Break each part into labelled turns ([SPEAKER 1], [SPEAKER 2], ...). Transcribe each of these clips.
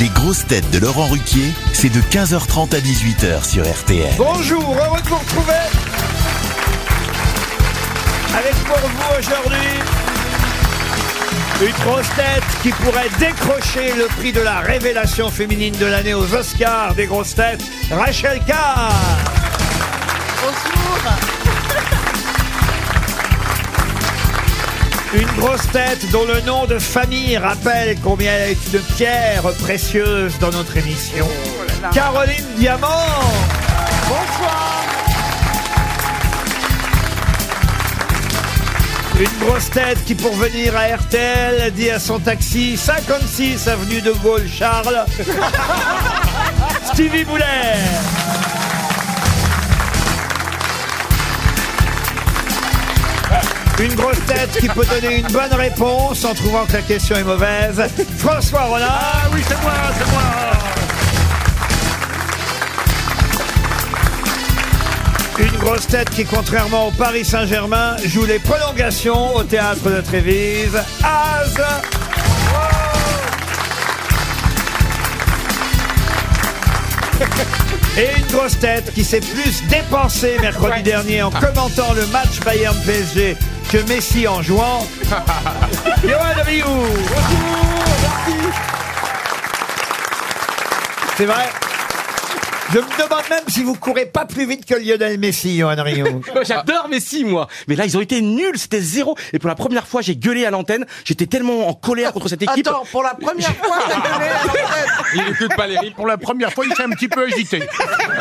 [SPEAKER 1] Les grosses têtes de Laurent Ruquier, c'est de 15h30 à 18h sur RTL.
[SPEAKER 2] Bonjour, heureux de vous retrouver avec pour vous aujourd'hui une grosse tête qui pourrait décrocher le prix de la révélation féminine de l'année aux Oscars des grosses têtes, Rachel Carr. Une grosse tête dont le nom de famille rappelle combien elle est une pierre précieuse dans notre émission.
[SPEAKER 3] là là.
[SPEAKER 2] Caroline Diamant. Bonsoir. Une grosse tête qui, pour venir à RTL, dit à son taxi 56 avenue de Gaulle Charles. Stevie Boulet. Une grosse tête qui peut donner une bonne réponse en trouvant que la question est mauvaise. François Rollin. Ah oui, c'est moi, c'est moi. Une grosse tête qui, contrairement au Paris Saint-Germain, joue les prolongations au théâtre de Trévise. Az Et une grosse tête qui s'est plus dépensée mercredi dernier en commentant le match Bayern PSG que Messi en jouant. Johan Rioux. C'est vrai. Je me demande même si vous courez pas plus vite que Lionel Messi, Johan Rioux.
[SPEAKER 4] Moi, J'adore Messi, moi. Mais là, ils ont été nuls. C'était zéro. Et pour la première fois, j'ai gueulé à l'antenne. J'étais tellement en colère contre cette équipe.
[SPEAKER 5] Attends, pour la première fois, t'as gueulé à l'antenne.
[SPEAKER 6] Il écoute Valérie. Pour la première fois, il s'est un petit peu agité.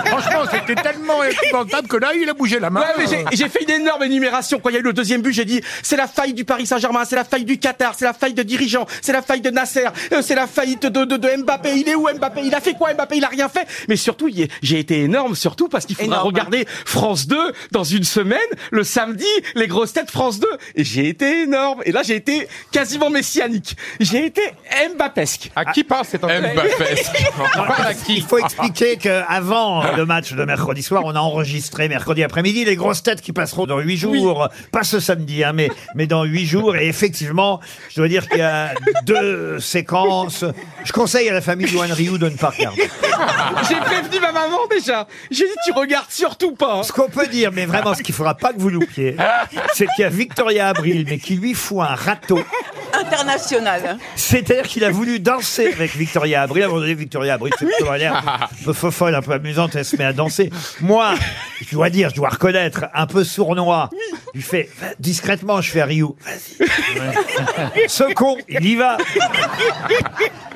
[SPEAKER 6] Franchement, c'était tellement épouvantable que là, il a bougé la main.
[SPEAKER 4] Ouais, mais j'ai- j'ai fait une énorme énumération. Quand il y a eu le deuxième but, j'ai dit c'est la faille du Paris Saint-Germain, c'est la faille du Qatar, c'est la faille de dirigeants, c'est la faille de Nasser, euh, c'est la faillite de, de, de Mbappé. Il est où Mbappé Il a fait quoi Mbappé Il a rien fait. Mais surtout, il y a- j'ai été énorme, surtout parce qu'il faudra
[SPEAKER 5] Énorme.
[SPEAKER 4] regarder France 2 dans une semaine, le samedi, les grosses têtes France 2. Et j'ai été énorme. Et là, j'ai été quasiment messianique. J'ai été Mbappesque.
[SPEAKER 6] À qui parle cet
[SPEAKER 4] Eh
[SPEAKER 6] entraîneur On parle à qui
[SPEAKER 2] Il faut expliquer qu'avant le match de mercredi soir, on a enregistré mercredi après-midi les grosses têtes qui passeront dans huit jours. Pas ce samedi, hein, mais, mais dans huit jours. Et effectivement, je dois dire qu'il y a deux séquences. Je conseille à la famille Johan Rioux de ne pas regarder.
[SPEAKER 4] J'ai prévenu ma maman déjà. J'ai dit tu regardes surtout pas. hein.
[SPEAKER 2] Ce qu'on peut dire, mais vraiment ce qu'il faudra pas que vous loupiez, c'est qu'il y a Victoria Abril, mais qui lui fout un râteau.
[SPEAKER 3] international.
[SPEAKER 2] C'est-à-dire qu'il a voulu danser avec Victoria Abril. À un moment donné, Victoria Abril, c'est plutôt elle a l'air un peu fofolle, un peu amusante, elle se met à danser. Moi, je dois dire, je dois reconnaître, un peu sournois, je lui fais va- discrètement, je fais à Ryu, vas-y. Ce con, il y va.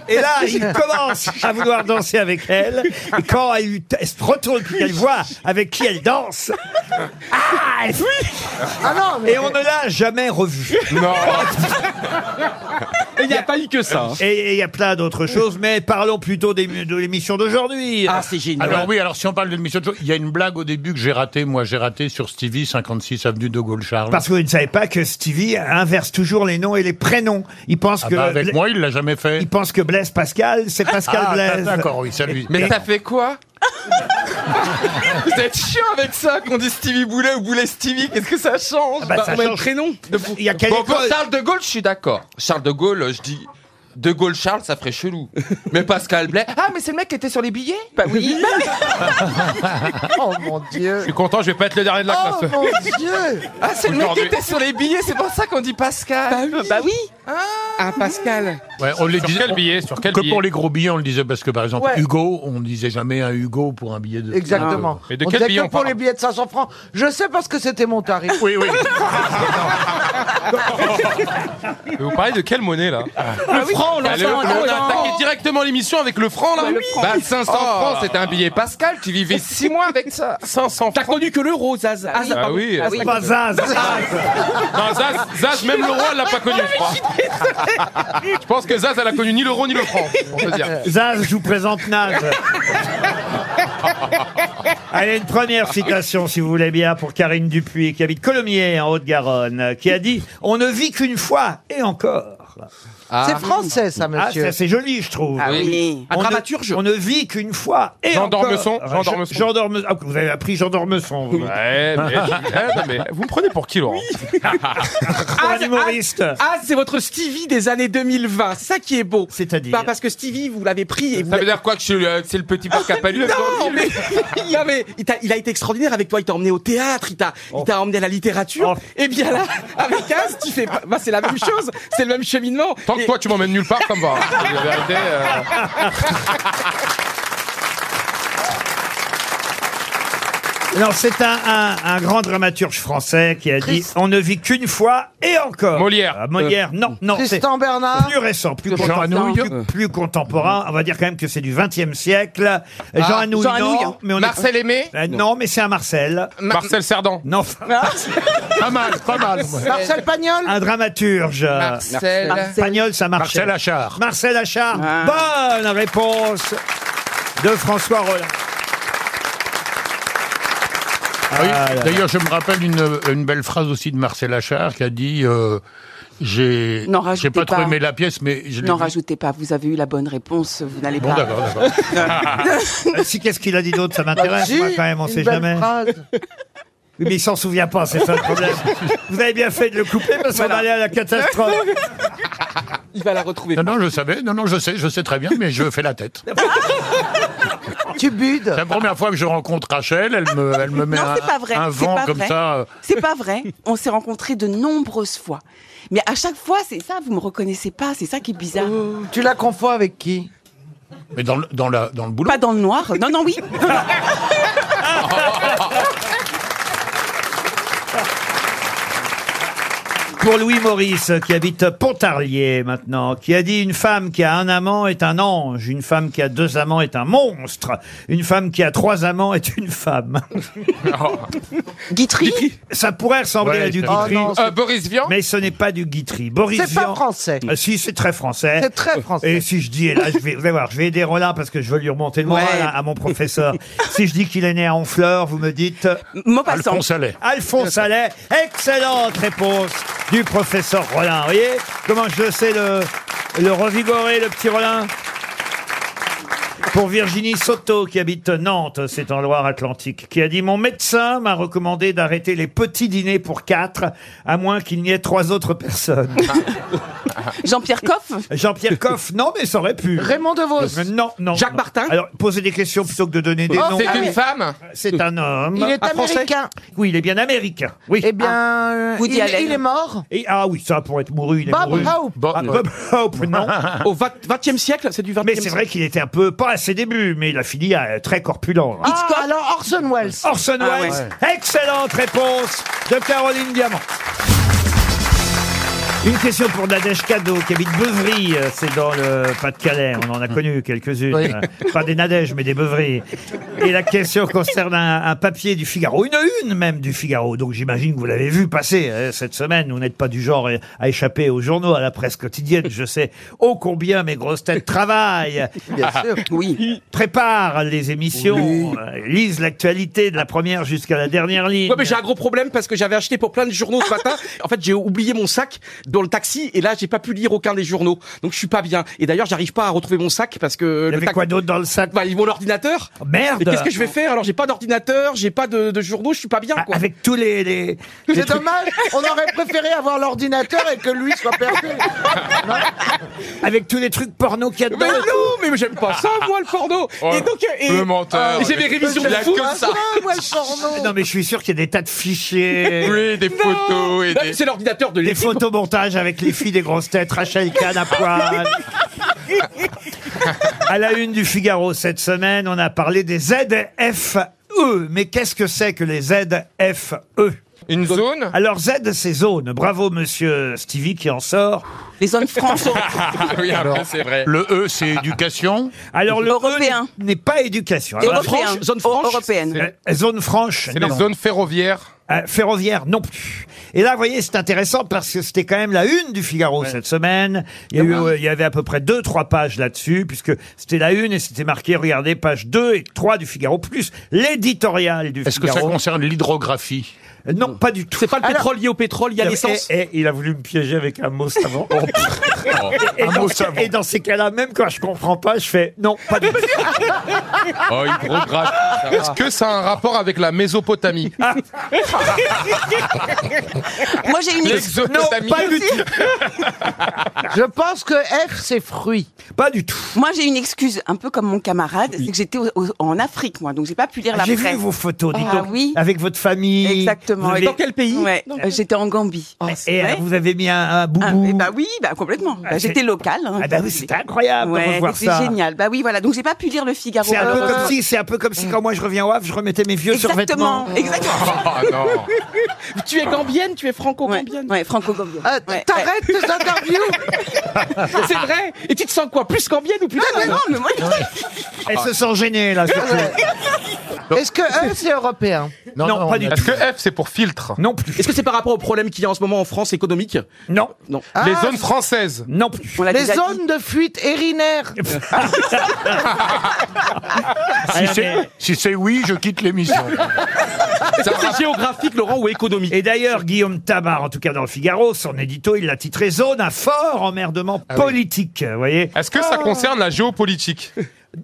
[SPEAKER 2] Et là, il commence à vouloir danser avec elle. Et quand elle, lui- elle se retourne, puis elle voit avec qui elle danse, ah, elle-
[SPEAKER 5] Ah non, mais
[SPEAKER 2] et on ne l'a jamais revue.
[SPEAKER 6] Non,
[SPEAKER 4] Et il n'y a pas eu que ça. hein.
[SPEAKER 2] Et et il y a plein d'autres choses, mais parlons plutôt des- de l'émission d'aujourd'hui.
[SPEAKER 4] Ah, c'est génial.
[SPEAKER 6] alors oui, alors si on parle de l'émission, de jour, il y a une blague au début que j'ai ratée, moi j'ai raté sur Stevie, 56 avenue de Gaulle-Charles.
[SPEAKER 2] Parce que vous ne savez pas que Stevie inverse toujours les noms et les prénoms. Il pense
[SPEAKER 6] Ah
[SPEAKER 2] que
[SPEAKER 6] bah, avec
[SPEAKER 2] Bla-
[SPEAKER 6] moi, il l'a jamais fait.
[SPEAKER 2] il pense que Blaise Pascal, c'est Pascal
[SPEAKER 6] Ah,
[SPEAKER 2] Blaise.
[SPEAKER 6] d'accord, oui, ça lui.
[SPEAKER 7] Mais ça fait quoi Vous êtes chiant avec ça qu'on dit Stevie Boulet ou Boulet Stevie, qu'est-ce que ça
[SPEAKER 8] Ah
[SPEAKER 7] change
[SPEAKER 2] Bah, ça
[SPEAKER 4] Même
[SPEAKER 2] change.
[SPEAKER 4] prénom.
[SPEAKER 2] Il y a quelle
[SPEAKER 7] Bon, pour
[SPEAKER 2] école
[SPEAKER 7] Charles de Gaulle, je suis d'accord. Charles de Gaulle, je dis. De Gaulle Charles, ça ferait chelou. Mais Pascal Blais. Ah, mais c'est le mec qui était sur les billets
[SPEAKER 5] Ah
[SPEAKER 7] Bah oui.
[SPEAKER 5] oh mon dieu.
[SPEAKER 6] suis content, je vais pas être le dernier de la
[SPEAKER 5] Oh mon dieu.
[SPEAKER 7] Ah, c'est le mec qui était sur les billets, c'est pour ça qu'on dit Pascal. Bah oui. Ah, Pascal.
[SPEAKER 6] Ouais, on les disait, on-
[SPEAKER 8] Sur
[SPEAKER 6] que pour les gros billets, on le disait parce que par exemple
[SPEAKER 5] Ouais.
[SPEAKER 6] Hugo, on ne disait jamais un Hugo pour un billet de.
[SPEAKER 5] Exactement.
[SPEAKER 8] Mais de
[SPEAKER 5] on
[SPEAKER 8] quel
[SPEAKER 5] disait
[SPEAKER 8] billet
[SPEAKER 5] que
[SPEAKER 8] on
[SPEAKER 5] pour
[SPEAKER 8] parle
[SPEAKER 5] les billets de 500 francs. Je sais parce que c'était mon tarif.
[SPEAKER 6] Oui, oui.
[SPEAKER 8] Vous parlez de quelle monnaie là
[SPEAKER 4] Le franc,
[SPEAKER 8] Ah, le-
[SPEAKER 4] l'enfant,
[SPEAKER 8] On a
[SPEAKER 4] l'enfant.
[SPEAKER 8] attaqué directement l'émission avec le franc là Bah 500
[SPEAKER 5] Oh.
[SPEAKER 8] francs, c'était un billet pas.
[SPEAKER 7] Pascal, tu vivais six mois Bah avec ça.
[SPEAKER 8] 500
[SPEAKER 4] T'as
[SPEAKER 8] francs.
[SPEAKER 4] connu que l'euro, Zaz. Ah, Zaz,
[SPEAKER 8] Ah
[SPEAKER 4] pardon.
[SPEAKER 8] oui.
[SPEAKER 2] C'est pas Zaz.
[SPEAKER 8] Non, Zaz, Zaz, même le roi, elle l'a pas connu, je crois. Je pense que Zaz, elle a connu ni l'euro ni le franc. pour te dire.
[SPEAKER 2] Zaz, je vous présente Naz. Allez, une première citation, si vous voulez bien, pour Karine Dupuis, qui habite Colomiers, en Haute-Garonne, qui a dit « On ne vit qu'une fois, et encore ». Molière.
[SPEAKER 5] C'est français, ça,
[SPEAKER 2] Ah,
[SPEAKER 5] monsieur.
[SPEAKER 2] c'est assez joli, je trouve.
[SPEAKER 7] Ah
[SPEAKER 3] oui.
[SPEAKER 4] Un
[SPEAKER 2] On ne-
[SPEAKER 4] dramaturge.
[SPEAKER 2] on ne vit qu'une fois. Et
[SPEAKER 8] Jean
[SPEAKER 2] encore.
[SPEAKER 8] d'Ormesson, Jean
[SPEAKER 2] Je-
[SPEAKER 8] d'Ormesson.
[SPEAKER 2] Jean d'Ormesson. Ah, vous avez appris Jean d'Ormesson. vous.
[SPEAKER 8] Ouais, mais, eh, non, mais vous me prenez pour qui, Laurent
[SPEAKER 2] Pour un humoriste.
[SPEAKER 4] Ah, c'est votre Stevie des années 2020. C'est ça qui est beau.
[SPEAKER 2] C'est-à-dire
[SPEAKER 4] Bah, parce que Stevie, vous l'avez pris et vous
[SPEAKER 8] Ça veut dire quoi que je suis, euh, que c'est le petit parc à palu
[SPEAKER 4] Non, mais il, avait, il, t'a- il a été extraordinaire avec toi. Il t'a emmené au théâtre, il t'a, il t'a emmené à la littérature.
[SPEAKER 2] Oh.
[SPEAKER 4] Et bien là, avec Az, tu fais, pas- bah, c'est la même chose, c'est le même cheminement.
[SPEAKER 8] Tant que
[SPEAKER 4] Et-
[SPEAKER 8] toi tu m'emmènes nulle part, ça me va. hein. La vérité, euh,
[SPEAKER 2] Non, c'est un, un, un grand dramaturge français qui a dit On ne vit qu'une fois et encore.
[SPEAKER 8] Molière. Euh,
[SPEAKER 2] Ah, Molière, non, non. c'est
[SPEAKER 5] Tristan Bernard.
[SPEAKER 2] Plus récent, plus,
[SPEAKER 6] Jean
[SPEAKER 2] contemporain,
[SPEAKER 6] Anouilh.
[SPEAKER 2] plus, plus contemporain. On va dire quand même que c'est du 20e
[SPEAKER 5] Ah,
[SPEAKER 2] siècle. Jean Anouilh,
[SPEAKER 4] Jean
[SPEAKER 2] non,
[SPEAKER 4] Anouilh.
[SPEAKER 2] mais on est-
[SPEAKER 7] Marcel Aimé
[SPEAKER 2] Euh, non, mais c'est un Marcel.
[SPEAKER 8] Marcel Cerdan.
[SPEAKER 2] Non,
[SPEAKER 5] Ah.
[SPEAKER 6] Pas mal, pas mal. moi.
[SPEAKER 5] Marcel Pagnol.
[SPEAKER 2] un dramaturge.
[SPEAKER 7] Marcel.
[SPEAKER 2] Espagnol, ça marchait.
[SPEAKER 6] Marcel Achard.
[SPEAKER 2] Marcel Achard.
[SPEAKER 5] Ah.
[SPEAKER 2] Bonne réponse de François Rollin.
[SPEAKER 6] Ah oui. D'ailleurs, je me rappelle une, une belle phrase aussi de Marcel Achard qui a dit euh, J'ai
[SPEAKER 3] N'en
[SPEAKER 6] j'ai
[SPEAKER 3] rajoutez
[SPEAKER 6] pas trop
[SPEAKER 3] pas.
[SPEAKER 6] aimé la pièce, mais je l'ai
[SPEAKER 3] N'en
[SPEAKER 6] vue.
[SPEAKER 3] rajoutez pas, vous avez eu la bonne réponse, vous n'allez
[SPEAKER 6] Bon,
[SPEAKER 3] pas.
[SPEAKER 6] d'accord, d'accord.
[SPEAKER 2] Euh, si, qu'est-ce qu'il a dit d'autre Ça m'intéresse,
[SPEAKER 5] Bah, Si,
[SPEAKER 2] moi, quand même, on
[SPEAKER 5] une
[SPEAKER 2] sait
[SPEAKER 5] belle
[SPEAKER 2] jamais.
[SPEAKER 5] phrase.
[SPEAKER 2] Oui, mais il s'en souvient pas, c'est ça le problème. Vous avez bien fait de le couper parce qu'on allait à la catastrophe.
[SPEAKER 4] Il va la retrouver.
[SPEAKER 6] Non, non, je savais, non, non, je sais, je sais très bien, mais je fais la tête.
[SPEAKER 5] Tu budes.
[SPEAKER 6] La première fois que je rencontre Rachel, elle me, elle me met
[SPEAKER 3] Non,
[SPEAKER 6] un,
[SPEAKER 3] c'est pas vrai,
[SPEAKER 6] un
[SPEAKER 3] c'est
[SPEAKER 6] vent
[SPEAKER 3] pas
[SPEAKER 6] comme
[SPEAKER 3] vrai.
[SPEAKER 6] ça. euh,
[SPEAKER 3] C'est pas vrai, on s'est rencontrés de nombreuses fois. Mais à chaque fois, c'est ça, vous me reconnaissez pas, c'est ça qui est bizarre.
[SPEAKER 5] Tu la confonds avec qui
[SPEAKER 6] Mais dans le, dans la, dans le boulot.
[SPEAKER 3] Pas dans le noir, non, non, oui.
[SPEAKER 2] Pour Louis Maurice, qui habite Pontarlier maintenant, qui a dit une femme qui a un amant est un ange, une femme qui a deux amants est un monstre, une femme qui a trois amants est une femme.
[SPEAKER 3] Guitry
[SPEAKER 2] Ça pourrait ressembler
[SPEAKER 6] Oh. Ouais,
[SPEAKER 2] à du
[SPEAKER 6] c'est- Ah,
[SPEAKER 2] Guitry,
[SPEAKER 5] Oh non,
[SPEAKER 8] Euh, Boris Vian.
[SPEAKER 2] mais ce n'est pas du Guitry. Boris
[SPEAKER 5] C'est pas
[SPEAKER 2] Vian-
[SPEAKER 5] français.
[SPEAKER 2] Ah, si, c'est très français.
[SPEAKER 5] C'est très français.
[SPEAKER 2] Et si je dis, et là, je vais, vous allez voir, je vais aider Roland parce que je veux lui remonter le moral
[SPEAKER 3] Ouais.
[SPEAKER 2] à, à mon professeur. si je dis qu'il est né à Honfleur, vous me dites euh,
[SPEAKER 3] Maupassant.
[SPEAKER 6] Alphonse Allais.
[SPEAKER 2] Alphonse Allais. Excellente réponse du professeur Rollin. Vous voyez comment je sais le, le revigorer, le petit Rollin pour Virginie Soto, qui habite Nantes, c'est en Loire-Atlantique, qui a dit Mon médecin m'a recommandé d'arrêter les petits dîners pour quatre, à moins qu'il n'y ait trois autres personnes.
[SPEAKER 3] Jean-Pierre Coff
[SPEAKER 2] Jean-Pierre Coff, non, mais ça aurait pu.
[SPEAKER 5] Raymond DeVos. Oh,
[SPEAKER 2] Euh, Non, non.
[SPEAKER 4] Jacques
[SPEAKER 2] non.
[SPEAKER 4] Martin
[SPEAKER 2] Alors, posez des questions plutôt que de donner des noms.
[SPEAKER 8] C'est une femme.
[SPEAKER 2] C'est un homme.
[SPEAKER 5] Il est
[SPEAKER 4] Un Français
[SPEAKER 5] américain.
[SPEAKER 2] Oui, il est bien américain. Oui.
[SPEAKER 5] Eh bien, euh,
[SPEAKER 3] Ah. Woody
[SPEAKER 5] il,
[SPEAKER 3] Allen.
[SPEAKER 5] il est mort.
[SPEAKER 2] Et- ah oui, ça, pour être mouru, il est
[SPEAKER 5] Bob
[SPEAKER 2] mouru.
[SPEAKER 5] Hope.
[SPEAKER 6] Bon,
[SPEAKER 2] Ah, Bob Hope, non.
[SPEAKER 4] Au 20, 20e siècle, c'est du 20e
[SPEAKER 2] Mais
[SPEAKER 4] siècle.
[SPEAKER 2] c'est vrai qu'il était un peu, pas à ses débuts, mais il a fini à, très corpulent. hein.
[SPEAKER 5] Ah, alors Orson Welles.
[SPEAKER 2] Orson
[SPEAKER 6] Ah,
[SPEAKER 2] Welles, excellente réponse de Caroline Diamant. Une question pour Nadège Cadeau, qui habite Beuvry, euh, c'est dans le Pas-de-Calais, on en a connu quelques-unes.
[SPEAKER 6] Oui.
[SPEAKER 2] Euh, Pas des Nadèges, mais des Beuvry. Et la question concerne un, un papier du Figaro, une une même du Figaro, donc j'imagine que vous l'avez vu passer euh, cette semaine, vous n'êtes pas du genre euh, à échapper aux journaux, à la presse quotidienne, je sais ô combien mes grosses têtes travaillent
[SPEAKER 5] Bien sûr.
[SPEAKER 3] Oui.
[SPEAKER 2] prépare les émissions, euh, lise l'actualité de la première jusqu'à la dernière ligne.
[SPEAKER 4] Ouais, mais j'ai un gros problème parce que j'avais acheté pour plein de journaux ce matin. En fait, j'ai oublié mon sac dans le taxi et là, j'ai pas pu lire aucun des journaux. Donc, je suis pas bien. Et d'ailleurs, j'arrive pas à retrouver mon sac parce que
[SPEAKER 2] Il y
[SPEAKER 4] le
[SPEAKER 2] avait
[SPEAKER 4] taxi.
[SPEAKER 2] quoi d'autre dans le sac Oh,
[SPEAKER 4] Bah, ils vont l'ordinateur.
[SPEAKER 2] Merde
[SPEAKER 4] Et qu'est-ce que je vais faire Alors, j'ai pas d'ordinateur, j'ai pas de, de journaux, je suis pas bien,
[SPEAKER 2] Ah,
[SPEAKER 4] quoi.
[SPEAKER 2] Avec tous les... les- les
[SPEAKER 5] C'est
[SPEAKER 2] trucs-
[SPEAKER 5] dommage. On aurait préféré avoir l'ordinateur et que lui soit perdu.
[SPEAKER 2] avec tous les trucs porno qu'il y a
[SPEAKER 4] Mais
[SPEAKER 2] dedans.
[SPEAKER 4] non, mais j'aime pas ça, moi, le porno.
[SPEAKER 8] Oh,
[SPEAKER 4] et donc, euh, et,
[SPEAKER 8] le menteur.
[SPEAKER 4] euh, j'ai mes révisions de
[SPEAKER 8] Il a
[SPEAKER 4] foot.
[SPEAKER 8] que ça.
[SPEAKER 5] moi, le porno.
[SPEAKER 2] Non mais je suis sûr qu'il y a des tas de fichiers,
[SPEAKER 8] Oui, des photos et
[SPEAKER 5] Bah,
[SPEAKER 4] Non,
[SPEAKER 8] des.
[SPEAKER 4] C'est l'ordinateur de
[SPEAKER 2] des
[SPEAKER 4] l'équipe.
[SPEAKER 2] photomontages avec les filles des grosses têtes, Rachel Kahn à
[SPEAKER 9] Euh,
[SPEAKER 2] poil. À la une du Figaro cette semaine, on a parlé des ZFE. Mais qu'est-ce que c'est que les ZFE
[SPEAKER 8] Une zone.
[SPEAKER 2] Alors Z, c'est zone. Bravo monsieur Stevie qui en sort.
[SPEAKER 3] Les zones franches.
[SPEAKER 8] Ah oui, après, c'est vrai.
[SPEAKER 6] Le E, c'est éducation.
[SPEAKER 2] Alors le E
[SPEAKER 3] Européen.
[SPEAKER 2] n'est pas éducation. Alors,
[SPEAKER 3] Européen.
[SPEAKER 4] franche, zone franche.
[SPEAKER 3] Européenne.
[SPEAKER 2] euh, zone franche,
[SPEAKER 8] C'est
[SPEAKER 2] non.
[SPEAKER 8] les zones ferroviaires.
[SPEAKER 2] Euh, ferroviaire, non plus. Et là, vous voyez, c'est intéressant parce que c'était quand même la une du Figaro cette semaine. Il y, a eu, euh, il y avait à peu près deux, trois pages là-dessus, puisque c'était la une et c'était marqué, regardez, page 2 et 3 du Figaro, plus l'éditorial du
[SPEAKER 6] Est-ce que ça
[SPEAKER 2] Figaro. Euh,
[SPEAKER 6] concerne l'hydrographie
[SPEAKER 2] non, pas du tout.
[SPEAKER 4] C'est pas le pétrole lié au pétrole, il y a l'essence.
[SPEAKER 2] Et, il a voulu me piéger avec un mot savant.
[SPEAKER 6] Oh.
[SPEAKER 2] et, dans, et dans ces cas-là, même quand je comprends pas, je fais non, pas du tout.
[SPEAKER 8] Oh, hydrographie. Est-ce que ça a un rapport avec la Mésopotamie
[SPEAKER 3] Moi, j'ai une ex-
[SPEAKER 8] L'exopotamie
[SPEAKER 2] Pas du tout.
[SPEAKER 5] Je pense que F, c'est fruit.
[SPEAKER 2] Pas du tout.
[SPEAKER 3] moi, j'ai une excuse, un peu comme mon camarade, c'est que j'étais au- au- en Afrique, moi, donc j'ai pas pu lire la
[SPEAKER 2] J'ai
[SPEAKER 3] presse.
[SPEAKER 2] vu vos photos, dites
[SPEAKER 3] Ah
[SPEAKER 2] donc,
[SPEAKER 3] oui.
[SPEAKER 2] avec votre famille.
[SPEAKER 3] Exactement.
[SPEAKER 2] Vous
[SPEAKER 3] Et
[SPEAKER 2] avez-
[SPEAKER 4] Dans quel pays
[SPEAKER 3] Ouais, euh, j'étais en Gambie.
[SPEAKER 2] et
[SPEAKER 3] vrai
[SPEAKER 2] alors, vous avez mis un, un boubou.
[SPEAKER 3] Ah, eh bah oui, bah complètement. Bah,
[SPEAKER 2] Ah,
[SPEAKER 3] j'étais
[SPEAKER 2] c'est-
[SPEAKER 3] locale. hein.
[SPEAKER 2] Ah bah oui, c'était incroyable de
[SPEAKER 3] Ouais,
[SPEAKER 2] revoir
[SPEAKER 3] c'était
[SPEAKER 2] ça.
[SPEAKER 3] génial. Bah oui, voilà. Donc j'ai pas pu lire le Figaro.
[SPEAKER 2] C'est un peu
[SPEAKER 3] Euh,
[SPEAKER 2] comme si, c'est un peu comme si quand moi je reviens au Havre, je remettais mes vieux survêtements.
[SPEAKER 3] Mm. Exactement. Exactement.
[SPEAKER 8] Ah non
[SPEAKER 4] Tu es gambienne, tu es
[SPEAKER 3] Ouais,
[SPEAKER 4] franco-gambienne.
[SPEAKER 3] ouais, franco-gambienne.
[SPEAKER 5] Euh,
[SPEAKER 3] Ouais, ouais.
[SPEAKER 5] T'arrêtes tes interviews
[SPEAKER 4] C'est vrai. Et tu te sens quoi Plus gambienne ou plus
[SPEAKER 3] Ah, mais non, mais moi,
[SPEAKER 2] Elles se sont gênées là. surtout.
[SPEAKER 5] Est-ce que E, Euh, c'est européen
[SPEAKER 2] non, pas du
[SPEAKER 8] Est-ce
[SPEAKER 2] tout.
[SPEAKER 8] que F, c'est pour filtre
[SPEAKER 2] Non plus.
[SPEAKER 4] Est-ce que c'est par rapport au problème qu'il y a en ce moment en France économique
[SPEAKER 2] Non. Ah,
[SPEAKER 4] Non.
[SPEAKER 8] Les zones françaises
[SPEAKER 2] Non plus.
[SPEAKER 3] on l'a
[SPEAKER 5] Les
[SPEAKER 3] déjà dit.
[SPEAKER 5] zones de fuite érinaires
[SPEAKER 2] Ah,
[SPEAKER 6] Si c'est- Si c'est oui, je quitte l'émission.
[SPEAKER 4] Est-ce que c'est géographique, Laurent, ou économique
[SPEAKER 2] Et d'ailleurs, Guillaume Tabar, en tout cas dans le Figaro, son édito, il l'a titré Zone à fort emmerdement
[SPEAKER 6] Ah
[SPEAKER 2] politique. Vous voyez
[SPEAKER 8] Est-ce que ça concerne la géopolitique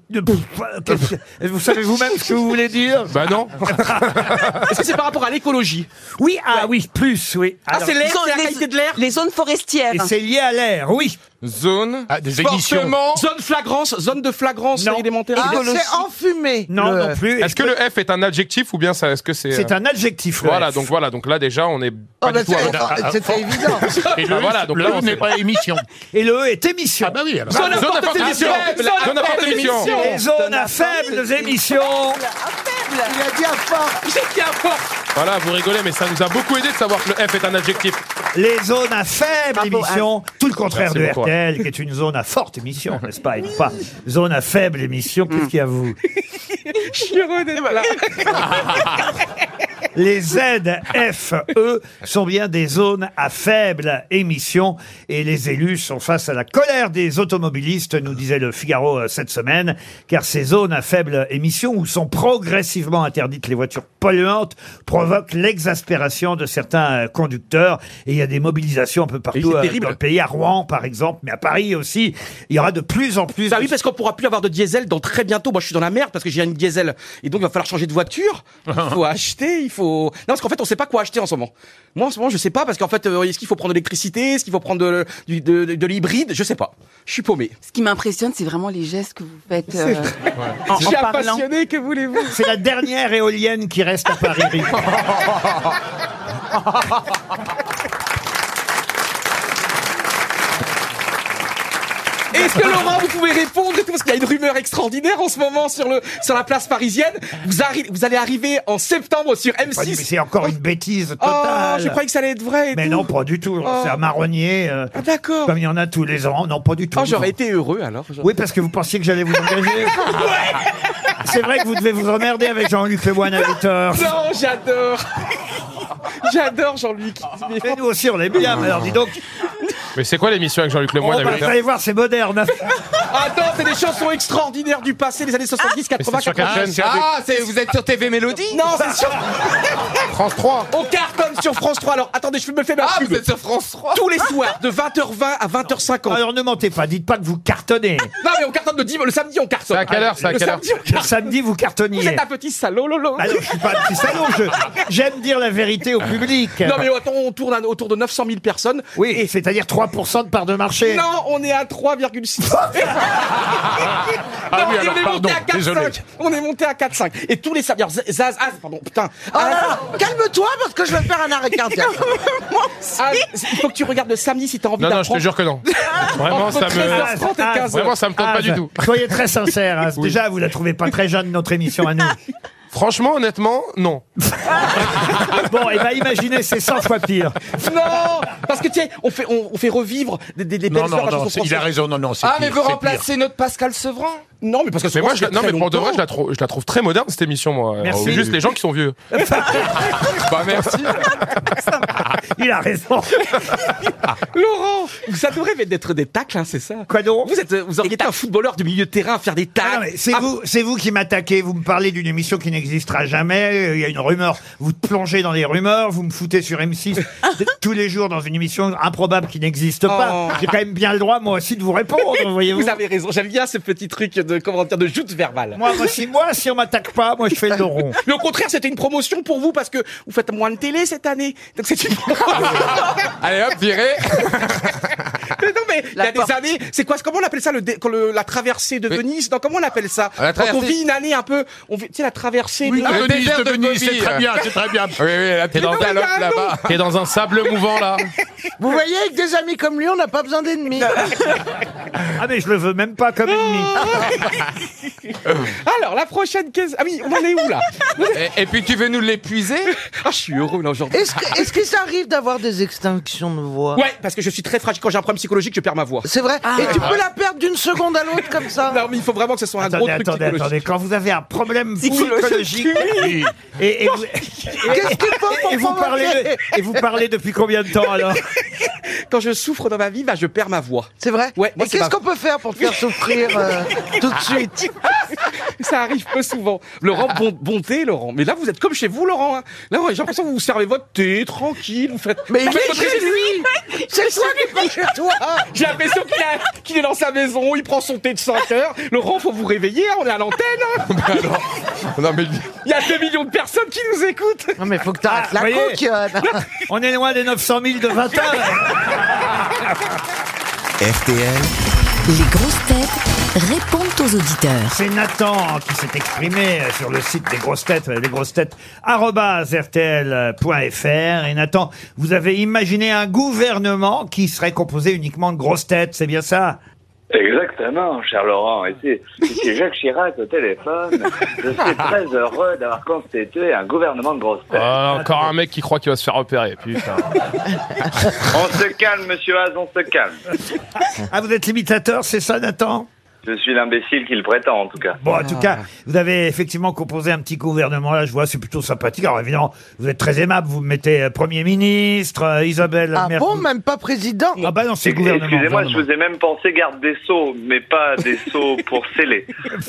[SPEAKER 2] De- pff, qu'est-ce que- Vous savez vous-même ce que vous voulez dire
[SPEAKER 8] Bah non
[SPEAKER 4] Est-ce que c'est par rapport à l'écologie
[SPEAKER 2] Oui, ah oui, plus, oui.
[SPEAKER 4] Ah,
[SPEAKER 2] Alors,
[SPEAKER 4] c'est l'air,
[SPEAKER 3] Zone-
[SPEAKER 4] c'est la
[SPEAKER 3] les-
[SPEAKER 4] qualité de l'air
[SPEAKER 3] Les zones forestières.
[SPEAKER 2] et c'est lié à l'air, oui.
[SPEAKER 8] Zone
[SPEAKER 6] Ah, des émissions.
[SPEAKER 8] fortement-
[SPEAKER 4] Zone flagrance, zone de flagrance
[SPEAKER 2] Non.
[SPEAKER 4] élémentaire.
[SPEAKER 5] Ah, C'est enfumé
[SPEAKER 2] Non,
[SPEAKER 5] le
[SPEAKER 2] non
[SPEAKER 5] E.
[SPEAKER 2] plus.
[SPEAKER 8] Est-ce que le F est un adjectif ou bien ça est-ce que c'est
[SPEAKER 2] C'est
[SPEAKER 8] euh,
[SPEAKER 2] un adjectif. le
[SPEAKER 8] voilà
[SPEAKER 2] F.
[SPEAKER 8] donc voilà donc là déjà on est
[SPEAKER 5] Oh,
[SPEAKER 8] pas
[SPEAKER 5] bah,
[SPEAKER 8] du tout à l'autre.
[SPEAKER 5] c'est- C'était évident
[SPEAKER 6] Et
[SPEAKER 8] Ah,
[SPEAKER 6] le
[SPEAKER 8] voilà,
[SPEAKER 6] voilà,
[SPEAKER 8] donc
[SPEAKER 6] donc
[SPEAKER 8] là, on
[SPEAKER 6] n'est
[SPEAKER 8] sait
[SPEAKER 6] pas émission.
[SPEAKER 2] Et le E est émission.
[SPEAKER 6] Ah bah oui, alors.
[SPEAKER 4] Zone
[SPEAKER 8] Zone
[SPEAKER 4] à
[SPEAKER 8] à
[SPEAKER 4] forte
[SPEAKER 8] forte
[SPEAKER 4] émission.
[SPEAKER 8] émission.
[SPEAKER 4] Zone à
[SPEAKER 8] Zone à
[SPEAKER 4] forte
[SPEAKER 8] forte émission.
[SPEAKER 4] émission.
[SPEAKER 2] Les zones à faibles émissions.
[SPEAKER 5] Il a dit à fort
[SPEAKER 4] J'ai dit à fort.
[SPEAKER 8] Voilà, vous rigolez mais ça nous a beaucoup aidé de savoir que le F est un adjectif.
[SPEAKER 2] Les zones à faible
[SPEAKER 3] Bravo,
[SPEAKER 2] émission. Tout le contraire
[SPEAKER 8] Merci
[SPEAKER 2] de
[SPEAKER 8] beaucoup.
[SPEAKER 2] RTL, qui est une zone à forte émission, n'est-ce pas Et non pas zone à faible émission, qu'est-ce qu'il y a vous
[SPEAKER 4] Je suis heureux d'être là.
[SPEAKER 2] Les ZFE sont bien des zones à faible émission et les élus sont face à la colère des automobilistes, nous disait le Figaro euh, cette semaine, car ces zones à faible émission où sont progressivement interdites les voitures polluantes provoquent l'exaspération de certains euh, conducteurs et il y a des mobilisations un peu partout
[SPEAKER 4] c'est
[SPEAKER 2] euh,
[SPEAKER 4] terrible.
[SPEAKER 2] dans le pays, à Rouen par exemple, mais à Paris aussi, il y aura de plus en plus
[SPEAKER 4] Bah oui,
[SPEAKER 2] de-
[SPEAKER 4] parce qu'on pourra plus avoir de diesel dans très bientôt. Moi, je suis dans la merde parce que j'ai une diesel. Et donc, il va falloir changer de voiture. Il faut acheter, il faut... Non, parce qu'en fait, on sait pas quoi acheter en ce moment. Moi, en ce moment, je sais pas parce qu'en fait, euh, est-ce qu'il faut prendre de l'électricité? Est-ce qu'il faut prendre de, du- de, de, de l'hybride? Je sais pas. Je suis paumé.
[SPEAKER 3] Ce qui m'impressionne, c'est vraiment les gestes que vous faites euh, en, en parlant.
[SPEAKER 4] que voulez-vous?
[SPEAKER 2] C'est la dernière éolienne qui reste à Paris.
[SPEAKER 4] Est-ce que Laurent, vous pouvez répondre et tout Parce qu'il y a une rumeur extraordinaire en ce moment sur, le, sur la place parisienne. Vous, arri- vous allez arriver en septembre sur
[SPEAKER 2] Pas du- mais
[SPEAKER 4] M6.
[SPEAKER 2] C'est encore une bêtise
[SPEAKER 4] Oh,
[SPEAKER 2] totale.
[SPEAKER 4] je croyais que ça allait être vrai. et
[SPEAKER 2] Mais
[SPEAKER 4] tout.
[SPEAKER 2] non, pas du tout.
[SPEAKER 4] Oh.
[SPEAKER 2] C'est un marronnier, euh,
[SPEAKER 4] Ah, D'accord.
[SPEAKER 2] comme il y en a tous les ans. Non, pas du tout.
[SPEAKER 4] Oh, j'aurais été heureux alors.
[SPEAKER 2] Oui, parce que vous pensiez que j'allais vous engager. C'est vrai que vous devez vous emmerder avec Jean-Luc Lemoyne à 8 heures.
[SPEAKER 4] Non, j'adore. j'adore Jean-Luc.
[SPEAKER 2] Mais nous aussi, on l'aime bien. Mais alors, dis donc,
[SPEAKER 8] Mais c'est quoi l'émission avec Jean-Luc
[SPEAKER 2] on
[SPEAKER 8] Lemoyne
[SPEAKER 2] va,
[SPEAKER 8] avec
[SPEAKER 2] vous
[SPEAKER 8] le-
[SPEAKER 2] allez voir, c'est moderne.
[SPEAKER 4] Attends, c'est des chansons extraordinaires du passé des années 70, 80,
[SPEAKER 8] C'est sur quelle
[SPEAKER 4] 80.
[SPEAKER 8] chaîne
[SPEAKER 7] Ah, c'est- vous êtes sur TV Mélodie
[SPEAKER 4] Non, c'est sur.
[SPEAKER 8] France 3.
[SPEAKER 4] On cartonne sur France 3. Alors, attendez, je me fais ma
[SPEAKER 7] Ah,
[SPEAKER 4] pub.
[SPEAKER 7] vous êtes sur France 3
[SPEAKER 4] Tous les soirs, de 20h20 à 20h50.
[SPEAKER 2] Alors, ne mentez pas. Dites pas que vous cartonnez.
[SPEAKER 4] Non, mais on cartonne le dimanche. Le samedi, on cartonne. Ah,
[SPEAKER 8] C'est à quelle heure, c'est à
[SPEAKER 4] Le
[SPEAKER 8] quelle heure
[SPEAKER 4] samedi, on
[SPEAKER 2] Le
[SPEAKER 4] cartonne.
[SPEAKER 2] samedi, vous
[SPEAKER 4] Vous
[SPEAKER 2] cartonniez.
[SPEAKER 4] êtes un petit salaud, lolo.
[SPEAKER 2] Ah non, je suis pas un petit salaud. je- J'aime dire la vérité au public.
[SPEAKER 4] Non, mais attends, on tourne à- autour de 900 000 personnes.
[SPEAKER 2] Oui, c'est-à-dire 3% de part de marché.
[SPEAKER 4] Non, on est à 3,6.
[SPEAKER 6] Ah
[SPEAKER 4] Non,
[SPEAKER 6] oui,
[SPEAKER 4] et
[SPEAKER 6] alors,
[SPEAKER 4] on est
[SPEAKER 6] pardon,
[SPEAKER 4] monté à 4,5.
[SPEAKER 6] désolé.
[SPEAKER 4] On est monté à 4,5. Et tous les samedis. alors, Zaz, Az, pardon, putain.
[SPEAKER 5] Oh
[SPEAKER 4] Ah,
[SPEAKER 5] là là, Calme-toi parce que je vais faire un arrêt cardiaque
[SPEAKER 4] Ah, il faut que tu regardes le samedi si t'as envie
[SPEAKER 8] Non non, je te
[SPEAKER 4] d'apprendre.
[SPEAKER 8] jure que non. Vraiment ça me
[SPEAKER 4] 13h30 et
[SPEAKER 2] Ah,
[SPEAKER 4] 15h.
[SPEAKER 8] vraiment ça me tente pas
[SPEAKER 2] Ah,
[SPEAKER 8] du tout.
[SPEAKER 2] Soyez très sincère. hein. Déjà, vous la trouvez pas très jeune, notre émission à nous.
[SPEAKER 8] Franchement, honnêtement, non.
[SPEAKER 2] Bon, et ben imaginez, c'est 100 fois pire.
[SPEAKER 4] Non Parce que tiens, on fait, on, on fait revivre des, des, des
[SPEAKER 6] Non,
[SPEAKER 4] belles heures
[SPEAKER 6] non,
[SPEAKER 4] à la
[SPEAKER 6] non,
[SPEAKER 4] chanson
[SPEAKER 6] c'est- il a
[SPEAKER 4] française.
[SPEAKER 6] raison, non, non, c'est
[SPEAKER 7] Ah, mais
[SPEAKER 6] pire,
[SPEAKER 7] vous
[SPEAKER 6] c'est pire.
[SPEAKER 7] remplacez notre Pascal Sevran
[SPEAKER 4] Non, mais parce que
[SPEAKER 8] Mais moi, je la- non, mais pour de vrai, je la, trouve, je la trouve très moderne cette émission, moi.
[SPEAKER 2] Merci.
[SPEAKER 8] C'est juste les gens qui sont vieux.
[SPEAKER 7] Bah merci.
[SPEAKER 2] Il a raison.
[SPEAKER 4] Laurent, ça devrait d'être des tacles, hein, c'est ça
[SPEAKER 2] Quoi donc
[SPEAKER 4] Vous êtes, euh, vous auriez été un footballeur du milieu de terrain à faire des
[SPEAKER 2] Ah non,
[SPEAKER 4] tacles.
[SPEAKER 2] mais c'est
[SPEAKER 4] Ah,
[SPEAKER 2] vous, c'est vous qui m'attaquez. Vous me parlez d'une émission qui n'existera jamais. Euh, Il y a une rumeur. Vous plongez dans les rumeurs. Vous me foutez sur M6 tous les jours dans une émission improbable qui n'existe pas.
[SPEAKER 4] Oh.
[SPEAKER 2] J'ai quand même bien le droit, moi aussi, de vous répondre. Voyez-vous.
[SPEAKER 4] Vous avez raison, j'aime bien ce petit truc de comment dire de joute verbale.
[SPEAKER 2] Moi, moi, si moi, si on m'attaque pas, moi, je fais le rond.
[SPEAKER 4] Mais au contraire, c'était une promotion pour vous parce que vous faites moins de télé cette année. Donc c'est une
[SPEAKER 7] Allez hop, virez.
[SPEAKER 4] Mais non mais il y
[SPEAKER 10] La
[SPEAKER 4] a
[SPEAKER 10] porte.
[SPEAKER 4] des années, c'est quoi c'est- Comment on appelle ça le dé- quand le- la traversée de
[SPEAKER 7] Oui.
[SPEAKER 4] Venise Non, comment on appelle ça
[SPEAKER 7] La
[SPEAKER 4] Quand on
[SPEAKER 7] traversée-
[SPEAKER 4] vit une année un peu, on vit, tu sais la traversée.
[SPEAKER 6] Oui,
[SPEAKER 8] Ah,
[SPEAKER 4] de-
[SPEAKER 7] le
[SPEAKER 6] de Venise,
[SPEAKER 7] désert
[SPEAKER 6] de
[SPEAKER 7] de
[SPEAKER 6] Venise, c'est
[SPEAKER 7] Gobi,
[SPEAKER 6] très
[SPEAKER 7] euh.
[SPEAKER 6] bien, c'est très bien.
[SPEAKER 7] Oui, oui, la petite
[SPEAKER 4] Mais non, mais
[SPEAKER 7] antelope
[SPEAKER 4] il y a un
[SPEAKER 7] là-bas.
[SPEAKER 8] T'es dans un sable Ah, mouvant, là.
[SPEAKER 11] Vous voyez, avec des amis comme lui, on n'a pas besoin d'ennemis.
[SPEAKER 2] Ah, mais je le veux même pas comme ennemi.
[SPEAKER 4] Alors la prochaine caisse. Ah oui, on en est où là
[SPEAKER 7] Et, et puis tu veux nous l'épuiser
[SPEAKER 4] Ah, je suis heureux là aujourd'hui.
[SPEAKER 11] Est-ce que, est-ce que ça arrive d'avoir des extinctions de voix
[SPEAKER 4] Ouais, parce que je suis très fragile. Quand j'ai un problème psychologique, je perds ma voix. Ah.
[SPEAKER 11] C'est vrai Et tu peux la perdre d'une seconde à l'autre comme ça
[SPEAKER 4] Non, mais il faut vraiment que ce soit un gros
[SPEAKER 2] Attendez,
[SPEAKER 4] truc
[SPEAKER 2] attendez,
[SPEAKER 4] psychologique.
[SPEAKER 2] attendez. Quand vous avez un problème psychologique
[SPEAKER 6] Oui.
[SPEAKER 2] et, et vous,
[SPEAKER 11] Qu'est-ce qu'il faut pour
[SPEAKER 2] et vous
[SPEAKER 11] provoquer
[SPEAKER 2] parlez, et vous parlez depuis combien de temps alors
[SPEAKER 4] Quand je souffre dans ma vie, bah, je perds ma voix.
[SPEAKER 11] C'est vrai
[SPEAKER 4] Ouais, moi,
[SPEAKER 11] Et
[SPEAKER 4] c'est
[SPEAKER 11] qu'est-ce
[SPEAKER 4] pas-
[SPEAKER 11] qu'on peut faire pour te faire souffrir euh, tout de suite
[SPEAKER 4] Ça arrive peu souvent. Laurent, bon, bon thé, Laurent. Mais là, vous êtes comme chez vous, Laurent. hein. Là, ouais, j'ai l'impression que vous servez votre thé, tranquille. Vous faites.
[SPEAKER 11] Mais
[SPEAKER 4] vous
[SPEAKER 11] il
[SPEAKER 4] faites
[SPEAKER 11] est
[SPEAKER 4] votre
[SPEAKER 11] chez
[SPEAKER 4] exercice.
[SPEAKER 11] lui C'est toi qui pas chez toi
[SPEAKER 4] J'ai l'impression qu'il a- qu'il est dans sa maison, il prend son thé de 5 heures. Laurent, faut vous réveiller, hein, on est à l'antenne. hein.
[SPEAKER 11] Bah
[SPEAKER 7] Non mais
[SPEAKER 4] Il y a 2 millions de personnes qui nous écoutent.
[SPEAKER 11] Non mais faut que t'arrêtes
[SPEAKER 2] Ah,
[SPEAKER 11] la
[SPEAKER 2] voyez.
[SPEAKER 11] coque Johan.
[SPEAKER 2] On est loin des 900 000 de 20 ans. là.
[SPEAKER 12] RTL,
[SPEAKER 13] Les grosses têtes répondent aux auditeurs.
[SPEAKER 2] C'est Nathan qui s'est exprimé euh, sur le site des grosses têtes, euh, lesgrossetêtes.rtl.fr. Et Nathan, vous avez imaginé un gouvernement qui serait composé uniquement de grosses têtes, c'est bien ça
[SPEAKER 9] Exactement, cher Laurent. Ah, Et c'est- C'était Jacques Chirac au téléphone. Je suis très heureux d'avoir constitué un gouvernement de grosse tête.
[SPEAKER 8] Ah, encore un mec qui croit qu'il va se faire repérer. Putain.
[SPEAKER 4] Ah.
[SPEAKER 9] On se calme, monsieur Haas, on se calme.
[SPEAKER 2] Ah, vous êtes l'imitateur, c'est ça Nathan
[SPEAKER 9] Je suis l'imbécile qu'il prétend, en tout cas.
[SPEAKER 2] Bon, en
[SPEAKER 11] Ah.
[SPEAKER 2] tout cas, vous avez effectivement composé un petit gouvernement, là, je vois, c'est plutôt sympathique. Alors évidemment, vous êtes très aimable, vous mettez euh, Premier ministre, euh, Isabelle...
[SPEAKER 11] Ah
[SPEAKER 2] Mer-
[SPEAKER 11] bon, même pas président
[SPEAKER 2] Ah bah non, c'est gouvernement.
[SPEAKER 9] Excusez-moi, je
[SPEAKER 2] gouvernement.
[SPEAKER 9] vous ai même pensé garde des sceaux, mais pas des sceaux pour sceller,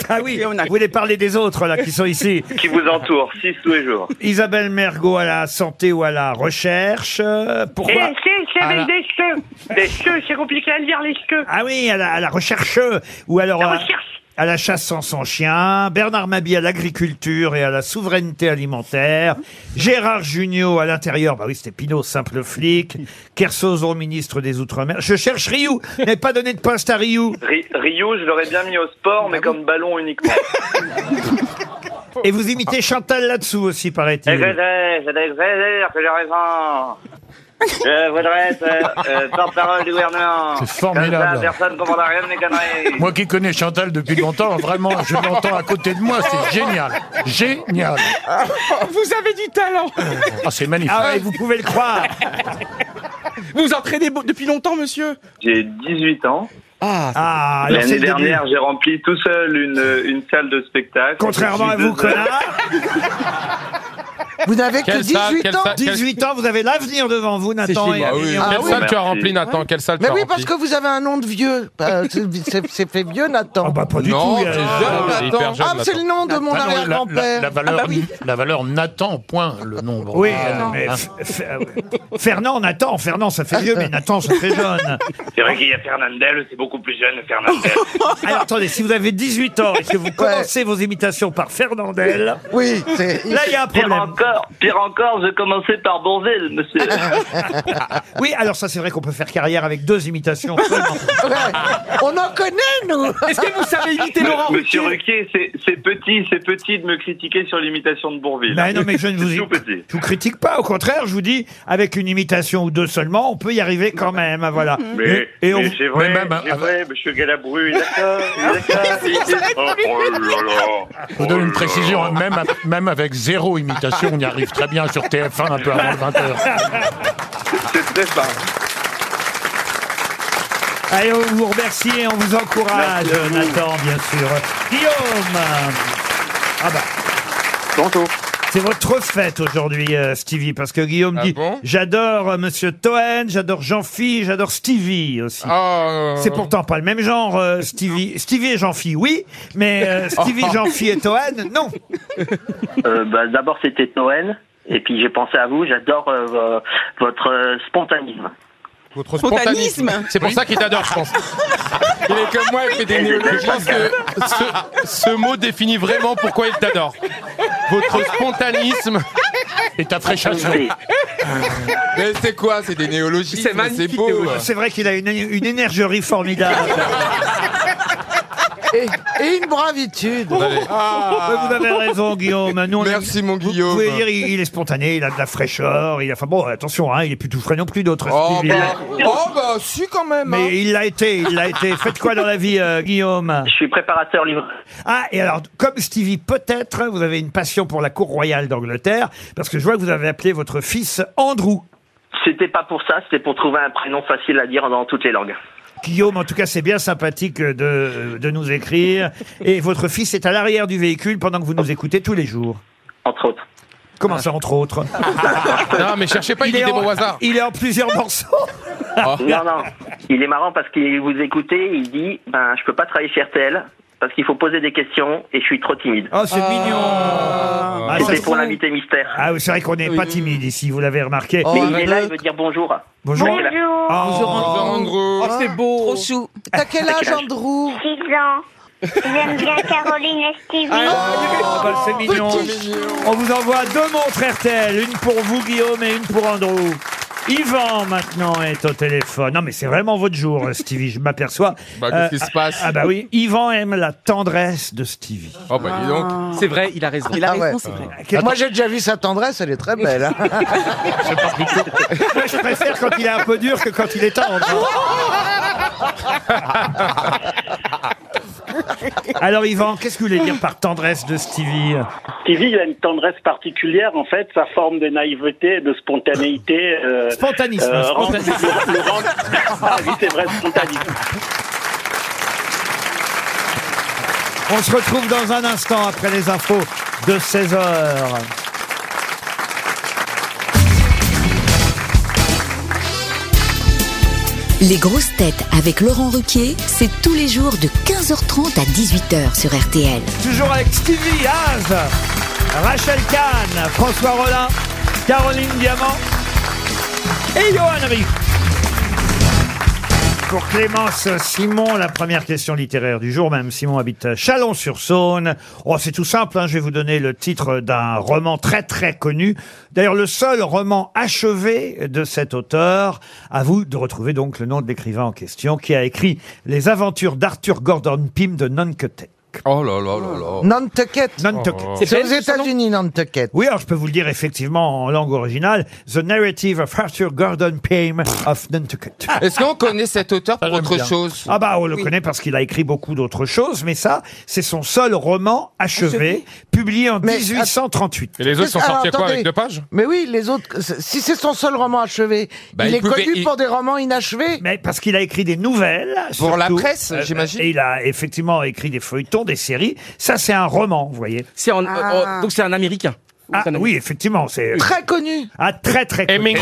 [SPEAKER 2] Ah oui, vous voulez parler des autres, là, qui sont ici
[SPEAKER 9] qui vous entourent six tous les jours.
[SPEAKER 2] Isabelle Mergot à la santé ou à la recherche euh, Pourquoi
[SPEAKER 14] Eh, c'est
[SPEAKER 4] Ah
[SPEAKER 14] avec des cheveux. Des cheveux, c'est compliqué à lire les cheveux.
[SPEAKER 2] Ah oui, à la, à la recherche ou alors
[SPEAKER 14] La
[SPEAKER 2] à,
[SPEAKER 14] recherche.
[SPEAKER 2] à la chasse sans son chien, Bernard Mabie à l'agriculture et à la souveraineté alimentaire, Gérard Jugnot à l'intérieur, bah oui c'était Pinault, simple flic, Kersos au ministre des Outre-mer. Je cherche Riou, n'avez pas donné de poste à Riou.
[SPEAKER 9] Ri- Rio, je l'aurais bien mis au
[SPEAKER 2] Ah
[SPEAKER 9] sport, mais comme ballon uniquement.
[SPEAKER 2] Et vous imitez Chantal là-dessous aussi,
[SPEAKER 9] Et
[SPEAKER 2] paraît-il.
[SPEAKER 9] que c'est, c'est avec plaisir que je réponds. Je voudrais être euh, euh, porte-parole du gouvernement.
[SPEAKER 6] C'est formidable.
[SPEAKER 9] Comme ça, personne ne comprendra rien de mes conneries.
[SPEAKER 6] Moi qui connais Chantal depuis longtemps, vraiment, je l'entends à côté de moi, c'est génial. Génial.
[SPEAKER 11] Ah.
[SPEAKER 4] Vous avez du talent.
[SPEAKER 6] Ah, c'est magnifique.
[SPEAKER 2] Ah ouais, vous pouvez le croire.
[SPEAKER 4] Vous vous entraînez beau- depuis longtemps, monsieur
[SPEAKER 9] J'ai 18 ans.
[SPEAKER 4] Ah,
[SPEAKER 2] Ah, alors
[SPEAKER 9] L'année
[SPEAKER 2] c'est le début.
[SPEAKER 9] dernière, j'ai rempli tout seul une, une salle de spectacle.
[SPEAKER 2] Contrairement à
[SPEAKER 9] Je suis
[SPEAKER 2] vous, connard.
[SPEAKER 11] Vous n'avez que
[SPEAKER 8] Quelle salle,
[SPEAKER 11] 18
[SPEAKER 8] quelle
[SPEAKER 11] ans
[SPEAKER 8] salle
[SPEAKER 2] 18 ans, vous avez l'avenir devant vous, Nathan.
[SPEAKER 4] C'est génial.
[SPEAKER 2] et-
[SPEAKER 7] oui.
[SPEAKER 2] et-
[SPEAKER 11] Ah
[SPEAKER 8] Quelle
[SPEAKER 11] oui,
[SPEAKER 8] salle tu as
[SPEAKER 9] merci.
[SPEAKER 8] remplie, Nathan Quelle salle
[SPEAKER 11] Mais
[SPEAKER 8] tu as
[SPEAKER 11] oui,
[SPEAKER 8] remplie
[SPEAKER 11] parce que vous avez un nom de vieux. Euh, c'est- c'est c'est fait vieux, Nathan.
[SPEAKER 2] Ah bah pas du
[SPEAKER 7] Non,
[SPEAKER 2] tout.
[SPEAKER 7] t'es
[SPEAKER 2] euh,
[SPEAKER 7] jeune,
[SPEAKER 8] c'est hyper
[SPEAKER 7] Nathan.
[SPEAKER 8] jeune.
[SPEAKER 11] Ah, c'est le nom de
[SPEAKER 6] Ah non, la-
[SPEAKER 11] mon
[SPEAKER 6] la,
[SPEAKER 11] arrière-grand-père. Ah bah
[SPEAKER 6] la valeur, la valeur n'attend point le nombre.
[SPEAKER 2] Oui,
[SPEAKER 6] Ah,
[SPEAKER 2] euh, mais
[SPEAKER 6] hein.
[SPEAKER 2] F- F- euh, Fernand, Nathan, Fernand, ça fait vieux, mais Nathan, ça fait jeune.
[SPEAKER 9] C'est vrai qu'il y a Fernandel, c'est beaucoup plus jeune, Fernandel.
[SPEAKER 2] Alors attendez, si vous avez 18 ans et que vous commencez vos imitations par Fernandel,
[SPEAKER 11] Oui, c'est.
[SPEAKER 2] là il y a un
[SPEAKER 9] pire
[SPEAKER 2] problème.
[SPEAKER 9] encore, pire encore, je commençais par Bourville, monsieur.
[SPEAKER 2] Oui, alors ça c'est vrai qu'on peut faire carrière avec deux imitations. seulement.
[SPEAKER 11] Ouais. On en connaît, nous
[SPEAKER 4] Est-ce que vous savez imiter Laurent
[SPEAKER 9] Monsieur
[SPEAKER 4] Ruquier
[SPEAKER 9] Ruquier, c'est- c'est petit, c'est petit de me critiquer sur l'imitation de Bourville.
[SPEAKER 2] Mais Bah Ben non, mais je ne vous,
[SPEAKER 9] C'est tout petit.
[SPEAKER 2] je vous critique pas. Au contraire, je vous dis, avec une imitation ou deux seulement, on peut y arriver quand même. ah, Voilà.
[SPEAKER 9] Mais,
[SPEAKER 2] Et- et on-
[SPEAKER 9] mais c'est vrai,
[SPEAKER 6] mais même
[SPEAKER 2] euh,
[SPEAKER 6] euh,
[SPEAKER 9] c'est
[SPEAKER 6] avant-
[SPEAKER 9] vrai, monsieur Galabru, d'accord, d'accord. Oh là là.
[SPEAKER 6] Je vous donne une précision, hein, même, a- même avec zéro imitation, on y arrive très bien sur TF1 un peu avant 20h.
[SPEAKER 9] C'est très simple.
[SPEAKER 2] Allez, on vous remercie et on vous encourage,
[SPEAKER 15] Merci à vous.
[SPEAKER 2] Nathan, bien sûr. Guillaume Ah bah. C'est votre fête aujourd'hui, euh, Stevie, parce que Guillaume
[SPEAKER 6] Ah
[SPEAKER 2] dit J'adore euh, Monsieur Toen, j'adore Jean-Phi, j'adore Stevie aussi.
[SPEAKER 6] Ah, euh,
[SPEAKER 2] C'est pourtant pas le même genre, euh, Stevie. Stevie et Jean-Phi, oui, mais euh, Stevie,
[SPEAKER 15] Oh.
[SPEAKER 2] Jean-Phi et Toen, non.
[SPEAKER 15] Euh, bah, D'abord, c'était Noël. Et puis, j'ai pensé à vous. J'adore euh, vo- votre euh, spontanisme.
[SPEAKER 8] Votre
[SPEAKER 15] Spontanisme.
[SPEAKER 8] spontanisme. C'est pour ça qu'il t'adore, je pense. Il est comme moi, il fait des néologismes. Je pense que ce, ce mot définit vraiment pourquoi il t'adore. Votre spontanisme et ta
[SPEAKER 7] fraîcheur. Mais c'est quoi C'est des néologismes
[SPEAKER 2] C'est
[SPEAKER 7] mais C'est beau. hein.
[SPEAKER 2] C'est vrai qu'il a une, une énergie formidable.
[SPEAKER 5] Et, et une bravitude.
[SPEAKER 2] Ouais, Vous avez raison, Guillaume. Nous, Merci, mon Guillaume. Vous pouvez dire, il, il est spontané, il a de la fraîcheur. Il a... Enfin bon, attention, hein, il est plus tout frais non plus d'autres.
[SPEAKER 7] Oh
[SPEAKER 2] Stevie.
[SPEAKER 7] bah, oh bah, si quand même. hein.
[SPEAKER 2] Mais il l'a été, il l'a été. Faites quoi dans la vie, euh, Guillaume
[SPEAKER 15] Je suis préparateur livreur.
[SPEAKER 2] Ah, et alors, comme Stevie, peut-être, vous avez une passion pour la cour royale d'Angleterre, parce que je vois que vous avez appelé votre fils Andrew.
[SPEAKER 15] C'était pas pour ça. C'était pour trouver un prénom facile à dire dans toutes les langues.
[SPEAKER 2] Guillaume, en tout cas, c'est bien sympathique de, de nous écrire. Et votre fils est à l'arrière du véhicule pendant que vous nous écoutez tous les jours.
[SPEAKER 15] Entre autres.
[SPEAKER 2] Comment ça, entre autres
[SPEAKER 8] Non, mais cherchez pas, il,
[SPEAKER 2] est
[SPEAKER 8] dit des
[SPEAKER 2] en-
[SPEAKER 8] mots au hasard.
[SPEAKER 2] Il est en plusieurs morceaux. Ah.
[SPEAKER 15] Non, non. Il est marrant parce qu'il vous écoutez. Il dit ben, Je peux pas travailler chez RTL parce qu'il faut poser des questions et je suis trop timide.
[SPEAKER 2] Oh, c'est mignon Ah, ça
[SPEAKER 15] C'était Ah, pour
[SPEAKER 2] se trouve. Oh,
[SPEAKER 15] l'invité mystère.
[SPEAKER 2] Ah oui, c'est vrai qu'on n'est pas timide ici, vous l'avez remarqué.
[SPEAKER 9] Oh,
[SPEAKER 15] Mais il est là, il veut dire bonjour.
[SPEAKER 2] Bonjour.
[SPEAKER 8] Oh.
[SPEAKER 15] Bonjour.
[SPEAKER 2] Bonjour,
[SPEAKER 15] Andrew.
[SPEAKER 11] Oh, c'est beau. Trop chou. T'as quel âge, Andrew
[SPEAKER 16] 6 ans. J'aime bien Caroline et Stevie.
[SPEAKER 17] Ah,
[SPEAKER 2] Oh, bah, c'est mignon. On vous envoie deux montres RTL, une pour vous Guillaume et une pour Andrew. Yvan maintenant est au téléphone. Non mais c'est vraiment votre jour euh, Stevie, je m'aperçois.
[SPEAKER 8] Bah, qu'est-ce qui se passe
[SPEAKER 2] Ah bah oui, Yvan aime la tendresse de Stevie. Euh,
[SPEAKER 8] Oh bah dis donc.
[SPEAKER 4] C'est vrai, il a raison.
[SPEAKER 5] Ah ouais. Ah, Moi, j'ai déjà vu sa tendresse, elle est très belle. hein.
[SPEAKER 2] je préfère quand il est un peu dur que quand il est tendre. hein. Alors Yvan, qu'est-ce que vous voulez dire par tendresse de Stevie
[SPEAKER 9] Stevie, il a une tendresse particulière, en fait, sa forme de naïveté, de spontanéité. euh,
[SPEAKER 2] Spontanisme,
[SPEAKER 9] rend-
[SPEAKER 2] spontanisme.
[SPEAKER 9] le- le rend- Ah oui, c'est vrai, spontanisme.
[SPEAKER 2] On se retrouve dans un instant après les infos de 16h.
[SPEAKER 13] Les grosses têtes avec Laurent Ruquier, c'est tous les jours de 15h30 à 18h sur RTL.
[SPEAKER 2] Toujours avec Stevie Az, Rachel Kahn, François Rollin, Caroline Diamant et Johan Rioux. Pour Clémence Simon, la première question littéraire du jour. Même Simon habite Chalon-sur-Saône. Oh, c'est tout simple, hein, je vais vous donner le titre d'un roman très très connu. D'ailleurs, le seul roman achevé de cet auteur. À vous de retrouver donc le nom de l'écrivain en question qui a écrit Les aventures d'Arthur Gordon Pym de Nantucket.
[SPEAKER 7] Oh là là là là. Oh.
[SPEAKER 5] Nantucket.
[SPEAKER 2] Nantucket.
[SPEAKER 5] C'est C'est aux États-Unis, Nantucket.
[SPEAKER 2] Oui, alors je peux vous le dire effectivement en langue originale. The Narrative of Arthur Gordon Pym of Nantucket.
[SPEAKER 7] Est-ce qu'on connaît cet auteur pour autre
[SPEAKER 2] Bien.
[SPEAKER 7] chose
[SPEAKER 2] Ah bah on le connaît parce qu'il a écrit beaucoup d'autres choses, mais ça, c'est son seul roman achevé,
[SPEAKER 5] Achevé
[SPEAKER 2] publié en 1838.
[SPEAKER 8] Et les autres sont
[SPEAKER 5] Alors,
[SPEAKER 8] sortis à quoi
[SPEAKER 5] attendez.
[SPEAKER 8] avec deux pages
[SPEAKER 5] Mais oui, les autres. c'est- Si c'est son seul roman achevé,
[SPEAKER 8] Bah,
[SPEAKER 5] il,
[SPEAKER 8] il
[SPEAKER 5] est
[SPEAKER 8] pouvait-
[SPEAKER 5] connu
[SPEAKER 8] il-
[SPEAKER 5] pour des romans inachevés.
[SPEAKER 2] Mais parce qu'il a écrit des nouvelles.
[SPEAKER 7] Pour la
[SPEAKER 2] surtout.
[SPEAKER 7] presse, j'imagine.
[SPEAKER 2] Et il a effectivement écrit des feuilletons, des séries. Ça, c'est un roman, vous voyez.
[SPEAKER 4] C'est en-
[SPEAKER 2] Ah.
[SPEAKER 4] euh, donc c'est un Américain.
[SPEAKER 2] Ah, oui, effectivement, c'est euh,
[SPEAKER 5] Très connu.
[SPEAKER 2] ah très très connu.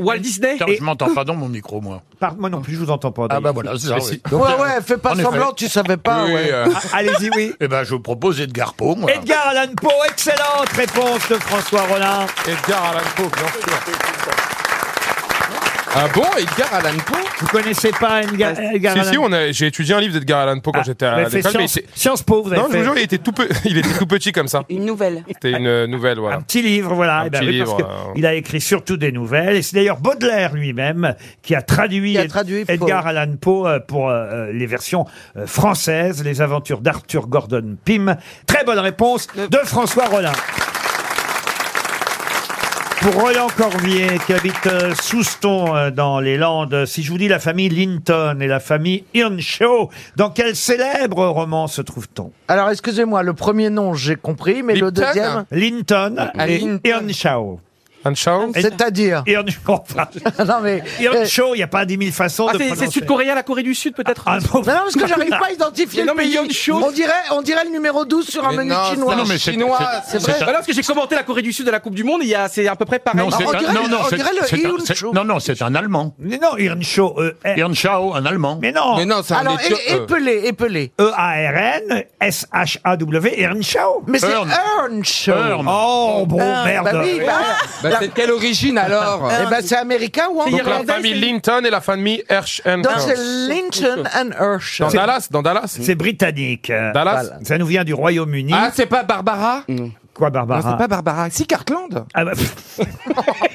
[SPEAKER 4] Walt Disney.
[SPEAKER 6] Putain, Je m'entends pas dans mon micro, moi.
[SPEAKER 2] Par- moi non plus, je vous entends pas.
[SPEAKER 6] Ah bah
[SPEAKER 2] d'ailleurs.
[SPEAKER 6] voilà, c'est ça.
[SPEAKER 2] Mais
[SPEAKER 6] oui.
[SPEAKER 2] si.
[SPEAKER 6] Donc,
[SPEAKER 5] ouais,
[SPEAKER 6] euh,
[SPEAKER 5] ouais, fais pas
[SPEAKER 6] en
[SPEAKER 5] semblant,
[SPEAKER 6] effet.
[SPEAKER 5] tu savais pas.
[SPEAKER 6] Oui,
[SPEAKER 5] ouais.
[SPEAKER 6] euh,
[SPEAKER 2] Ah, Allez-y, oui.
[SPEAKER 6] Eh ben, je propose Edgar Poe, moi.
[SPEAKER 2] Edgar Allan Poe, excellente réponse de François Rollin.
[SPEAKER 8] Edgar Allan Poe, bien sûr.
[SPEAKER 7] Ah bon, Edgar Allan Poe
[SPEAKER 2] Vous connaissez pas Edgar, Edgar
[SPEAKER 8] Ah, Si,
[SPEAKER 2] Allan
[SPEAKER 8] si, on a- j'ai étudié un livre d'Edgar Allan Poe quand j'étais
[SPEAKER 2] Ah, vous
[SPEAKER 8] à
[SPEAKER 2] avez fait
[SPEAKER 8] l'école. mais
[SPEAKER 2] Science-
[SPEAKER 8] il s'est-
[SPEAKER 2] Sciences Po, vous avez
[SPEAKER 8] Non, je vous
[SPEAKER 2] fait.
[SPEAKER 8] jure, il était tout, pe- il était tout petit comme ça.
[SPEAKER 3] Une nouvelle.
[SPEAKER 8] C'était une euh, nouvelle, voilà.
[SPEAKER 2] Petit livre, voilà.
[SPEAKER 8] Un
[SPEAKER 2] Eh ben
[SPEAKER 8] petit
[SPEAKER 2] oui, parce
[SPEAKER 8] livre,
[SPEAKER 2] que
[SPEAKER 8] euh,
[SPEAKER 2] Il a écrit surtout des nouvelles. Et c'est d'ailleurs Baudelaire lui-même qui a traduit,
[SPEAKER 5] Qui a
[SPEAKER 2] Ed-
[SPEAKER 5] traduit
[SPEAKER 2] Edgar
[SPEAKER 5] Poe.
[SPEAKER 2] Allan Poe euh, pour euh, euh, les versions euh, françaises, Les aventures d'Arthur Gordon Pym. Très bonne réponse de François Rollin. Pour Roland Corvier, qui habite euh, Souston euh, dans les Landes, si je vous dis la famille Linton et la famille Earnshaw, dans quel célèbre roman se trouve-t-on
[SPEAKER 5] Alors, excusez-moi, le premier nom, j'ai compris, mais le deuxième.
[SPEAKER 2] Linton
[SPEAKER 5] Ah,
[SPEAKER 2] et
[SPEAKER 5] Linton.
[SPEAKER 2] Earnshaw.
[SPEAKER 11] Ah,
[SPEAKER 2] C'est-à-dire Non mais
[SPEAKER 11] euh,
[SPEAKER 2] il n'y a pas 10 000 façons
[SPEAKER 4] Ah,
[SPEAKER 2] de
[SPEAKER 4] c'est- c'est
[SPEAKER 2] prononcer. Ah,
[SPEAKER 4] sud-coréen, la Corée du Sud peut-être
[SPEAKER 2] non,
[SPEAKER 11] Mais non, parce que j'arrive pas à identifier
[SPEAKER 4] Mais non,
[SPEAKER 11] le
[SPEAKER 4] mais il y a
[SPEAKER 11] pays.
[SPEAKER 4] une chose-
[SPEAKER 11] On dirait, on dirait le numéro 12 sur un
[SPEAKER 4] Mais
[SPEAKER 11] menu
[SPEAKER 4] non,
[SPEAKER 11] chinois.
[SPEAKER 4] c'est un Non, mais c'est- chinois,
[SPEAKER 11] c'est vrai.
[SPEAKER 4] Voilà, parce que j'ai commenté la Corée du Sud à la Coupe du Monde, il y a- c'est à peu près pareil.
[SPEAKER 6] Non,
[SPEAKER 2] Ah,
[SPEAKER 6] c'est un, non, non, c'est- c'est un- c'est- non, non, c'est un Allemand.
[SPEAKER 2] non, Irnschau.
[SPEAKER 6] Irnschau, un Allemand.
[SPEAKER 2] eh. Mais non. Mais non, c'est un Alors, Éthio- et- euh.
[SPEAKER 11] Épelé, épelé.
[SPEAKER 2] E-A-R-N, S-H-A-W, Ernschau.
[SPEAKER 11] Mais c'est Earn. Earn.
[SPEAKER 2] Oh, bon,
[SPEAKER 11] Earn,
[SPEAKER 2] merde.
[SPEAKER 11] bah oui, bah.
[SPEAKER 8] Bah, c'est de quelle origine alors
[SPEAKER 11] Eh ben, c'est américain ou anglais
[SPEAKER 8] Donc la famille Linton et la famille Hirsch and
[SPEAKER 11] Donc
[SPEAKER 8] Hirsch.
[SPEAKER 11] c'est Linton and Hirsch.
[SPEAKER 8] Dans Dallas, dans Dallas.
[SPEAKER 2] C'est britannique. Euh,
[SPEAKER 8] Dallas.
[SPEAKER 2] Ça nous vient du Royaume-Uni.
[SPEAKER 7] Ah, c'est pas Barbara
[SPEAKER 2] Quoi, Barbara
[SPEAKER 7] Non, c'est pas Barbara. Si, Cartland.
[SPEAKER 2] Ah bah, pff.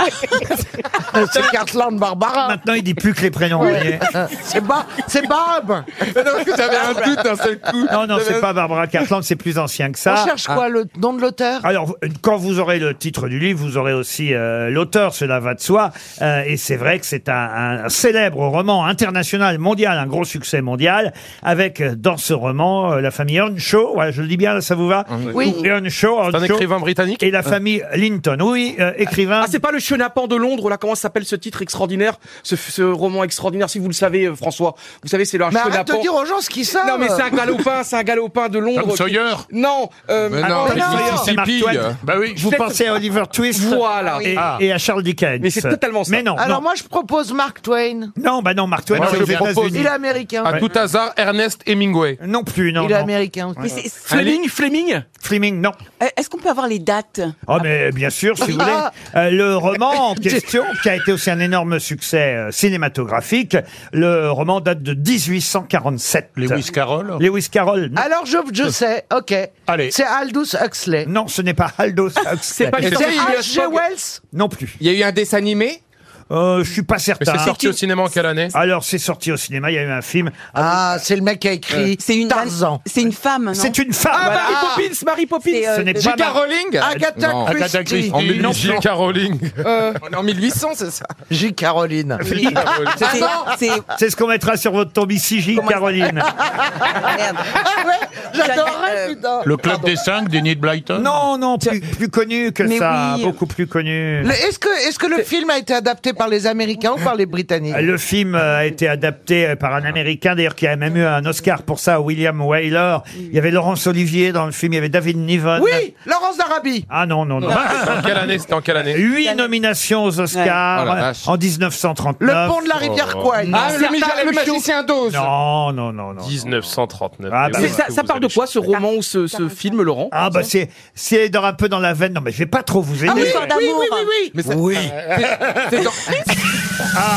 [SPEAKER 11] Euh, C'est Cartland Barbara.
[SPEAKER 2] Maintenant, il dit plus que les prénoms. vous voyez.
[SPEAKER 11] c'est Ba- c'est Barb.
[SPEAKER 7] J'avais un doute d'un seul coup.
[SPEAKER 2] Non, non, c'est pas Barbara Cartland, c'est plus ancien que ça.
[SPEAKER 11] On cherche quoi, le nom de l'auteur
[SPEAKER 2] Alors, vous- quand vous aurez le titre du livre, vous aurez aussi euh, l'auteur, cela va de soi. Euh, et c'est vrai que c'est un, un célèbre roman international, mondial, un gros succès mondial, avec euh, dans ce roman euh, la famille Earnshaw. Ouais, je le dis bien, ça vous va
[SPEAKER 4] Oui.
[SPEAKER 2] Earnshaw,
[SPEAKER 8] C'est un
[SPEAKER 2] Earnshaw.
[SPEAKER 8] écrivain britannique
[SPEAKER 2] Et la famille Linton, oui, euh, écrivain.
[SPEAKER 4] Ah, c'est pas le chenapan de Londres, là, comment s'appelle ce titre extraordinaire, ce, ce roman extraordinaire, si vous le savez, euh, François. Vous savez, c'est leur
[SPEAKER 11] Mais
[SPEAKER 4] chenapan.
[SPEAKER 11] arrête de dire aux gens ce qu'ils savent.
[SPEAKER 4] Non, mais c'est un galopin, c'est un galopin de Londres.
[SPEAKER 6] Tom Sawyer
[SPEAKER 4] Non, euh,
[SPEAKER 6] Mais non,
[SPEAKER 4] ah,
[SPEAKER 6] mais non.
[SPEAKER 2] C'est Mark
[SPEAKER 6] Mississippi,
[SPEAKER 2] Twain.
[SPEAKER 6] euh. Bah oui.
[SPEAKER 2] Vous
[SPEAKER 4] Faites-
[SPEAKER 2] pensez à Oliver Twist
[SPEAKER 4] Voilà.
[SPEAKER 2] et,
[SPEAKER 6] Ah.
[SPEAKER 2] et à Charles Dickens.
[SPEAKER 4] Mais c'est totalement ça.
[SPEAKER 2] Mais non,
[SPEAKER 11] Alors
[SPEAKER 2] non.
[SPEAKER 11] moi, je propose Mark Twain.
[SPEAKER 2] non, bah non, Mark Twain,
[SPEAKER 8] Moi,
[SPEAKER 2] c'est
[SPEAKER 8] je
[SPEAKER 2] aux
[SPEAKER 8] propose-
[SPEAKER 2] États-Unis.
[SPEAKER 11] Il est américain.
[SPEAKER 8] À tout hasard, Ernest Hemingway.
[SPEAKER 2] Non plus, non.
[SPEAKER 11] Il est
[SPEAKER 2] non.
[SPEAKER 11] américain.
[SPEAKER 2] Mais
[SPEAKER 11] aussi.
[SPEAKER 4] Fleming, Fleming
[SPEAKER 2] Fleming, non.
[SPEAKER 3] Euh, Est-ce qu'on peut avoir les dates
[SPEAKER 2] Oh mais bien sûr, si vous voulez.
[SPEAKER 11] Ah.
[SPEAKER 2] Euh, le roman en question, qui a été aussi un énorme succès euh, cinématographique, le roman date de 1847.
[SPEAKER 6] Lewis Carroll
[SPEAKER 2] Lewis Carroll. non. Euh,
[SPEAKER 11] Alors je, je sais, Eh, ok.
[SPEAKER 6] Allez.
[SPEAKER 11] C'est Aldous Huxley.
[SPEAKER 2] Non, ce n'est pas Aldous Huxley.
[SPEAKER 4] C'est pas
[SPEAKER 8] Mais
[SPEAKER 4] les
[SPEAKER 11] C'est
[SPEAKER 8] c'est-
[SPEAKER 11] H.G. Wells.
[SPEAKER 2] Non plus.
[SPEAKER 7] Il y a eu un dessin animé
[SPEAKER 2] Euh, je suis pas
[SPEAKER 8] Mais
[SPEAKER 2] certain.
[SPEAKER 8] c'est sorti au cinéma en quelle année
[SPEAKER 2] Alors c'est sorti au cinéma. Il y a eu un film. Euh,
[SPEAKER 11] Ah, c'est le mec qui a écrit
[SPEAKER 3] C'est une
[SPEAKER 11] Tarzan.
[SPEAKER 3] C'est une femme, non
[SPEAKER 2] C'est une femme.
[SPEAKER 4] Ah, Mary Poppins, Mary Poppins.
[SPEAKER 3] C'est, euh,
[SPEAKER 2] Ce n'est pas.
[SPEAKER 7] J.K. Rowling
[SPEAKER 11] Agatha
[SPEAKER 7] Non.
[SPEAKER 11] Christie. Euh,
[SPEAKER 6] Agatha Christie.
[SPEAKER 7] En 1800.
[SPEAKER 8] J.K. Rowling.
[SPEAKER 7] On est en 1800, c'est ça
[SPEAKER 11] J. Caroline.
[SPEAKER 3] C'est- c'est-
[SPEAKER 2] Ah, C'est ce qu'on mettra sur votre tombe ici, J. Caroline.
[SPEAKER 3] merde.
[SPEAKER 11] Ah ouais, j'adorerais,
[SPEAKER 3] Euh,
[SPEAKER 11] putain.
[SPEAKER 6] Le club des cinq d'Enid Blyton
[SPEAKER 2] Non, non, plus, plus connu que
[SPEAKER 3] Mais
[SPEAKER 2] ça,
[SPEAKER 3] oui.
[SPEAKER 2] beaucoup plus connu.
[SPEAKER 11] Le- Est-ce que, est-ce que le film a été adapté par les Américains ou par les Britanniques
[SPEAKER 2] Le film euh, a été adapté euh, par un Américain, d'ailleurs, qui a même eu un Oscar pour ça, William Wyler. Il y avait Laurence Olivier dans le film, il y avait David Niven.
[SPEAKER 11] Oui, Laurence d'Arabie.
[SPEAKER 2] Ah non, non, non.
[SPEAKER 8] C'était en quelle année C'était en quelle année
[SPEAKER 2] Huit nominations aux Oscars euh,
[SPEAKER 7] Oh la vache.
[SPEAKER 2] en 1939.
[SPEAKER 11] Le pont de la rivière Quine.
[SPEAKER 7] Ah, le, magi- le magicien d'Oz Eh ben,
[SPEAKER 2] Non, Oh, non, non, non.
[SPEAKER 8] 1939.
[SPEAKER 2] Ah, bah,
[SPEAKER 8] Et
[SPEAKER 4] C'est-
[SPEAKER 8] oui,
[SPEAKER 4] Ça,
[SPEAKER 8] que
[SPEAKER 4] ça
[SPEAKER 8] vous
[SPEAKER 4] parle de
[SPEAKER 8] allez
[SPEAKER 4] quoi, ce roman ou ce, ce film, Laurent
[SPEAKER 2] Ah bah c'est c'est dans un peu dans la veine. Non mais je vais pas trop vous
[SPEAKER 4] Ah
[SPEAKER 2] aider.
[SPEAKER 3] Une histoire d'amour.
[SPEAKER 7] Mais ça-
[SPEAKER 2] Ah
[SPEAKER 7] Ah, c'est dans-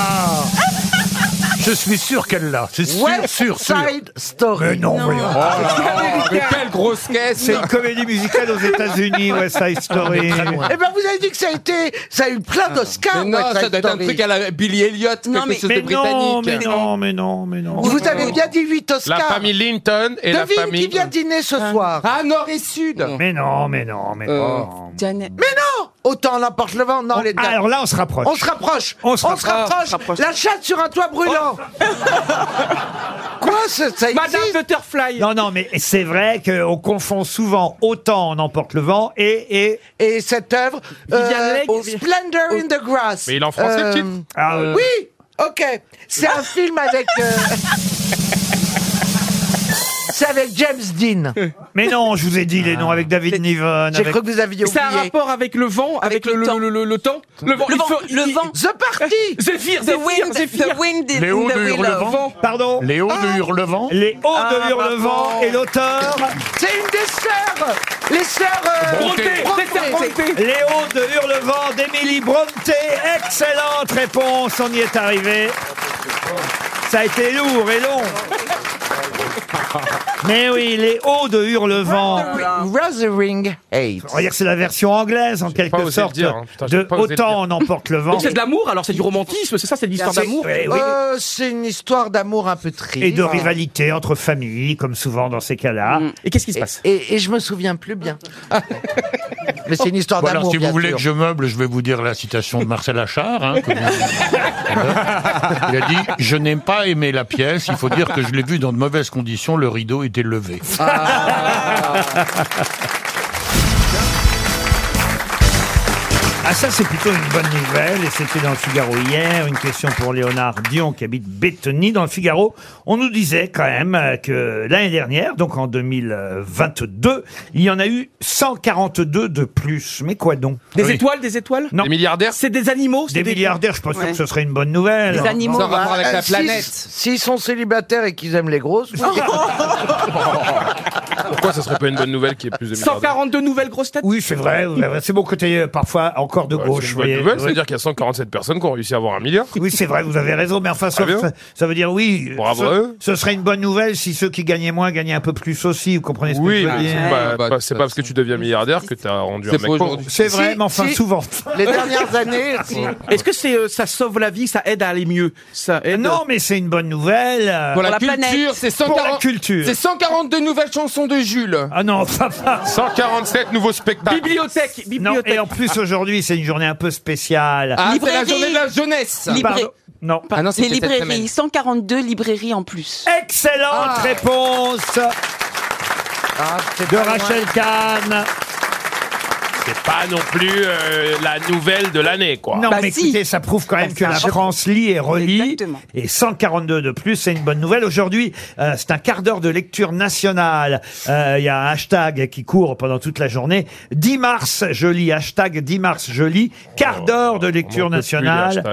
[SPEAKER 6] Je suis sûr qu'elle l'a. C'est sûr, sûr, sûr.
[SPEAKER 11] Side Story.
[SPEAKER 2] Mais non, voyons.
[SPEAKER 6] Oh
[SPEAKER 7] Mais quelle grosse caisse
[SPEAKER 2] C'est une comédie musicale aux États-Unis, West
[SPEAKER 7] Ah,
[SPEAKER 2] Side Story.
[SPEAKER 11] Eh ben, vous avez dit que ça a été, ça a eu plein
[SPEAKER 4] Ah.
[SPEAKER 11] d'Oscars.
[SPEAKER 7] Ah. Mais non,
[SPEAKER 11] West
[SPEAKER 7] ça
[SPEAKER 11] Side
[SPEAKER 7] doit être un
[SPEAKER 11] Story.
[SPEAKER 7] truc à la Billy Elliot, quelque
[SPEAKER 3] Non, mais-
[SPEAKER 7] chose de
[SPEAKER 2] Mais non, mais
[SPEAKER 7] britannique.
[SPEAKER 2] non, mais non, mais non.
[SPEAKER 11] Vous avez bien dit 8 Oscars.
[SPEAKER 8] La famille Linton et la
[SPEAKER 11] Devine
[SPEAKER 8] famille.
[SPEAKER 11] qui vient dîner ce soir.
[SPEAKER 7] Ah, Nord et Sud
[SPEAKER 2] Mais non, mais non,
[SPEAKER 8] Euh,
[SPEAKER 2] mais non.
[SPEAKER 3] Janet.
[SPEAKER 11] Autant l'emporte le vent. Non, les
[SPEAKER 2] Ah, alors là, on se rapproche.
[SPEAKER 11] On se rapproche.
[SPEAKER 2] On se Oh,
[SPEAKER 11] rapproche. La chatte sur un toit brûlant. Quoi, ça, ça existe
[SPEAKER 4] Madame Butterfly.
[SPEAKER 2] Non, non, mais c'est vrai qu'on confond souvent autant en emporte le vent et. et
[SPEAKER 11] Et cette œuvre,
[SPEAKER 4] Vivian Leigh,
[SPEAKER 11] oh,
[SPEAKER 4] Vivi-
[SPEAKER 11] Splendor in the Grass.
[SPEAKER 8] Mais il est en français, le titre
[SPEAKER 2] Ah, euh,
[SPEAKER 11] Oui, ok. C'est un film avec. euh, C'est avec James Dean.
[SPEAKER 2] Mais non, je vous ai dit les noms avec David Niven.
[SPEAKER 11] J'ai
[SPEAKER 2] Avec...
[SPEAKER 11] cru que vous aviez
[SPEAKER 4] C'est un
[SPEAKER 11] oublié.
[SPEAKER 4] rapport avec le vent, avec, le, le, le, le- le temps Le vent,
[SPEAKER 3] Le
[SPEAKER 4] il
[SPEAKER 3] vent,
[SPEAKER 4] faut-
[SPEAKER 3] le
[SPEAKER 4] il-
[SPEAKER 3] vent.
[SPEAKER 11] The Party.
[SPEAKER 4] Zéphyr,
[SPEAKER 3] The
[SPEAKER 4] Zéphyr,
[SPEAKER 3] wind,
[SPEAKER 4] Zéphyr.
[SPEAKER 3] the wind in
[SPEAKER 6] Léo
[SPEAKER 3] the
[SPEAKER 6] de
[SPEAKER 3] willow.
[SPEAKER 6] Hurlevent
[SPEAKER 2] Pardon Ah.
[SPEAKER 6] Léo de Hurlevent
[SPEAKER 2] Les Hauts de
[SPEAKER 4] Ah,
[SPEAKER 2] Hurlevent
[SPEAKER 4] bravo.
[SPEAKER 2] et l'auteur
[SPEAKER 11] C'est une des sœurs. Les sœurs. euh,
[SPEAKER 4] Bronté,
[SPEAKER 11] Brontë.
[SPEAKER 4] c'est ça, Brontë.
[SPEAKER 2] Les Hauts de Hurlevent d'Émilie Bronté. Excellente réponse, on y est arrivé. Ça a été lourd et long. Mais oui, les Hauts de Hurlevent.
[SPEAKER 11] Rothering Eight.
[SPEAKER 2] On va dire que c'est la version anglaise en
[SPEAKER 8] pas
[SPEAKER 2] quelque
[SPEAKER 8] osé le
[SPEAKER 2] sorte.
[SPEAKER 4] Oh,
[SPEAKER 8] dire, hein. Putain, j'ai
[SPEAKER 2] de
[SPEAKER 8] pas osé le
[SPEAKER 2] autant on emporte le vent.
[SPEAKER 4] Donc c'est de l'amour, alors c'est du romantisme, c'est ça, c'est de l'histoire
[SPEAKER 2] C'est-
[SPEAKER 4] d'amour.
[SPEAKER 2] Eh oui, oui.
[SPEAKER 11] Euh, c'est une histoire d'amour un peu triste.
[SPEAKER 2] et de rivalité entre familles, comme souvent dans ces cas-là.
[SPEAKER 8] Mm.
[SPEAKER 4] Et qu'est-ce qui se passe
[SPEAKER 11] Et, et je me souviens plus bien. Mais c'est une histoire
[SPEAKER 6] Bon, alors,
[SPEAKER 11] d'amour.
[SPEAKER 6] si vous
[SPEAKER 11] bien
[SPEAKER 6] voulez
[SPEAKER 11] sûr.
[SPEAKER 6] que je meuble, je vais vous dire la citation de Marcel Achard. hein, que vous- Il a dit Je n'ai pas aimé la pièce. Il faut dire que je l'ai vue dans de mauvaises conditions. Le rideau était levé.
[SPEAKER 11] Ah.
[SPEAKER 2] Ah. Ah ça c'est plutôt une bonne nouvelle et c'était dans le Figaro hier, une question pour Léonard Dion qui habite Bétheny dans le Figaro. On nous disait quand même euh, que l'année dernière, donc en 2022, il y en a eu 142 de plus. Mais quoi donc
[SPEAKER 4] Des étoiles, des étoiles
[SPEAKER 2] Des milliardaires
[SPEAKER 4] C'est des animaux
[SPEAKER 2] Des milliardaires, je pense que ce serait une bonne nouvelle.
[SPEAKER 5] Bah, euh, s'ils- S'ils sont célibataires et qu'ils aiment les grosses. oui.
[SPEAKER 8] Pourquoi ça serait pas une bonne nouvelle qui est plus de milliardaires
[SPEAKER 4] 142 nouvelles grosses têtes
[SPEAKER 2] Oui, c'est vrai, vous avez- c'est mon côté euh, parfois encore de
[SPEAKER 8] C'est
[SPEAKER 2] gauche.
[SPEAKER 8] une
[SPEAKER 2] vous
[SPEAKER 8] bonne
[SPEAKER 2] voyez.
[SPEAKER 8] nouvelle, c'est-à-dire
[SPEAKER 2] Oui.
[SPEAKER 8] qu'il y a 147 personnes qui ont réussi à avoir un milliard.
[SPEAKER 2] Oui, c'est vrai, vous avez raison, mais enfin,
[SPEAKER 8] Très
[SPEAKER 2] ça,
[SPEAKER 8] bien.
[SPEAKER 2] ça- ça veut dire oui. euh,
[SPEAKER 8] Ah Bravo à
[SPEAKER 2] ce,
[SPEAKER 8] eux.
[SPEAKER 2] ce serait une bonne nouvelle si ceux qui gagnaient moins gagnaient un peu plus aussi, vous comprenez ce que
[SPEAKER 8] Oui,
[SPEAKER 2] je veux
[SPEAKER 8] mais
[SPEAKER 2] dire
[SPEAKER 8] c'est pas, pas- c'est pas parce que tu deviens milliardaire que t'as rendu un
[SPEAKER 2] C'est
[SPEAKER 8] mec
[SPEAKER 2] pas
[SPEAKER 8] pauvre.
[SPEAKER 2] aujourd'hui. C'est vrai, mais enfin, souvent.
[SPEAKER 5] Les dernières années.
[SPEAKER 4] si. Est-ce que c'est euh, ça sauve la vie, ça aide à aller mieux ça aide...
[SPEAKER 2] Non, mais c'est une bonne nouvelle.
[SPEAKER 7] Pour la Pour la culture, planète. c'est 140
[SPEAKER 2] Pour la culture.
[SPEAKER 7] C'est 142 nouvelles chansons de Jules.
[SPEAKER 2] Ah non, ça va.
[SPEAKER 8] 147 nouveaux spectacles.
[SPEAKER 4] Bibliothèque,
[SPEAKER 2] Non, et en plus, aujourd'hui, c'est une journée un peu spéciale.
[SPEAKER 7] Ah, c'est la journée de la jeunesse.
[SPEAKER 2] Pardon. Non.
[SPEAKER 7] Ah non,
[SPEAKER 3] Les
[SPEAKER 7] c'était cette semaine.
[SPEAKER 3] librairies, 142 librairies en plus. Ah.
[SPEAKER 2] Excellente réponse
[SPEAKER 7] Ah,
[SPEAKER 2] de Rachel Kahn.
[SPEAKER 8] C'est pas non plus euh, la nouvelle de l'année, quoi.
[SPEAKER 3] Bah
[SPEAKER 2] Non, mais écoutez, ça prouve quand même que la France lit et relit. Et 142 de plus, c'est une bonne nouvelle. Aujourd'hui, euh, c'est un quart d'heure de lecture nationale. Euh, Il y a un hashtag qui court pendant toute la journée. 10 mars, je lis. Hashtag 10 mars, je lis.
[SPEAKER 3] Oh,
[SPEAKER 2] Quart d'heure de lecture nationale.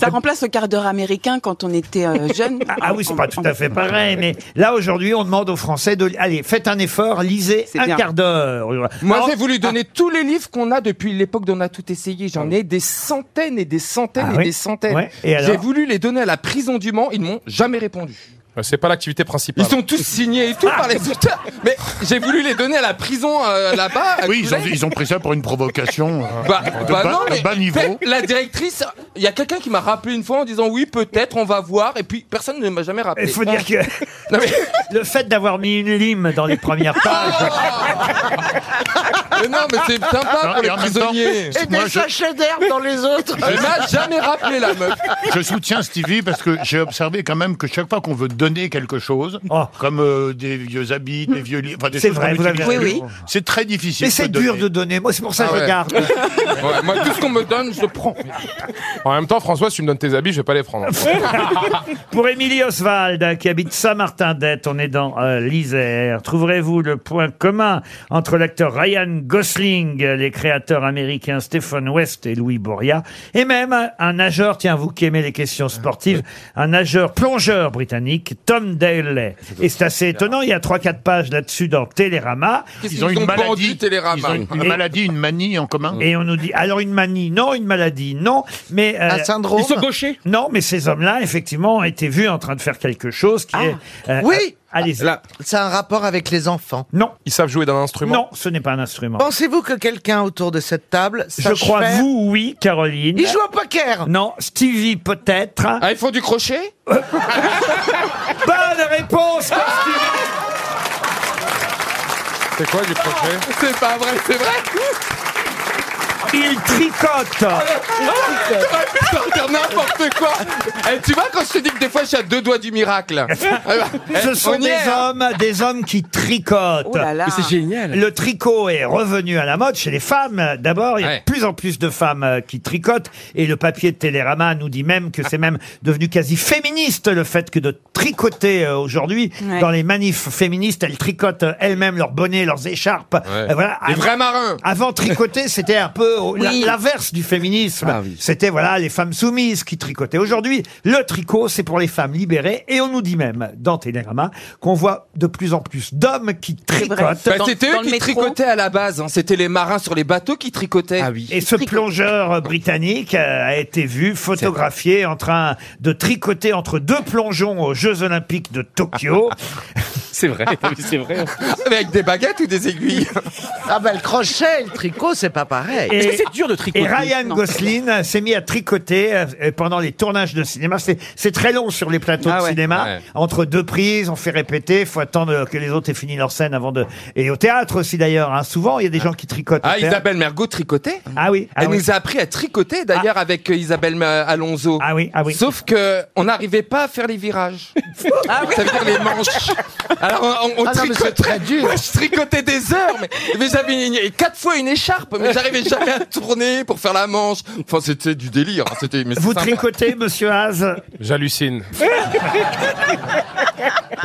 [SPEAKER 3] Ça remplace le quart d'heure américain quand on était euh, Oh, jeune.
[SPEAKER 2] Ah oui, c'est pas tout à fait pareil, mais là aujourd'hui, on demande aux Français de allez, faites un effort, lisez un
[SPEAKER 7] bien.
[SPEAKER 2] quart d'heure. Oh, ah,
[SPEAKER 7] Moi,
[SPEAKER 2] Alors-
[SPEAKER 7] j'ai voulu donner tous les livres qu'on a depuis l'époque d'on a tout essayé. J'en ai des centaines et des centaines
[SPEAKER 8] Ah
[SPEAKER 7] et
[SPEAKER 8] oui
[SPEAKER 7] des centaines.
[SPEAKER 8] Ouais. Et alors
[SPEAKER 7] J'ai voulu les donner à la prison du Mans. Ils m'ont jamais répondu.
[SPEAKER 8] Euh, C'est pas l'activité principale.
[SPEAKER 7] Ils sont tous signés et tout
[SPEAKER 2] Ah.
[SPEAKER 7] par les auteurs. Mais j'ai voulu les donner à la prison euh, là-bas. à
[SPEAKER 6] Oui, ils ont,
[SPEAKER 7] Coulay.
[SPEAKER 6] ils ont pris ça pour une provocation. euh,
[SPEAKER 7] Bah,
[SPEAKER 6] de
[SPEAKER 7] bah
[SPEAKER 6] bas-
[SPEAKER 7] non,
[SPEAKER 6] de
[SPEAKER 7] mais
[SPEAKER 6] bas niveau.
[SPEAKER 7] fait, la directrice, il y a quelqu'un qui m'a rappelé une fois en disant oui, peut-être, on va voir, et puis personne ne m'a jamais rappelé.
[SPEAKER 2] Il faut dire que le fait d'avoir mis une lime dans les premières pages.
[SPEAKER 7] Mais non, mais c'est sympa
[SPEAKER 6] Non,
[SPEAKER 7] pour
[SPEAKER 6] et
[SPEAKER 7] les
[SPEAKER 6] en même temps,
[SPEAKER 7] prisonniers.
[SPEAKER 5] Et des sachets d'herbe dans les autres.
[SPEAKER 7] Elle m'a jamais rappelé la meuf.
[SPEAKER 6] Je soutiens Stevie parce que j'ai observé quand même que chaque fois qu'on veut donner quelque chose, comme euh, des vieux habits, des vieux livres, enfin des
[SPEAKER 2] Oh. C'est
[SPEAKER 6] choses
[SPEAKER 2] vrai,
[SPEAKER 6] qu'on
[SPEAKER 2] vous avez
[SPEAKER 6] n'utilise
[SPEAKER 2] raison.
[SPEAKER 6] plus, c'est très difficile.
[SPEAKER 2] Mais c'est
[SPEAKER 6] de
[SPEAKER 2] dur
[SPEAKER 6] donner.
[SPEAKER 2] de donner. Moi, c'est pour ça que
[SPEAKER 6] Ah
[SPEAKER 2] je
[SPEAKER 6] ouais.
[SPEAKER 2] garde.
[SPEAKER 7] Ouais, moi, tout ce qu'on me donne, je le prends.
[SPEAKER 8] En même temps, François, si tu me donnes tes habits, je vais pas les prendre.
[SPEAKER 2] Pour Émilie Oswald, qui habite Saint-Martin-d'Ette, on est dans euh, l'Isère. Trouverez-vous le point commun entre l'acteur Ryan Gosling, les créateurs américains Stephen West et Louis Boria, et même un nageur, tiens, vous qui aimez les questions sportives, un nageur plongeur britannique, Tom Daley. Et Ah, c'est assez étonnant, il y a 3-4 pages là-dessus dans Télérama.
[SPEAKER 7] Qu'est-ce Ils ont qu'ils une ont maladie. pendu, Télérama Ah
[SPEAKER 6] Ils ont une- une maladie, une manie en commun
[SPEAKER 2] Et on nous dit, alors une manie, non, une maladie, non, mais... euh,
[SPEAKER 5] Un syndrome Ils sont
[SPEAKER 4] gauchers
[SPEAKER 2] Non, mais ces hommes-là, effectivement, ont été vus en train de faire quelque chose qui est... euh,
[SPEAKER 5] Ah. oui
[SPEAKER 2] Allez-y.
[SPEAKER 5] C'est un rapport avec les enfants.
[SPEAKER 2] Non.
[SPEAKER 8] Ils savent jouer d'un instrument
[SPEAKER 2] Non, ce n'est pas un instrument.
[SPEAKER 5] Pensez-vous que quelqu'un autour de cette table
[SPEAKER 2] Je
[SPEAKER 5] sache
[SPEAKER 2] crois,
[SPEAKER 5] faire-
[SPEAKER 2] vous, oui, Caroline.
[SPEAKER 5] Il joue au poker
[SPEAKER 2] Non, Stevie, peut-être. Euh,
[SPEAKER 7] Ah, ils font du crochet
[SPEAKER 2] Bonne réponse par Stevie.
[SPEAKER 8] C'est quoi du crochet
[SPEAKER 7] C'est pas vrai, c'est vrai
[SPEAKER 2] Il tricote
[SPEAKER 7] Ah, J'aurais pu sortir ah, n'importe quoi Eh, Tu vois, quand je te dis que des fois, je suis à deux doigts du miracle. Eh ben,
[SPEAKER 2] Ce sont des hommes, des hommes qui tricotent.
[SPEAKER 7] hein. Oh là là. Mais c'est génial.
[SPEAKER 2] Le tricot est revenu à la mode chez les femmes. D'abord, il y a de
[SPEAKER 7] Ouais.
[SPEAKER 2] plus en plus de femmes euh, qui tricotent. Et le papier de Télérama nous dit même que c'est même devenu quasi féministe le fait que de tricoter euh, aujourd'hui.
[SPEAKER 7] Ouais.
[SPEAKER 2] Dans les manifs féministes, elles tricotent euh, elles-mêmes leurs bonnets, leurs écharpes. Euh, voilà.
[SPEAKER 7] Les
[SPEAKER 2] Avant-
[SPEAKER 7] vrais marins.
[SPEAKER 2] Avant, tricoter, c'était un peu euh, la-
[SPEAKER 7] Oui. Ah
[SPEAKER 2] l'inverse du féminisme. C'était voilà les femmes soumises qui tricotaient. Aujourd'hui, le tricot, c'est pour les femmes libérées. Et on nous dit même dans Télérama qu'on voit de plus en plus d'hommes qui tricotent.
[SPEAKER 7] Bah, c'était eux qui tricotaient à la base. hein. C'était les marins sur les bateaux qui tricotaient. Ah
[SPEAKER 2] Et ce plongeur euh, britannique euh, a été vu photographié en train de tricoter entre deux plongeons aux Jeux Olympiques de Tokyo.
[SPEAKER 7] C'est vrai,
[SPEAKER 8] c'est vrai.
[SPEAKER 7] Mais avec des baguettes ou des aiguilles
[SPEAKER 5] Ah
[SPEAKER 11] ben,
[SPEAKER 5] bah le crochet, et le tricot, c'est pas pareil.
[SPEAKER 2] Et- Et Ryan Gosling euh, s'est mis à tricoter euh, euh, pendant les tournages de cinéma. C'est c'est très long sur les plateaux
[SPEAKER 8] Ah
[SPEAKER 2] de cinéma. Entre deux prises, on fait répéter, faut attendre que les autres aient fini leur scène avant de. Et au théâtre aussi d'ailleurs. hein. Souvent, il y a des gens qui tricotent. au
[SPEAKER 7] Ah,
[SPEAKER 2] théâtre.
[SPEAKER 7] Isabelle Mergot tricotait
[SPEAKER 2] Ah oui. ah
[SPEAKER 7] Elle
[SPEAKER 2] oui.
[SPEAKER 7] nous a appris à tricoter d'ailleurs avec euh, Isabelle euh, Alonso.
[SPEAKER 2] Ah oui, ah oui. Ah
[SPEAKER 7] Sauf que on n'arrivait pas à faire les virages. Ça veut dire les manches. Alors euh, on, on
[SPEAKER 5] Ah non, mais c'est
[SPEAKER 7] tricote-
[SPEAKER 5] très dur.
[SPEAKER 7] Moi, je tricotais des heures, mais, mais j'avais une- quatre fois une écharpe, mais j'arrivais jamais à tourner pour faire la manche. Enfin, c'était du délire. hein, C'était. mais c'est
[SPEAKER 2] Vous
[SPEAKER 7] sympa.
[SPEAKER 2] tricotez, monsieur Haas
[SPEAKER 8] J'hallucine.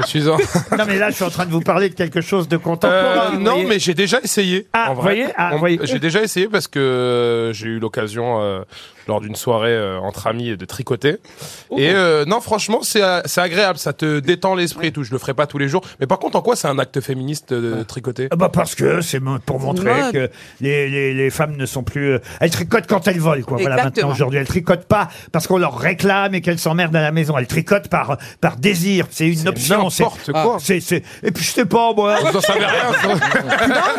[SPEAKER 8] Je suis en.
[SPEAKER 2] Non, mais là, je suis en train de vous parler de quelque chose de
[SPEAKER 8] Euh,
[SPEAKER 2] contemporain. vous
[SPEAKER 8] non,
[SPEAKER 2] voyez.
[SPEAKER 8] mais j'ai déjà essayé.
[SPEAKER 2] Ah,
[SPEAKER 8] en
[SPEAKER 2] vous
[SPEAKER 8] vrai.
[SPEAKER 2] voyez Ah,
[SPEAKER 8] On-
[SPEAKER 2] vous voyez.
[SPEAKER 8] J'ai déjà essayé parce que euh, j'ai eu l'occasion euh, lors d'une soirée euh, entre amis de tricoter.
[SPEAKER 2] Oh.
[SPEAKER 8] Et euh, non, franchement, c'est euh, c'est agréable, ça te détend l'esprit et tout. Je le ferai pas tous les jours. Mais par contre, en quoi c'est un acte féministe euh, de tricoter
[SPEAKER 2] Ah Bah parce que c'est mo- pour montrer
[SPEAKER 8] mode.
[SPEAKER 2] que les, les, les femmes ne sont plus... euh, Elles tricotent quand elles volent, quoi. Voilà,
[SPEAKER 8] Exactement.
[SPEAKER 2] maintenant, aujourd'hui. Elles tricotent pas parce qu'on leur réclame et qu'elles s'emmerdent à la maison. Elles tricotent par, par désir. C'est une option. c'est- Ah,
[SPEAKER 8] n'importe quoi. Ah,
[SPEAKER 2] c'est- c'est- Et puis, je sais pas, moi...
[SPEAKER 8] Vous en savez rien,
[SPEAKER 11] Non,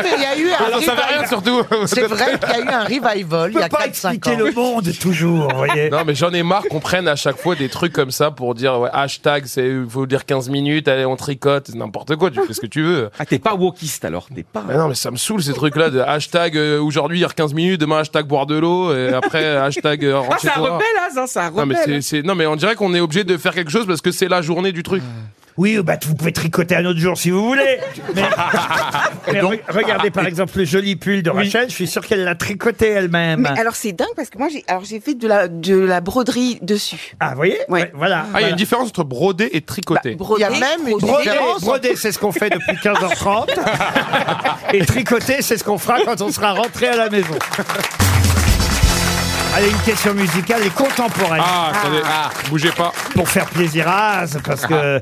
[SPEAKER 11] mais il y a eu un.
[SPEAKER 8] Vous en savez
[SPEAKER 11] revival.
[SPEAKER 8] rien, surtout.
[SPEAKER 11] C'est vrai qu'il y a eu un revival il y a 4-5 ans.
[SPEAKER 2] monde toujours,
[SPEAKER 8] Non, mais j'en ai marre qu'on prenne à chaque fois des trucs comme ça pour dire ouais, hashtag, c'est faut dire 15 minutes, allez, on tricote, c'est n'importe quoi, tu fais ce que tu veux.
[SPEAKER 4] Ah, t'es pas wokiste alors, t'es pas.
[SPEAKER 8] non, mais ça me saoule ces trucs-là de hashtag euh, aujourd'hui, dire 15 minutes, demain hashtag boire de l'eau, et après hashtag euh, rentre
[SPEAKER 4] Ah, c'est un
[SPEAKER 8] chez toi.
[SPEAKER 4] rebelle, As, hein, c'est un
[SPEAKER 8] Non mais, c'est-
[SPEAKER 4] rebelle.
[SPEAKER 8] c'est- non, mais on dirait qu'on est obligé de faire quelque chose parce que c'est la journée du truc.
[SPEAKER 2] Oui, bah, vous pouvez tricoter un autre jour si vous voulez. Mais, mais re- regardez
[SPEAKER 8] Ah,
[SPEAKER 2] par exemple le joli pull de Rachel. Je suis sûr qu'elle l'a tricoté elle-même.
[SPEAKER 8] Ah,
[SPEAKER 3] Mais alors c'est dingue parce que moi j'ai alors j'ai fait de la de la broderie dessus.
[SPEAKER 2] Ah, vous voyez Ouais, Voilà.
[SPEAKER 8] Ah, il y a une différence entre broder et tricoter.
[SPEAKER 3] Broder,
[SPEAKER 2] Il y a même une
[SPEAKER 3] broder.
[SPEAKER 2] différence. Broder, c'est ce qu'on fait depuis 15h30. Et tricoter, c'est ce qu'on fera quand on sera rentré à la maison. Allez, une question musicale et contemporaine.
[SPEAKER 8] Ah, attendez, bougez pas.
[SPEAKER 2] Pour faire plaisir à Az, parce que euh,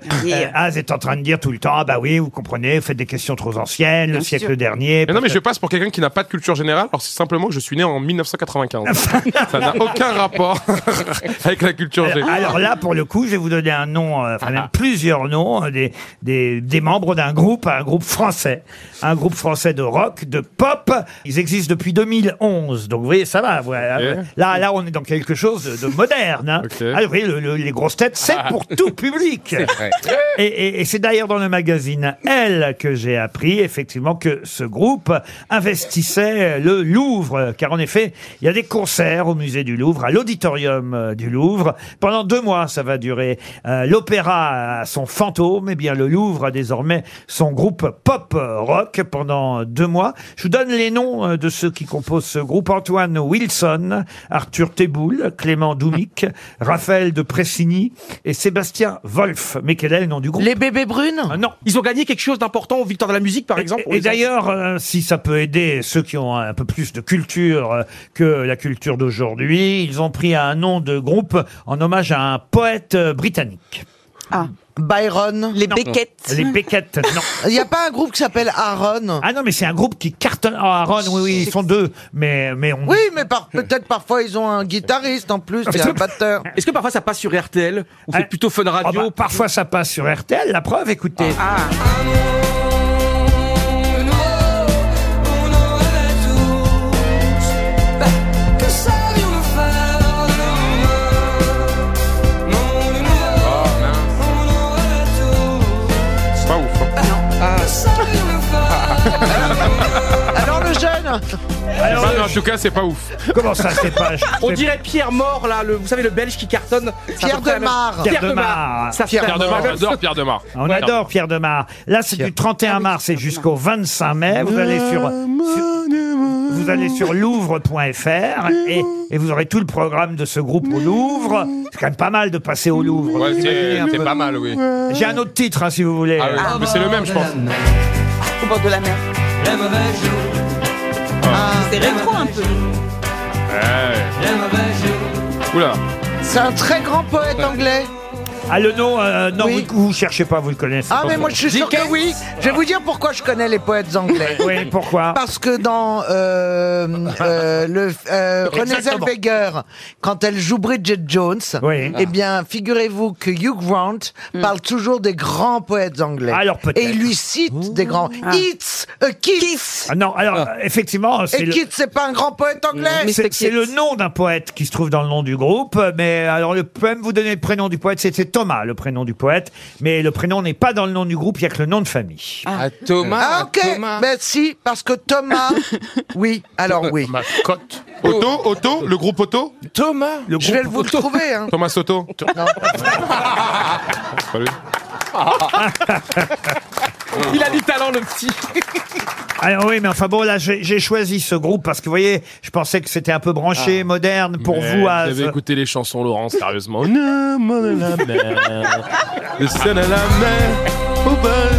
[SPEAKER 2] Az est en train de dire tout le temps, ah bah oui, vous comprenez, vous faites des questions trop anciennes, le siècle dernier.
[SPEAKER 8] Mais non, mais je passe pour quelqu'un qui n'a pas de culture générale, alors c'est simplement que je suis né en 1995. ça n'a aucun rapport avec la culture
[SPEAKER 2] Euh,
[SPEAKER 8] générale.
[SPEAKER 2] Alors là, pour le coup, je vais vous donner un nom, euh, enfin même plusieurs noms, euh, des, des, des membres d'un groupe, un groupe français, un groupe français de rock, de pop. Ils existent depuis 2011, donc vous voyez, ça va. voilà. Là, là, on est dans quelque chose de, de moderne. hein. Ah, vous voyez, le- le- les grosses têtes, c'est pour tout public.
[SPEAKER 8] vrai.
[SPEAKER 2] Et, et- et c'est d'ailleurs dans le magazine Elle que j'ai appris effectivement que ce groupe investissait le Louvre, car en effet, il y a des concerts au musée du Louvre, à l'auditorium euh, du Louvre. Pendant deux mois, ça va durer. Euh, L'opéra a son fantôme, et bien le Louvre a désormais son groupe pop rock pendant deux mois. Je vous donne les noms euh, de ceux qui composent ce groupe. Antoine Wilson, Arthur Teboul, Clément Doumic, Raphaël de Pressigny et Sébastien Wolf. Mais quel est le nom du groupe Les bébés brunes Non.
[SPEAKER 4] Ah Ils ont gagné quelque chose d'important au Victoire de la musique, par exemple. pour
[SPEAKER 2] Et
[SPEAKER 4] les enfants.
[SPEAKER 2] d'ailleurs, euh, si ça peut aider ceux qui ont un peu plus de culture euh, que la culture d'aujourd'hui, ils ont pris un nom de groupe en hommage à un poète euh, britannique.
[SPEAKER 11] Ah. Byron.
[SPEAKER 3] Les
[SPEAKER 2] Non.
[SPEAKER 3] Beckett.
[SPEAKER 2] Les Beckett, non.
[SPEAKER 11] Il n'y a pas un groupe qui s'appelle Aaron.
[SPEAKER 2] Ah non, mais c'est un groupe qui cartonne. Ah, Aaron, oui, oui, ils sont deux. Mais, mais on.
[SPEAKER 11] Oui, mais par- peut-être parfois ils ont un guitariste en plus, il y a un batteur.
[SPEAKER 4] Est-ce que parfois ça passe sur RTL Ou c'est plutôt Fun Radio
[SPEAKER 2] Ah. bah, Parfois ça passe sur RTL, la preuve, écoutez.
[SPEAKER 18] Que savions-nous faire de nos mains Non, nous on aura la
[SPEAKER 8] C'est pas ouf. hein.
[SPEAKER 2] Ah,
[SPEAKER 4] Ah,
[SPEAKER 18] Que savions-nous faire
[SPEAKER 11] Alors le jeune
[SPEAKER 8] Bah, mais en tout cas, c'est pas ouf.
[SPEAKER 2] Comment ça, c'est pas.
[SPEAKER 4] On dirait Pierre Mort, là, le, vous savez, le belge qui cartonne. C'est à
[SPEAKER 11] Pierre
[SPEAKER 4] peu près la même-
[SPEAKER 11] Demar.
[SPEAKER 4] Pierre
[SPEAKER 2] Pierre
[SPEAKER 4] Demar.
[SPEAKER 2] Demar.
[SPEAKER 4] Ça,
[SPEAKER 8] Pierre
[SPEAKER 4] Pierre
[SPEAKER 8] Demar,
[SPEAKER 4] Demar.
[SPEAKER 8] j'adore Pierre Demar.
[SPEAKER 2] On adore Pierre Demar. Là, c'est du
[SPEAKER 11] Ah
[SPEAKER 2] 31 mars et jusqu'au 25 mai. Vous allez sur, sur- vous allez
[SPEAKER 11] Mmh.
[SPEAKER 2] sur louvre.fr et, et vous aurez tout le programme de ce groupe au Louvre. C'est quand même pas mal de passer
[SPEAKER 11] Mmh.
[SPEAKER 2] au Louvre.
[SPEAKER 8] Ouais,
[SPEAKER 2] Vous imaginez
[SPEAKER 8] c'est
[SPEAKER 2] un
[SPEAKER 8] c'est
[SPEAKER 2] peu.
[SPEAKER 8] pas mal, oui.
[SPEAKER 2] J'ai un autre titre, hein, si vous voulez.
[SPEAKER 8] Ah oui, mais c'est le même, je pense.
[SPEAKER 3] Au bord de la mer. Ah.
[SPEAKER 18] Les mauvais jours
[SPEAKER 2] Ah.
[SPEAKER 3] C'est rétro un peu.
[SPEAKER 8] Ouais.
[SPEAKER 18] Les mauvais jours
[SPEAKER 8] Oula.
[SPEAKER 11] C'est un très grand poète anglais.
[SPEAKER 2] Ah, le nom, euh, non,
[SPEAKER 11] Oui.
[SPEAKER 2] vous, vous cherchez pas, vous le connaissez.
[SPEAKER 11] Ah mais moi je suis sûr que oui. Je vais vous dire pourquoi je connais les poètes anglais.
[SPEAKER 2] Oui, pourquoi
[SPEAKER 11] Parce que dans euh, euh, le euh, Renée
[SPEAKER 2] Exactement.
[SPEAKER 11] Zellweger, quand elle joue Bridget Jones, eh bien figurez-vous que Hugh Grant parle toujours des grands poètes anglais.
[SPEAKER 2] Ah, Alors, peut-être.
[SPEAKER 11] Et il lui cite des grands. It's a kiss.
[SPEAKER 2] Ah non, alors, euh, effectivement, c'est
[SPEAKER 11] Et
[SPEAKER 2] le-
[SPEAKER 11] Keats, c'est pas un grand poète anglais.
[SPEAKER 2] c'est c'est le nom d'un poète qui se trouve dans le nom du groupe, mais alors le peut même vous donner le prénom du poète, c'était Thomas, le prénom du poète, mais le prénom n'est pas dans le nom du groupe, il n'y a que le nom de famille.
[SPEAKER 7] Ah, Thomas.
[SPEAKER 11] Ah ok, ben si, parce que Thomas, oui, alors oui.
[SPEAKER 8] Cote. Auto, Auto, le groupe Auto
[SPEAKER 11] Thomas, je vais vous le trouver. Hein.
[SPEAKER 8] Thomas Soto.
[SPEAKER 11] Non.
[SPEAKER 8] Pas lui.
[SPEAKER 4] Il a du talent, le petit.
[SPEAKER 2] Alors oui, mais enfin bon, là, j'ai j'ai choisi ce groupe parce que, vous voyez, je pensais que c'était un peu branché,
[SPEAKER 8] Ah.
[SPEAKER 2] moderne, pour
[SPEAKER 8] Mais
[SPEAKER 2] vous.
[SPEAKER 8] Vous
[SPEAKER 2] Az.
[SPEAKER 8] avez écouté les chansons, Laurent, sérieusement. Le son de la mer, le son de la mer, au bon air.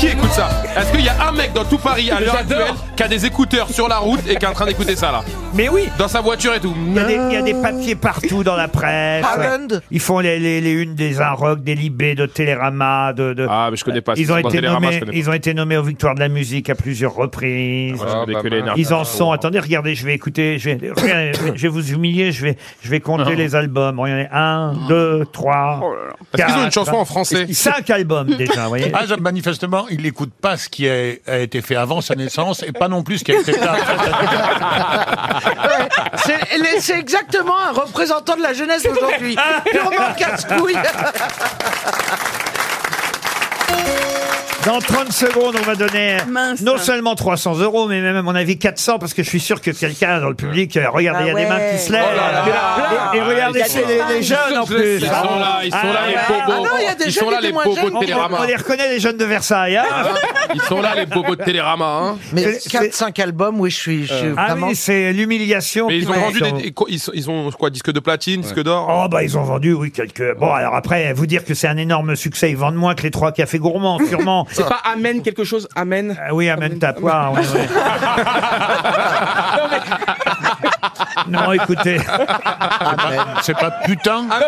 [SPEAKER 8] Qui écoute ça Est-ce qu'il y a un mec dans tout Paris à l'heure
[SPEAKER 2] J'adore.
[SPEAKER 8] actuelle qui a des écouteurs sur la route et qui est en train d'écouter ça là
[SPEAKER 2] Mais oui
[SPEAKER 8] Dans sa voiture et tout. Euh.
[SPEAKER 2] Il y, a des, il y a des papiers partout dans la presse.
[SPEAKER 8] Haaland
[SPEAKER 2] Ils font les, les, les unes des Inrock, des Libé, de Télérama. De, de...
[SPEAKER 8] Ah, mais je connais pas.
[SPEAKER 2] Ils ont,
[SPEAKER 8] Dans
[SPEAKER 2] été
[SPEAKER 8] Télérama,
[SPEAKER 2] nommés,
[SPEAKER 8] je connais pas.
[SPEAKER 2] ils ont été nommés aux Victoires de la musique à plusieurs reprises.
[SPEAKER 8] Ah, moi, je connais que les Nerfs.
[SPEAKER 2] ils en sont. Attendez, regardez, je vais écouter. Je vais, rien, je vais vous humilier. Je vais, je vais
[SPEAKER 8] Ah.
[SPEAKER 2] compter les albums. Regardez, un, deux, trois.
[SPEAKER 6] Est-ce qu'ils ont une
[SPEAKER 2] quatre,
[SPEAKER 6] chanson en français
[SPEAKER 2] Cinq albums déjà. vous voyez.
[SPEAKER 6] Ah, je- manifestement, il n'écoute pas ce qui a, a été fait avant sa naissance et pas non plus ce qui a été fait après.
[SPEAKER 11] C'est c'est exactement un représentant de la jeunesse d'aujourd'hui. Purement casse-couille.
[SPEAKER 2] Dans 30 secondes, on va donner
[SPEAKER 11] Mince.
[SPEAKER 2] non seulement 300 euros, mais même à mon avis 400, parce que je suis sûr que quelqu'un dans le public, euh, regardez, il y a des mains qui se lèvent.
[SPEAKER 18] Oh là là.
[SPEAKER 2] et, et regardez,
[SPEAKER 18] Bah Il y a
[SPEAKER 2] c'est
[SPEAKER 18] des
[SPEAKER 2] les, les
[SPEAKER 18] gens.
[SPEAKER 2] jeunes en
[SPEAKER 18] Je
[SPEAKER 2] plus.
[SPEAKER 18] sais, ils sont là, ils sont là, les bobos. Ah non, il y a des Ils sont jeunes là, et des les moins bobos de Ah jeunes.
[SPEAKER 2] On- on-
[SPEAKER 8] Télérama.
[SPEAKER 2] On les reconnaît, les jeunes de Versailles. hein.
[SPEAKER 8] Ils sont là, les bobos de Télérama. Hein.
[SPEAKER 11] Mais 4-5 albums, oui, je suis, je suis
[SPEAKER 2] Ah
[SPEAKER 11] vraiment...
[SPEAKER 2] oui, c'est l'humiliation.
[SPEAKER 8] Mais
[SPEAKER 2] qui
[SPEAKER 8] ils ont
[SPEAKER 2] m'a-
[SPEAKER 8] vendu des. Ils, sont- ils ont quoi Disque de platine, disque d'or
[SPEAKER 2] Oh bah ils ont vendu oui quelques bon alors après vous dire que c'est un énorme succès ils vendent moins que les trois cafés gourmands sûrement
[SPEAKER 4] C'est pas Amen quelque chose Amen
[SPEAKER 2] Ah oui Amen ta poire ouais, ouais. non Oh, écoutez
[SPEAKER 6] C'est pas putain.
[SPEAKER 11] Ah,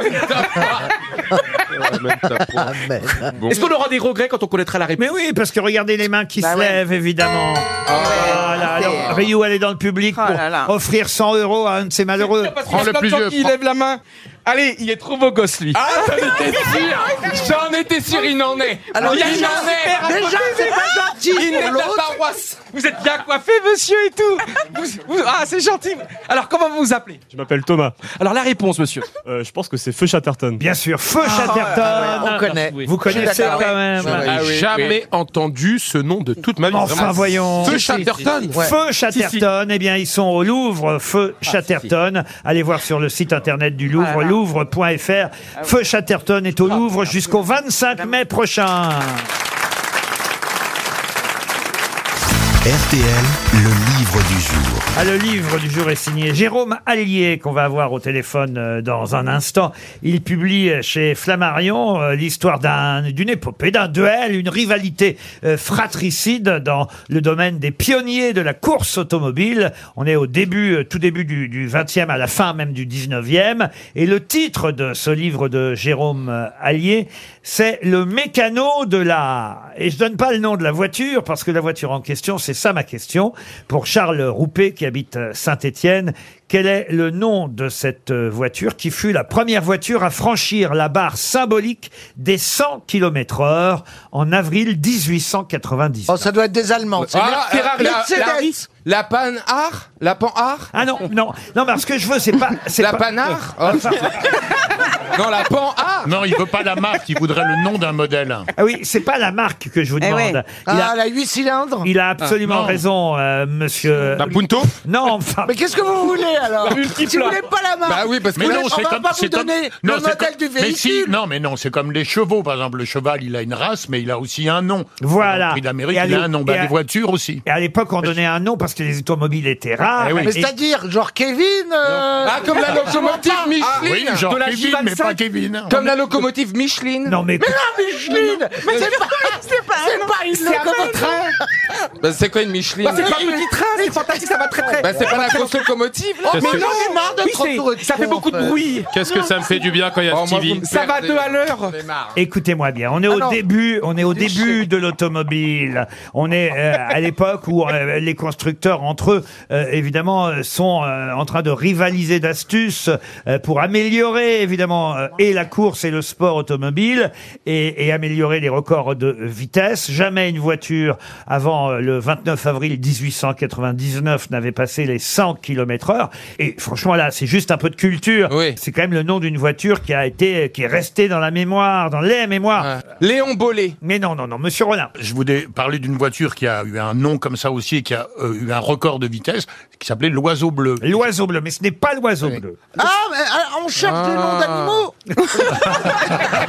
[SPEAKER 4] Est-ce qu'on aura des regrets quand on connaîtra la réponse
[SPEAKER 2] Mais oui, parce que regardez les mains qui se lèvent, évidemment. Ah là, alors, Ryu, elle est dans le public pour offrir 100 euros à un de ces malheureux.
[SPEAKER 4] Prends le plus vieux. Il lève la main. Allez, il est trop beau gosse lui.
[SPEAKER 7] Ah, j'en étais sûr J'en étais sûr, il en est
[SPEAKER 4] Alors,
[SPEAKER 7] il en
[SPEAKER 4] déjà,
[SPEAKER 7] est
[SPEAKER 4] déjà, c'est pas gentil
[SPEAKER 7] Il est
[SPEAKER 4] pour
[SPEAKER 7] de la
[SPEAKER 4] l'autre.
[SPEAKER 7] paroisse
[SPEAKER 4] Vous êtes bien coiffé, monsieur, et tout. Vous- vous- ah, c'est gentil. Alors, comment vous vous appelez
[SPEAKER 19] Je m'appelle Thomas. Euh,
[SPEAKER 4] Alors la réponse, monsieur Ah,
[SPEAKER 19] Je pense que c'est Feu Chatterton.
[SPEAKER 2] Bien sûr, Feu
[SPEAKER 8] Chatterton.
[SPEAKER 2] Chatterton. Vous connaissez quand même.
[SPEAKER 8] Ah J'ai jamais entendu ce nom de toute ma vie.
[SPEAKER 2] Enfin,
[SPEAKER 8] vraiment.
[SPEAKER 2] voyons.
[SPEAKER 8] Feu
[SPEAKER 2] Si,
[SPEAKER 8] Chatterton.
[SPEAKER 2] si, si. Ah, Feu Chatterton. Eh bien, ils sont au Louvre, Feu Chatterton. Allez voir sur le site internet du Louvre, louvre.fr. Feu Chatterton est au Louvre jusqu'au 25 mai prochain.
[SPEAKER 1] RTL, le livre du jour.
[SPEAKER 2] Ah, le livre du jour est signé Jérôme Allier, qu'on va avoir au téléphone euh, dans un instant. Il publie euh, chez Flammarion euh, l'histoire d'un- d'une épopée, d'un duel, une rivalité euh, fratricide dans le domaine des pionniers de la course automobile. On est au début, euh, tout début du, du 20e, à la fin même du 19e. Et le titre de ce livre de Jérôme euh, Allier, c'est Le mécano de l'art. Et je donne pas le nom de la voiture parce que la voiture en question, c'est ça ma question. Pour Charles Roupé qui habite euh, Saint-Étienne, quel est le nom de cette euh, voiture qui fut la première voiture à franchir la barre symbolique des 100 km heure en avril 1890 Oh, ça doit être des Allemands.
[SPEAKER 7] Ah, euh, la- La, la panhard La panhard
[SPEAKER 2] Ah non, non, non, parce que je veux, c'est pas.
[SPEAKER 7] La panhard
[SPEAKER 11] Oh,
[SPEAKER 7] Non, la
[SPEAKER 11] Ah
[SPEAKER 7] panhard
[SPEAKER 6] Non, il veut pas la marque, il voudrait le nom d'un modèle.
[SPEAKER 2] Ah oui, c'est pas la marque que je vous
[SPEAKER 6] Eh
[SPEAKER 2] demande.
[SPEAKER 6] ouais. Ah,
[SPEAKER 2] la 8 cylindres Il a
[SPEAKER 6] Ah,
[SPEAKER 2] absolument
[SPEAKER 6] non. Bah,
[SPEAKER 2] raison, euh, monsieur. La
[SPEAKER 8] Punto
[SPEAKER 2] Non, enfin.
[SPEAKER 11] Mais qu'est-ce que vous voulez alors Si vous voulez pas la marque,
[SPEAKER 6] Mais non,
[SPEAKER 11] on
[SPEAKER 6] c'est
[SPEAKER 11] va
[SPEAKER 6] comme-
[SPEAKER 11] pas vous
[SPEAKER 6] c'est comme-
[SPEAKER 11] donner
[SPEAKER 6] non,
[SPEAKER 11] le
[SPEAKER 6] c'est
[SPEAKER 11] modèle
[SPEAKER 6] comme-
[SPEAKER 11] du
[SPEAKER 6] Mais
[SPEAKER 11] véhicule.
[SPEAKER 6] si, non, mais non, c'est comme les chevaux. Par exemple, le cheval, il a une race, mais il a aussi un nom.
[SPEAKER 2] Voilà.
[SPEAKER 6] Le prix d'Amérique,
[SPEAKER 2] Et à
[SPEAKER 6] il a
[SPEAKER 2] l'é-
[SPEAKER 6] un nom. Bah,
[SPEAKER 2] et à-
[SPEAKER 6] les voitures aussi.
[SPEAKER 2] Et à l'époque, on donnait un nom parce que les automobiles étaient rares.
[SPEAKER 6] Eh oui.
[SPEAKER 11] Mais c'est-à-dire, genre Kevin euh,
[SPEAKER 7] Ah, comme la locomotive Micheline
[SPEAKER 6] oui, genre
[SPEAKER 7] de la
[SPEAKER 6] Kevin,
[SPEAKER 7] J25.
[SPEAKER 6] mais pas Kevin.
[SPEAKER 7] Comme la locomotive Micheline
[SPEAKER 2] Non, mais.
[SPEAKER 11] Mais non, Micheline Mais c'est pas, c'est pas, c'est pas une
[SPEAKER 4] C'est un
[SPEAKER 11] locomotive
[SPEAKER 7] Bah, c'est quoi une Micheline
[SPEAKER 4] Bah, c'est pas un petit train, c'est fantastique, ça va très très.
[SPEAKER 7] Bah, c'est pas la grosse locomotive, là
[SPEAKER 4] Mais
[SPEAKER 8] Qu'est-ce
[SPEAKER 4] non,
[SPEAKER 8] que-
[SPEAKER 4] j'ai marre d'être
[SPEAKER 11] Oui, c'est-
[SPEAKER 4] autour de
[SPEAKER 11] ça fait
[SPEAKER 4] con,
[SPEAKER 11] beaucoup de
[SPEAKER 4] en fait.
[SPEAKER 11] bruit.
[SPEAKER 8] Qu'est-ce que ça me fait du bien quand il y a
[SPEAKER 4] Oh,
[SPEAKER 8] Stevie
[SPEAKER 4] Ça va à deux à l'heure.
[SPEAKER 2] Écoutez-moi bien, on est au
[SPEAKER 4] non.
[SPEAKER 2] début, on est au début de l'automobile. On est euh, à l'époque où euh, les constructeurs entre eux, euh, évidemment, euh, sont euh, en train de rivaliser d'astuces euh, pour améliorer évidemment euh, et la course et le sport automobile et, et améliorer les records de vitesse. Jamais une voiture avant euh, le 29 avril 1899 n'avait passé les 100 km/h. Et franchement là, c'est juste un peu de culture. C'est quand même le nom d'une voiture qui a été, qui est restée dans la mémoire, dans les mémoires.
[SPEAKER 7] Léon Bollet.
[SPEAKER 2] Mais non, non, non, Monsieur Rollin.
[SPEAKER 6] Ah, Je voulais parler d'une voiture qui a eu un nom comme ça aussi et qui a euh, eu un record de vitesse qui s'appelait l'oiseau bleu.
[SPEAKER 2] L'oiseau bleu, mais ce n'est pas l'oiseau bleu. Ah.
[SPEAKER 11] Ah, mais, ah, on cherche des noms d'animaux
[SPEAKER 6] Ah,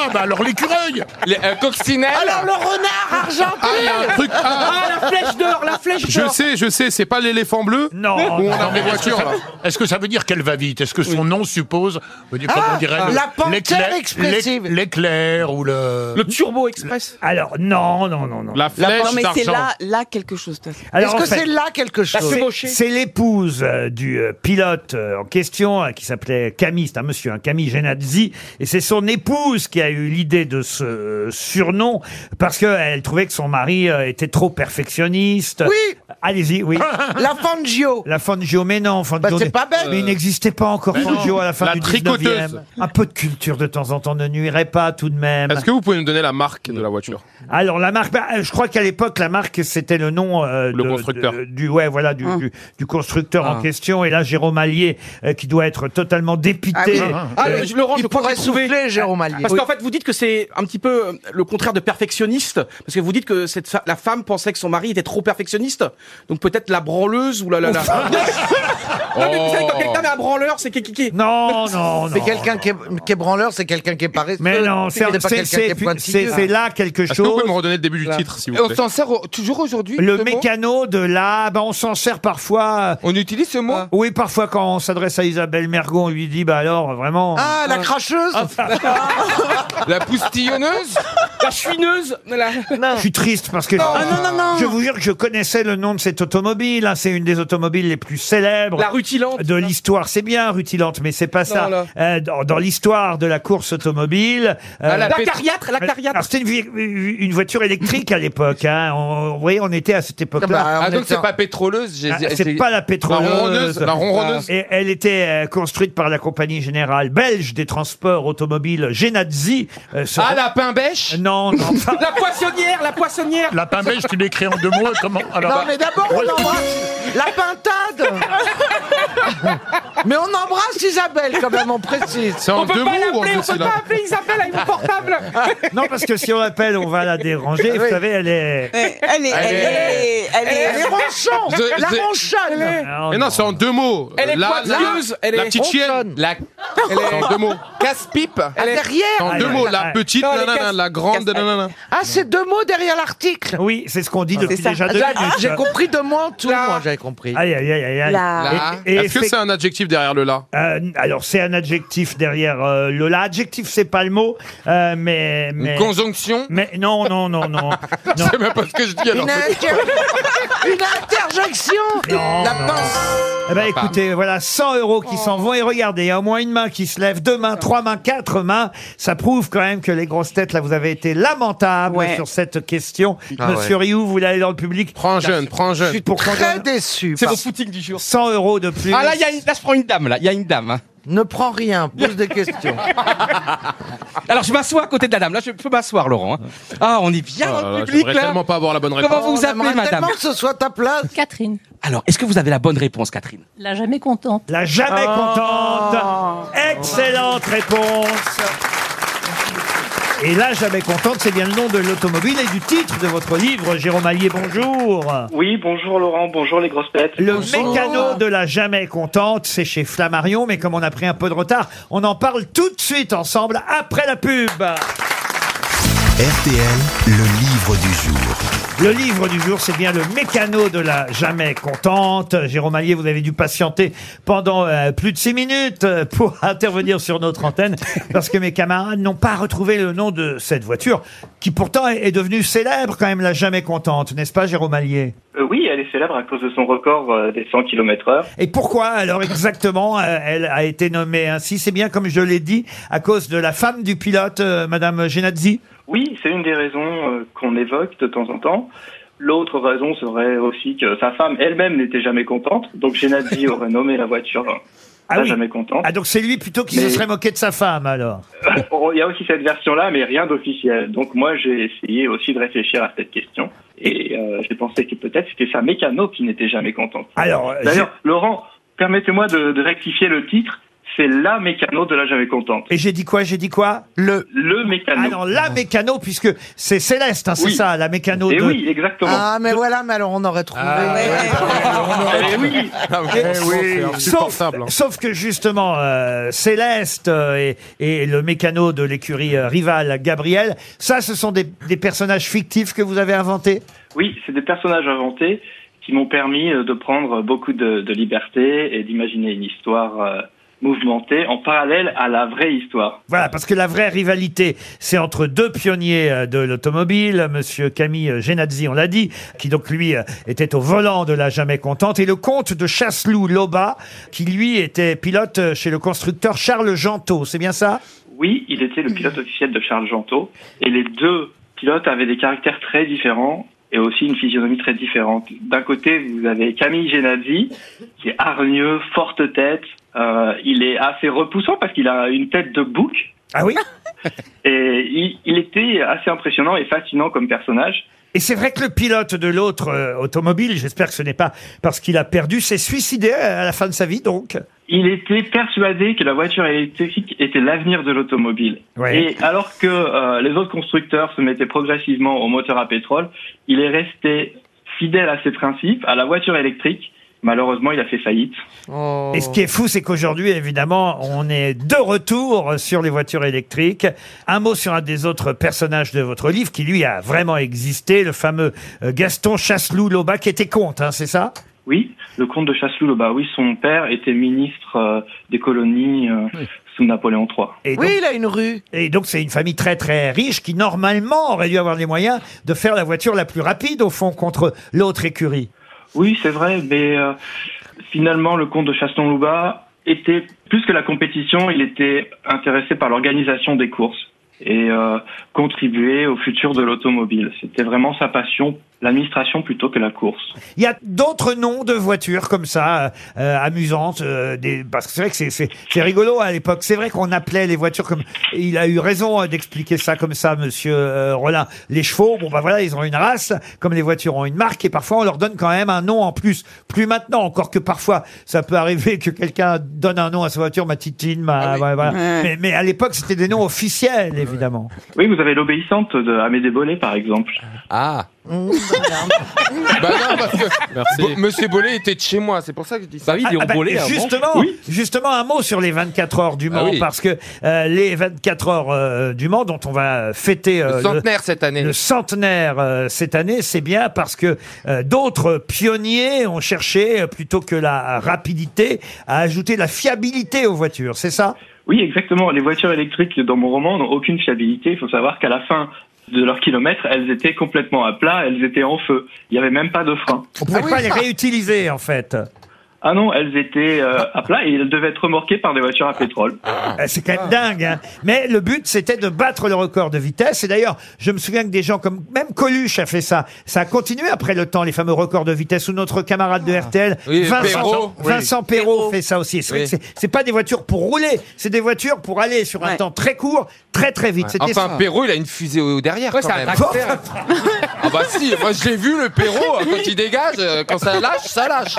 [SPEAKER 6] Ah, bah alors l'écureuil
[SPEAKER 7] Les, euh, coccinelle
[SPEAKER 4] Alors le renard argentin
[SPEAKER 8] Ah, il y a un truc-
[SPEAKER 4] Ah,
[SPEAKER 8] ah.
[SPEAKER 4] la flèche d'or, la flèche d'or
[SPEAKER 8] Je sais, je sais, c'est pas l'éléphant bleu Où on a mes voitures, là.
[SPEAKER 6] Est-ce que ça veut dire qu'elle va vite Est-ce que son nom suppose euh,
[SPEAKER 2] Ah,
[SPEAKER 6] comment on dirait, le-
[SPEAKER 2] la panthère
[SPEAKER 6] l'éclair-
[SPEAKER 2] expressive.
[SPEAKER 6] l'éc- L'éclair ou le le
[SPEAKER 4] turbo express.
[SPEAKER 2] Alors non, non, non, non.
[SPEAKER 6] La flèche
[SPEAKER 3] Non, mais c'est là, là quelque chose. t'as-
[SPEAKER 2] Alors, en fait,
[SPEAKER 3] Bah,
[SPEAKER 11] quelque
[SPEAKER 2] c'est- C'est l'épouse euh, du euh, pilote euh, en question, euh, qui s'appelait Camille, c'est un monsieur, hein, Camille Genazzi, et c'est son épouse qui a eu l'idée de ce euh, surnom, parce qu'elle trouvait que son mari euh, était trop perfectionniste.
[SPEAKER 11] Oui.
[SPEAKER 2] Allez-y, oui.
[SPEAKER 11] La Fangio Bah,
[SPEAKER 2] La Fangio, mais non, Fangio.
[SPEAKER 11] c'est
[SPEAKER 2] n'est-
[SPEAKER 11] pas bête.
[SPEAKER 2] Mais il n'existait pas encore
[SPEAKER 11] Mais non.
[SPEAKER 2] Fangio à la fin
[SPEAKER 8] La
[SPEAKER 2] du
[SPEAKER 8] tricoteuse.
[SPEAKER 2] 19e. Un peu de culture de temps en temps ne nuirait pas tout de même.
[SPEAKER 8] Est-ce que vous pouvez nous donner la marque de la voiture
[SPEAKER 2] Alors la marque, bah, euh, je crois qu'à l'époque la marque c'était le nom euh, de-
[SPEAKER 8] constructeur.
[SPEAKER 2] de- du ouais voilà
[SPEAKER 7] Ah.
[SPEAKER 2] du, du- du constructeur en
[SPEAKER 8] Ah.
[SPEAKER 2] question et là Jérôme Allier euh, qui doit être totalement dépité.
[SPEAKER 4] Ah, oui.
[SPEAKER 2] Euh,
[SPEAKER 4] Ah, le- Laurent, je pourrais
[SPEAKER 11] souffler Jérôme Allier.
[SPEAKER 4] euh, Parce
[SPEAKER 11] Oui.
[SPEAKER 4] qu'en fait, vous dites que c'est un petit peu euh, le contraire de perfectionniste, parce que vous dites que cette fa- la femme pensait que son mari était trop perfectionniste, donc peut-être la branleuse ou la la la. non, mais vous savez, quand quelqu'un est un branleur, c'est qui qui qui
[SPEAKER 2] Non, non,
[SPEAKER 11] C'est quelqu'un qui, est- qui est branleur, c'est quelqu'un qui est paresseux.
[SPEAKER 2] Mais Eh non, c'est-
[SPEAKER 11] pas
[SPEAKER 2] c'est-
[SPEAKER 11] quelqu'un
[SPEAKER 2] c'est-
[SPEAKER 11] qui est pointilleux.
[SPEAKER 2] c'est- c'est là quelque
[SPEAKER 8] Est-ce que vous
[SPEAKER 2] chose.
[SPEAKER 8] pouvez me redonner le début du titre, s'il vous
[SPEAKER 7] On
[SPEAKER 8] plaît
[SPEAKER 7] s'en sert au- toujours aujourd'hui
[SPEAKER 2] Le
[SPEAKER 7] ce mot
[SPEAKER 2] mécano de là, bah, on s'en sert parfois. euh, Ah.
[SPEAKER 7] On utilise ce mot
[SPEAKER 2] Oui, parfois quand on s'adresse à Isabelle Mergo, on lui dit bah alors vraiment. euh,
[SPEAKER 11] Ah, la cracheuse
[SPEAKER 4] Ah.
[SPEAKER 7] La poustillonneuse
[SPEAKER 4] La chuineuse la-
[SPEAKER 2] Je suis triste parce que
[SPEAKER 4] Non. Ah, non, non, non.
[SPEAKER 2] je vous jure que je connaissais le nom de cette automobile. hein. C'est une des automobiles les plus célèbres.
[SPEAKER 4] La rutilante.
[SPEAKER 2] De l'histoire. C'est bien, rutilante, mais c'est pas ça.
[SPEAKER 4] là.
[SPEAKER 2] Euh, dans dans l'histoire de la course automobile. euh,
[SPEAKER 4] Ah, la La pét- cariatre, la cariatre.
[SPEAKER 2] Alors, c'était une, vie- une voiture électrique à l'époque. Hein. On, vous voyez, on était à cette époque-là.
[SPEAKER 4] bah,
[SPEAKER 7] Ah, donc c'est pas pétroleuse j'ai-
[SPEAKER 2] Ah,
[SPEAKER 7] j'ai-
[SPEAKER 2] C'est pas la pétroleuse.
[SPEAKER 7] La ronronneuse, la ronronneuse.
[SPEAKER 2] Et elle était euh, construite par la compagnie générale belge des transports automobiles Genazzi.
[SPEAKER 7] Ah, la
[SPEAKER 2] pain-bêche Non, non. enfin,
[SPEAKER 4] La poissonnière, la poissonnière.
[SPEAKER 6] La pain-bêche, tu l'écris en deux mots, comment alors, bah-
[SPEAKER 11] Non, mais d'abord,
[SPEAKER 6] Ouais,
[SPEAKER 11] on embrasse la pintade Mais on embrasse Isabelle, quand même, on précise.
[SPEAKER 8] C'est en On peut deux pas mots ou en l'appeler,
[SPEAKER 2] hein,
[SPEAKER 8] deux on peut syllabes pas
[SPEAKER 4] appeler Isabelle avec mon portable
[SPEAKER 2] non, parce que si on l'appelle, on va la déranger. Vous savez, elle est.
[SPEAKER 3] Elle est, elle est, elle est,
[SPEAKER 11] Elle est ronchon
[SPEAKER 8] The-
[SPEAKER 11] La
[SPEAKER 8] the-
[SPEAKER 11] ronchonne
[SPEAKER 8] Mais non, c'est en deux mots.
[SPEAKER 4] Elle est
[SPEAKER 8] la, la,
[SPEAKER 4] pointilleuse, elle
[SPEAKER 8] la
[SPEAKER 4] est
[SPEAKER 8] petite chienne.
[SPEAKER 7] La...
[SPEAKER 8] Elle est en deux mots.
[SPEAKER 7] Casse-pipe
[SPEAKER 11] Ah, derrière
[SPEAKER 8] En deux
[SPEAKER 11] elle-
[SPEAKER 8] mots, la petite,
[SPEAKER 11] Non, elle est
[SPEAKER 8] nanana,
[SPEAKER 11] casse-
[SPEAKER 8] la grande, nanana.
[SPEAKER 11] Ah, c'est deux mots derrière l'article
[SPEAKER 2] Oui, c'est ce qu'on dit depuis
[SPEAKER 11] ça.
[SPEAKER 2] déjà deux
[SPEAKER 11] Ah,
[SPEAKER 2] minutes.
[SPEAKER 11] J'ai compris de moi en tout, moi, j'avais compris.
[SPEAKER 2] Aïe, aïe, aïe, aïe, aïe.
[SPEAKER 11] La-
[SPEAKER 2] Et- et
[SPEAKER 8] Est-ce que
[SPEAKER 2] effect-
[SPEAKER 8] c'est un adjectif derrière le la
[SPEAKER 2] Euh, alors c'est un adjectif derrière euh, le la. Adjectif c'est pas le mot, euh, mais, mais
[SPEAKER 7] Conjonction
[SPEAKER 2] mais non non non non.
[SPEAKER 7] Je sais même pas ce que je dis alors.
[SPEAKER 11] Une, inter- Une interjection
[SPEAKER 2] Non,
[SPEAKER 11] La
[SPEAKER 2] non.
[SPEAKER 11] pince
[SPEAKER 2] Eh ben écoutez, voilà 100 euros
[SPEAKER 11] Oh.
[SPEAKER 2] qui s'en vont et regardez, il y a au moins une main qui se lève, deux mains, trois mains, quatre mains. Ça prouve quand même que les grosses têtes là, vous avez été lamentables
[SPEAKER 11] Ouais.
[SPEAKER 2] sur cette question.
[SPEAKER 8] Ah
[SPEAKER 2] Monsieur Rioux, vous l'allez dans le public.
[SPEAKER 8] Prends un jeune, prends un
[SPEAKER 11] Je
[SPEAKER 8] jeune.
[SPEAKER 11] suis
[SPEAKER 2] Pour qu'on
[SPEAKER 11] très
[SPEAKER 2] donne
[SPEAKER 11] déçu.
[SPEAKER 4] C'est
[SPEAKER 11] par-
[SPEAKER 4] mon footing du jour.
[SPEAKER 2] 100 euros de plus.
[SPEAKER 7] Ah là, il y a une- là, je prends une dame, là. Il y a une dame. hein.
[SPEAKER 11] Ne prends rien, pose des questions.
[SPEAKER 7] Alors, je m'assois à côté de la dame. Là, je peux m'asseoir, Laurent. hein. Ah, on est bien
[SPEAKER 8] Oh
[SPEAKER 7] dans
[SPEAKER 8] là
[SPEAKER 7] le
[SPEAKER 8] là,
[SPEAKER 7] public,
[SPEAKER 8] J'aimerais
[SPEAKER 7] là.
[SPEAKER 8] tellement pas avoir la bonne réponse.
[SPEAKER 7] Comment vous vous
[SPEAKER 11] On aimerait
[SPEAKER 7] appelez, madame
[SPEAKER 11] tellement que ce soit ta place.
[SPEAKER 20] Catherine,
[SPEAKER 7] Alors, est-ce que vous avez la bonne réponse, Catherine
[SPEAKER 20] la jamais contente.
[SPEAKER 2] La jamais
[SPEAKER 11] Oh. Ah,
[SPEAKER 2] contente. Excellente réponse. Et là, jamais contente, c'est bien le nom de l'automobile et du titre de votre livre, Jérôme Allier. Bonjour.
[SPEAKER 9] Oui, bonjour Laurent, bonjour les grosses têtes.
[SPEAKER 2] Le mécano de la jamais contente, c'est chez Flammarion, mais comme on a pris un peu de retard, on en parle tout de suite ensemble après la pub.
[SPEAKER 1] RTL, le livre du jour.
[SPEAKER 2] Le livre du jour, c'est bien le mécano de la jamais contente. Jérôme Allier, vous avez dû patienter pendant euh, plus de six minutes euh, pour intervenir sur notre antenne parce que mes camarades n'ont pas retrouvé le nom de cette voiture qui pourtant est est devenue célèbre quand même, la jamais contente, n'est-ce pas Jérôme Allier
[SPEAKER 9] Euh, oui, elle est célèbre à cause de son record euh, des 100 km heure.
[SPEAKER 2] Et pourquoi alors exactement euh, elle a été nommée ainsi C'est bien comme je l'ai dit, à cause de la femme du pilote, euh, Madame Genazzi.
[SPEAKER 9] Oui, c'est une des raisons euh, qu'on évoque de temps en temps. L'autre raison serait aussi que sa femme elle-même n'était jamais contente, donc Genadi aurait nommé la voiture euh,
[SPEAKER 2] Ah
[SPEAKER 9] la
[SPEAKER 2] oui.
[SPEAKER 9] jamais contente.
[SPEAKER 2] Ah donc c'est lui plutôt qui se
[SPEAKER 9] Mais-
[SPEAKER 2] serait moqué de sa femme alors.
[SPEAKER 9] Euh, Il y a aussi cette version-là, mais rien d'officiel. Donc moi, j'ai essayé aussi de réfléchir à cette question. Et euh, j'ai pensé que peut-être c'était sa mécano qui n'était jamais contente.
[SPEAKER 2] Alors euh,
[SPEAKER 9] D'ailleurs, Laurent, permettez-moi de, de rectifier le titre. c'est la mécano de la jamais contente.
[SPEAKER 2] Et j'ai dit quoi J'ai dit quoi Le.
[SPEAKER 9] Le mécano.
[SPEAKER 2] Ah non, la mécano, puisque c'est Céleste, hein, c'est
[SPEAKER 9] Oui.
[SPEAKER 2] ça, la mécano
[SPEAKER 9] Et
[SPEAKER 2] de. Ah,
[SPEAKER 9] oui, exactement.
[SPEAKER 11] Ah, mais voilà, mais alors on aurait trouvé.
[SPEAKER 9] Eh
[SPEAKER 2] Et- sauf, hein. sauf que justement, euh, Céleste euh, et, et le mécano de l'écurie euh, rivale, Gabriel, ça, ce sont des, des personnages fictifs que vous avez inventés
[SPEAKER 9] Oui, c'est des personnages inventés qui m'ont permis euh, de prendre beaucoup de, de liberté et d'imaginer une histoire euh, mouvementée en parallèle à la vraie histoire.
[SPEAKER 2] Voilà, parce que la vraie rivalité, c'est entre deux pionniers euh, de l'automobile, Monsieur Camille euh, Genazzi, on l'a dit, qui donc lui euh, était au volant de la jamais contente, et le comte de Chasseloup Loba, qui lui était pilote euh, chez le constructeur Charles Gentot, c'est bien ça
[SPEAKER 9] Oui, il était le pilote officiel de Charles Gentot et les deux pilotes avaient des caractères très différents et aussi une physionomie très différente. D'un côté, vous avez Camille Genazzi, qui est hargneux, forte tête. Euh, il est assez repoussant parce qu'il a une tête de bouc.
[SPEAKER 2] Ah oui
[SPEAKER 9] Et il, il était assez impressionnant et fascinant comme personnage.
[SPEAKER 2] Et c'est vrai que le pilote de l'autre euh, automobile, j'espère que ce n'est pas parce qu'il a perdu, s'est suicidé euh, à la fin de sa vie, donc.
[SPEAKER 9] Il était persuadé que la voiture électrique était l'avenir de l'automobile.
[SPEAKER 2] Ouais.
[SPEAKER 9] Et alors que euh, les autres constructeurs se mettaient progressivement au moteur à pétrole, il est resté fidèle à ses principes, à la voiture électrique. Malheureusement, il a fait faillite.
[SPEAKER 2] Et ce qui est fou, c'est qu'aujourd'hui, évidemment, on est de retour sur les voitures électriques. Un mot sur un des autres personnages de votre livre qui, lui, a vraiment existé, le fameux euh, Gaston Chasseloup-Loba, qui était comte, hein, c'est ça
[SPEAKER 9] Oui, le comte de Chasseloup-Loba, oui, son père était ministre euh, des colonies euh, sous Napoléon III.
[SPEAKER 2] oui, il a une rue. Et donc, c'est une famille très, très riche qui, normalement, aurait dû avoir les moyens de faire la voiture la plus rapide, au fond, contre l'autre écurie.
[SPEAKER 9] Oui, c'est vrai, mais euh, finalement, le comte de Chaston-Louba était, plus que la compétition, il était intéressé par l'organisation des courses et euh, contribuer au futur de l'automobile. C'était vraiment sa passion, l'administration plutôt que la course.
[SPEAKER 2] Il y a d'autres noms de voitures comme ça, euh, euh, amusantes, euh, des- parce que c'est vrai que c'est- c'est c'est rigolo à l'époque. C'est vrai qu'on appelait les voitures comme. et Il a eu raison euh, d'expliquer ça comme ça, Monsieur euh, Rollin. Les chevaux, bon bah voilà, ils ont une race, comme les voitures ont une marque, et parfois on leur donne quand même un nom en plus. Plus maintenant, encore que parfois ça peut arriver que quelqu'un donne un nom à sa voiture, ma titine, ma. voilà, voilà.
[SPEAKER 9] Ouais.
[SPEAKER 2] Mais, mais à l'époque, c'était des noms officiels, évidemment.
[SPEAKER 9] Oui, vous avez l'obéissante de Amédée Bollé, par exemple. Ah
[SPEAKER 2] Mmh,
[SPEAKER 7] Bah non, parce que Bo- Monsieur Bollet était de chez moi, c'est pour ça que je dis ça.
[SPEAKER 2] Ah, ah bah, justement, justement, un mot sur les 24 heures du Mans,
[SPEAKER 7] Ah oui.
[SPEAKER 2] parce que euh, les 24 heures euh, du Mans, dont on va fêter euh,
[SPEAKER 7] Le centenaire cette année.
[SPEAKER 2] le centenaire euh, cette année, c'est bien parce que euh, d'autres pionniers ont cherché, euh, plutôt que la rapidité, à ajouter la fiabilité aux voitures, c'est ça
[SPEAKER 9] Oui, exactement. Les voitures électriques dans mon roman n'ont aucune fiabilité. Il faut savoir qu'à la fin de leur kilomètre, elles étaient complètement à plat, elles étaient en feu. Il n'y avait même pas de frein.
[SPEAKER 2] On ne pouvait pas les réutiliser, en fait.
[SPEAKER 9] Ah non, elles étaient euh, à plat et elles devaient être remorquées par des voitures à pétrole.
[SPEAKER 2] Euh, C'est quand
[SPEAKER 7] Ah.
[SPEAKER 2] même dingue. hein. Mais le but, c'était de battre le record de vitesse. Et d'ailleurs, je me souviens que des gens comme même Coluche a fait ça. Ça a continué après le temps, les fameux records de vitesse. Ou notre camarade de RTL,
[SPEAKER 7] Ah. Oui,
[SPEAKER 2] Vincent,
[SPEAKER 7] Perrault.
[SPEAKER 2] Vincent Perrault, fait ça aussi. C'est vrai que
[SPEAKER 7] Oui.
[SPEAKER 2] c'est- C'est pas des voitures pour rouler, c'est des voitures pour aller sur un temps très court, très très Ah, vite. C'était
[SPEAKER 7] Enfin,
[SPEAKER 2] ça.
[SPEAKER 7] Perrault, il a une fusée au derrière
[SPEAKER 2] Ouais,
[SPEAKER 7] quand
[SPEAKER 2] c'est un
[SPEAKER 7] même.
[SPEAKER 2] tracteur.
[SPEAKER 7] ah bah si, moi je l'ai vu le Perrault, hein, quand il dégage, euh, quand ça lâche, ça lâche.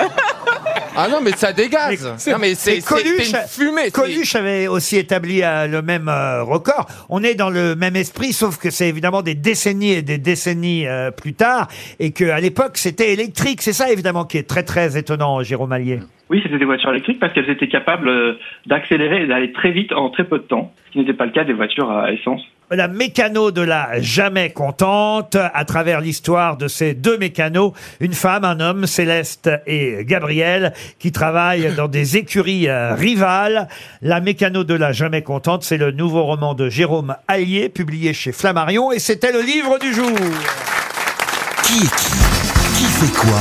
[SPEAKER 7] Ah non, mais ça dégage. non, mais c'est
[SPEAKER 2] Mais
[SPEAKER 7] c'est- c'est
[SPEAKER 2] Coluche,
[SPEAKER 7] une fumée.
[SPEAKER 2] Coluche avait aussi établi euh, le même euh, record. On est dans le même esprit, sauf que c'est évidemment des décennies et des décennies euh, plus tard, et qu'à l'époque c'était électrique. C'est ça évidemment qui est très très étonnant, Jérôme Allier.
[SPEAKER 9] Oui, c'était des voitures électriques parce qu'elles étaient capables euh, d'accélérer et d'aller très vite en très peu de temps, ce qui n'était pas le cas des voitures à essence.
[SPEAKER 2] La mécano de la jamais contente, à travers l'histoire de ces deux mécanos, une femme, un homme, Céleste et Gabriel, qui travaillent dans des écuries euh, rivales. La mécano de la jamais contente, c'est le nouveau roman de Jérôme Allier, publié chez Flammarion, et c'était le livre du jour.
[SPEAKER 1] Qui est qui Qui fait quoi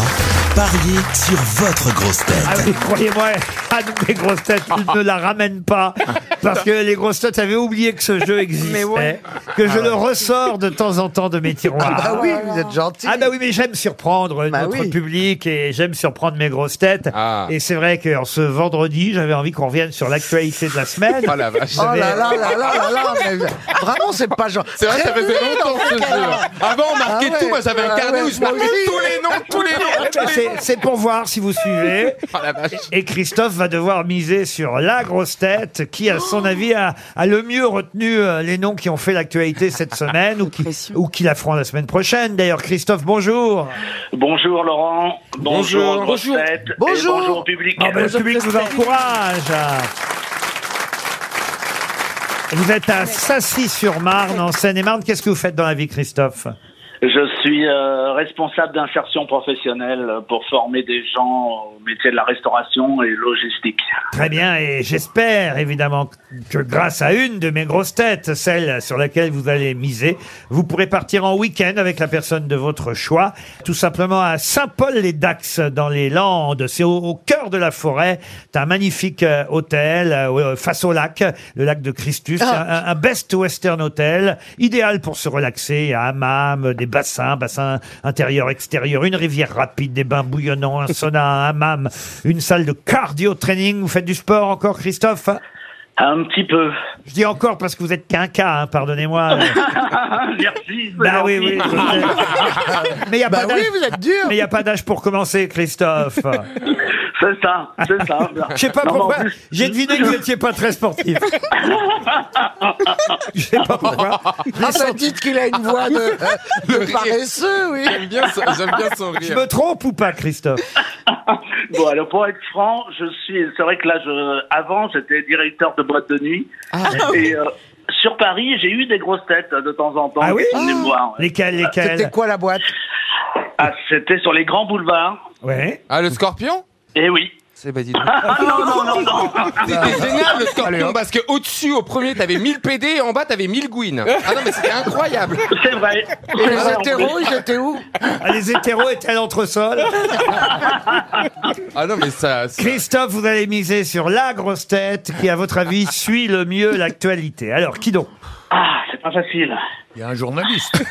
[SPEAKER 1] Pariez sur votre grosse tête.
[SPEAKER 2] Ah oui, croyez-moi, Anne des grosses têtes ne la ramène pas parce que les grosses têtes avaient oublié que ce jeu existait. que
[SPEAKER 1] Ah
[SPEAKER 2] je le ressors de temps en temps de mes tiroirs.
[SPEAKER 11] Ah bah oui, vous êtes gentil.
[SPEAKER 2] Ah bah oui, mais j'aime surprendre euh,
[SPEAKER 11] Bah
[SPEAKER 2] notre
[SPEAKER 11] oui.
[SPEAKER 2] public et j'aime surprendre mes grosses têtes.
[SPEAKER 7] Ah.
[SPEAKER 2] Et c'est vrai qu'en ce vendredi, j'avais envie qu'on revienne sur l'actualité de la semaine.
[SPEAKER 7] Oh la vache.
[SPEAKER 11] Oh là là là là là là, mais vraiment c'est pas genre.
[SPEAKER 7] C'est vrai, ça faisait
[SPEAKER 11] Réglez
[SPEAKER 7] longtemps
[SPEAKER 11] dans
[SPEAKER 7] que
[SPEAKER 11] ce
[SPEAKER 7] je le
[SPEAKER 11] cas-là. Ah
[SPEAKER 7] fais. Avant, on marquait tout, moi, j'avais un carnet où je
[SPEAKER 11] moi
[SPEAKER 7] marquais
[SPEAKER 11] aussi.
[SPEAKER 7] tous les noms, tous les noms, tous les
[SPEAKER 2] C'est-
[SPEAKER 7] noms.
[SPEAKER 2] C'est pour voir si vous suivez. Et Christophe va devoir miser sur la grosse tête qui, à son avis, a, a le mieux retenu euh, les noms qui ont fait l'actualité cette semaine ou qui, ou qui la feront la semaine prochaine. D'ailleurs, Christophe, bonjour.
[SPEAKER 20] Bonjour Laurent, bonjour
[SPEAKER 2] Bonjour.
[SPEAKER 20] grosse
[SPEAKER 2] Bonjour.
[SPEAKER 20] tête, et
[SPEAKER 2] Bonjour.
[SPEAKER 20] bonjour public.
[SPEAKER 2] Ah ben, le public vous encourage. Vous êtes à Sassy-sur-Marne, en Seine-et-Marne. Qu'est-ce que vous faites dans la vie, Christophe
[SPEAKER 20] Je suis euh, responsable d'insertion professionnelle pour former des gens au métier de la restauration et logistique.
[SPEAKER 2] Très bien, et j'espère évidemment que grâce à une de mes grosses têtes, celle sur laquelle vous allez miser, vous pourrez partir en week-end avec la personne de votre choix, tout simplement à Saint-Paul-les-Dax dans les Landes. C'est au, au cœur de la forêt, c'est un magnifique euh, hôtel euh, euh, face au lac, le lac de Christus,
[SPEAKER 11] Ah.
[SPEAKER 2] un, un best western hôtel, idéal pour se relaxer, il y a hammam, des bassins, bassins intérieurs, extérieurs, une rivière rapide, des bains bouillonnants, un sauna, un hammam, une salle de cardio training. Vous faites du sport encore, Christophe
[SPEAKER 20] Un petit peu.
[SPEAKER 2] Je dis encore parce que vous êtes qu'un cas, hein, pardonnez-moi.
[SPEAKER 20] Merci.
[SPEAKER 2] Bah oui, oui. je sais. Mais il y a
[SPEAKER 20] Bah
[SPEAKER 2] pas d'âge-
[SPEAKER 20] oui, vous êtes dur.
[SPEAKER 2] Mais il n'y a pas d'âge pour commencer, Christophe.
[SPEAKER 20] C'est ça, c'est ça.
[SPEAKER 2] Je sais pas
[SPEAKER 20] Non, mais en
[SPEAKER 2] pourquoi.
[SPEAKER 20] plus-
[SPEAKER 2] J'ai deviné que vous n'étiez pas très sportif. Je sais pas pourquoi.
[SPEAKER 11] Ah, ça titre qu'il a une voix de, euh, de paresseux, oui.
[SPEAKER 20] J'aime bien son- j'aime bien son rire.
[SPEAKER 2] Je me trompe ou pas, Christophe
[SPEAKER 20] Bon, alors pour être franc, je suis. C'est vrai que là, je, avant, j'étais directeur de boîte de nuit.
[SPEAKER 11] Ah.
[SPEAKER 20] Et euh, sur Paris, j'ai eu des grosses têtes euh, de temps en temps.
[SPEAKER 2] Ah oui
[SPEAKER 20] qui venaient me voir, ouais.
[SPEAKER 2] Lesquels, lesquels
[SPEAKER 20] Ah, C'était
[SPEAKER 11] quoi la boîte
[SPEAKER 20] Ah, c'était sur les grands boulevards.
[SPEAKER 2] Ouais.
[SPEAKER 7] Ah, le scorpion
[SPEAKER 20] Eh oui.
[SPEAKER 7] C'est bah dis
[SPEAKER 20] Ah, non, non, non, non.
[SPEAKER 7] C'était génial le scorpion
[SPEAKER 20] Allez, hop.
[SPEAKER 7] parce que au-dessus au premier t'avais 1000 PD et en bas t'avais 1000 Gwyn. Ah non mais c'était incroyable.
[SPEAKER 20] C'est vrai.
[SPEAKER 7] Et les hétéros ils
[SPEAKER 11] étaient où
[SPEAKER 2] Ah, Les hétéros étaient à l'entresol.
[SPEAKER 7] Ah non mais ça
[SPEAKER 2] Christophe, vous allez miser sur la grosse tête qui, à votre avis, suit le mieux l'actualité. Alors, qui donc
[SPEAKER 20] Ah, c'est pas facile.
[SPEAKER 6] Il y a un journaliste.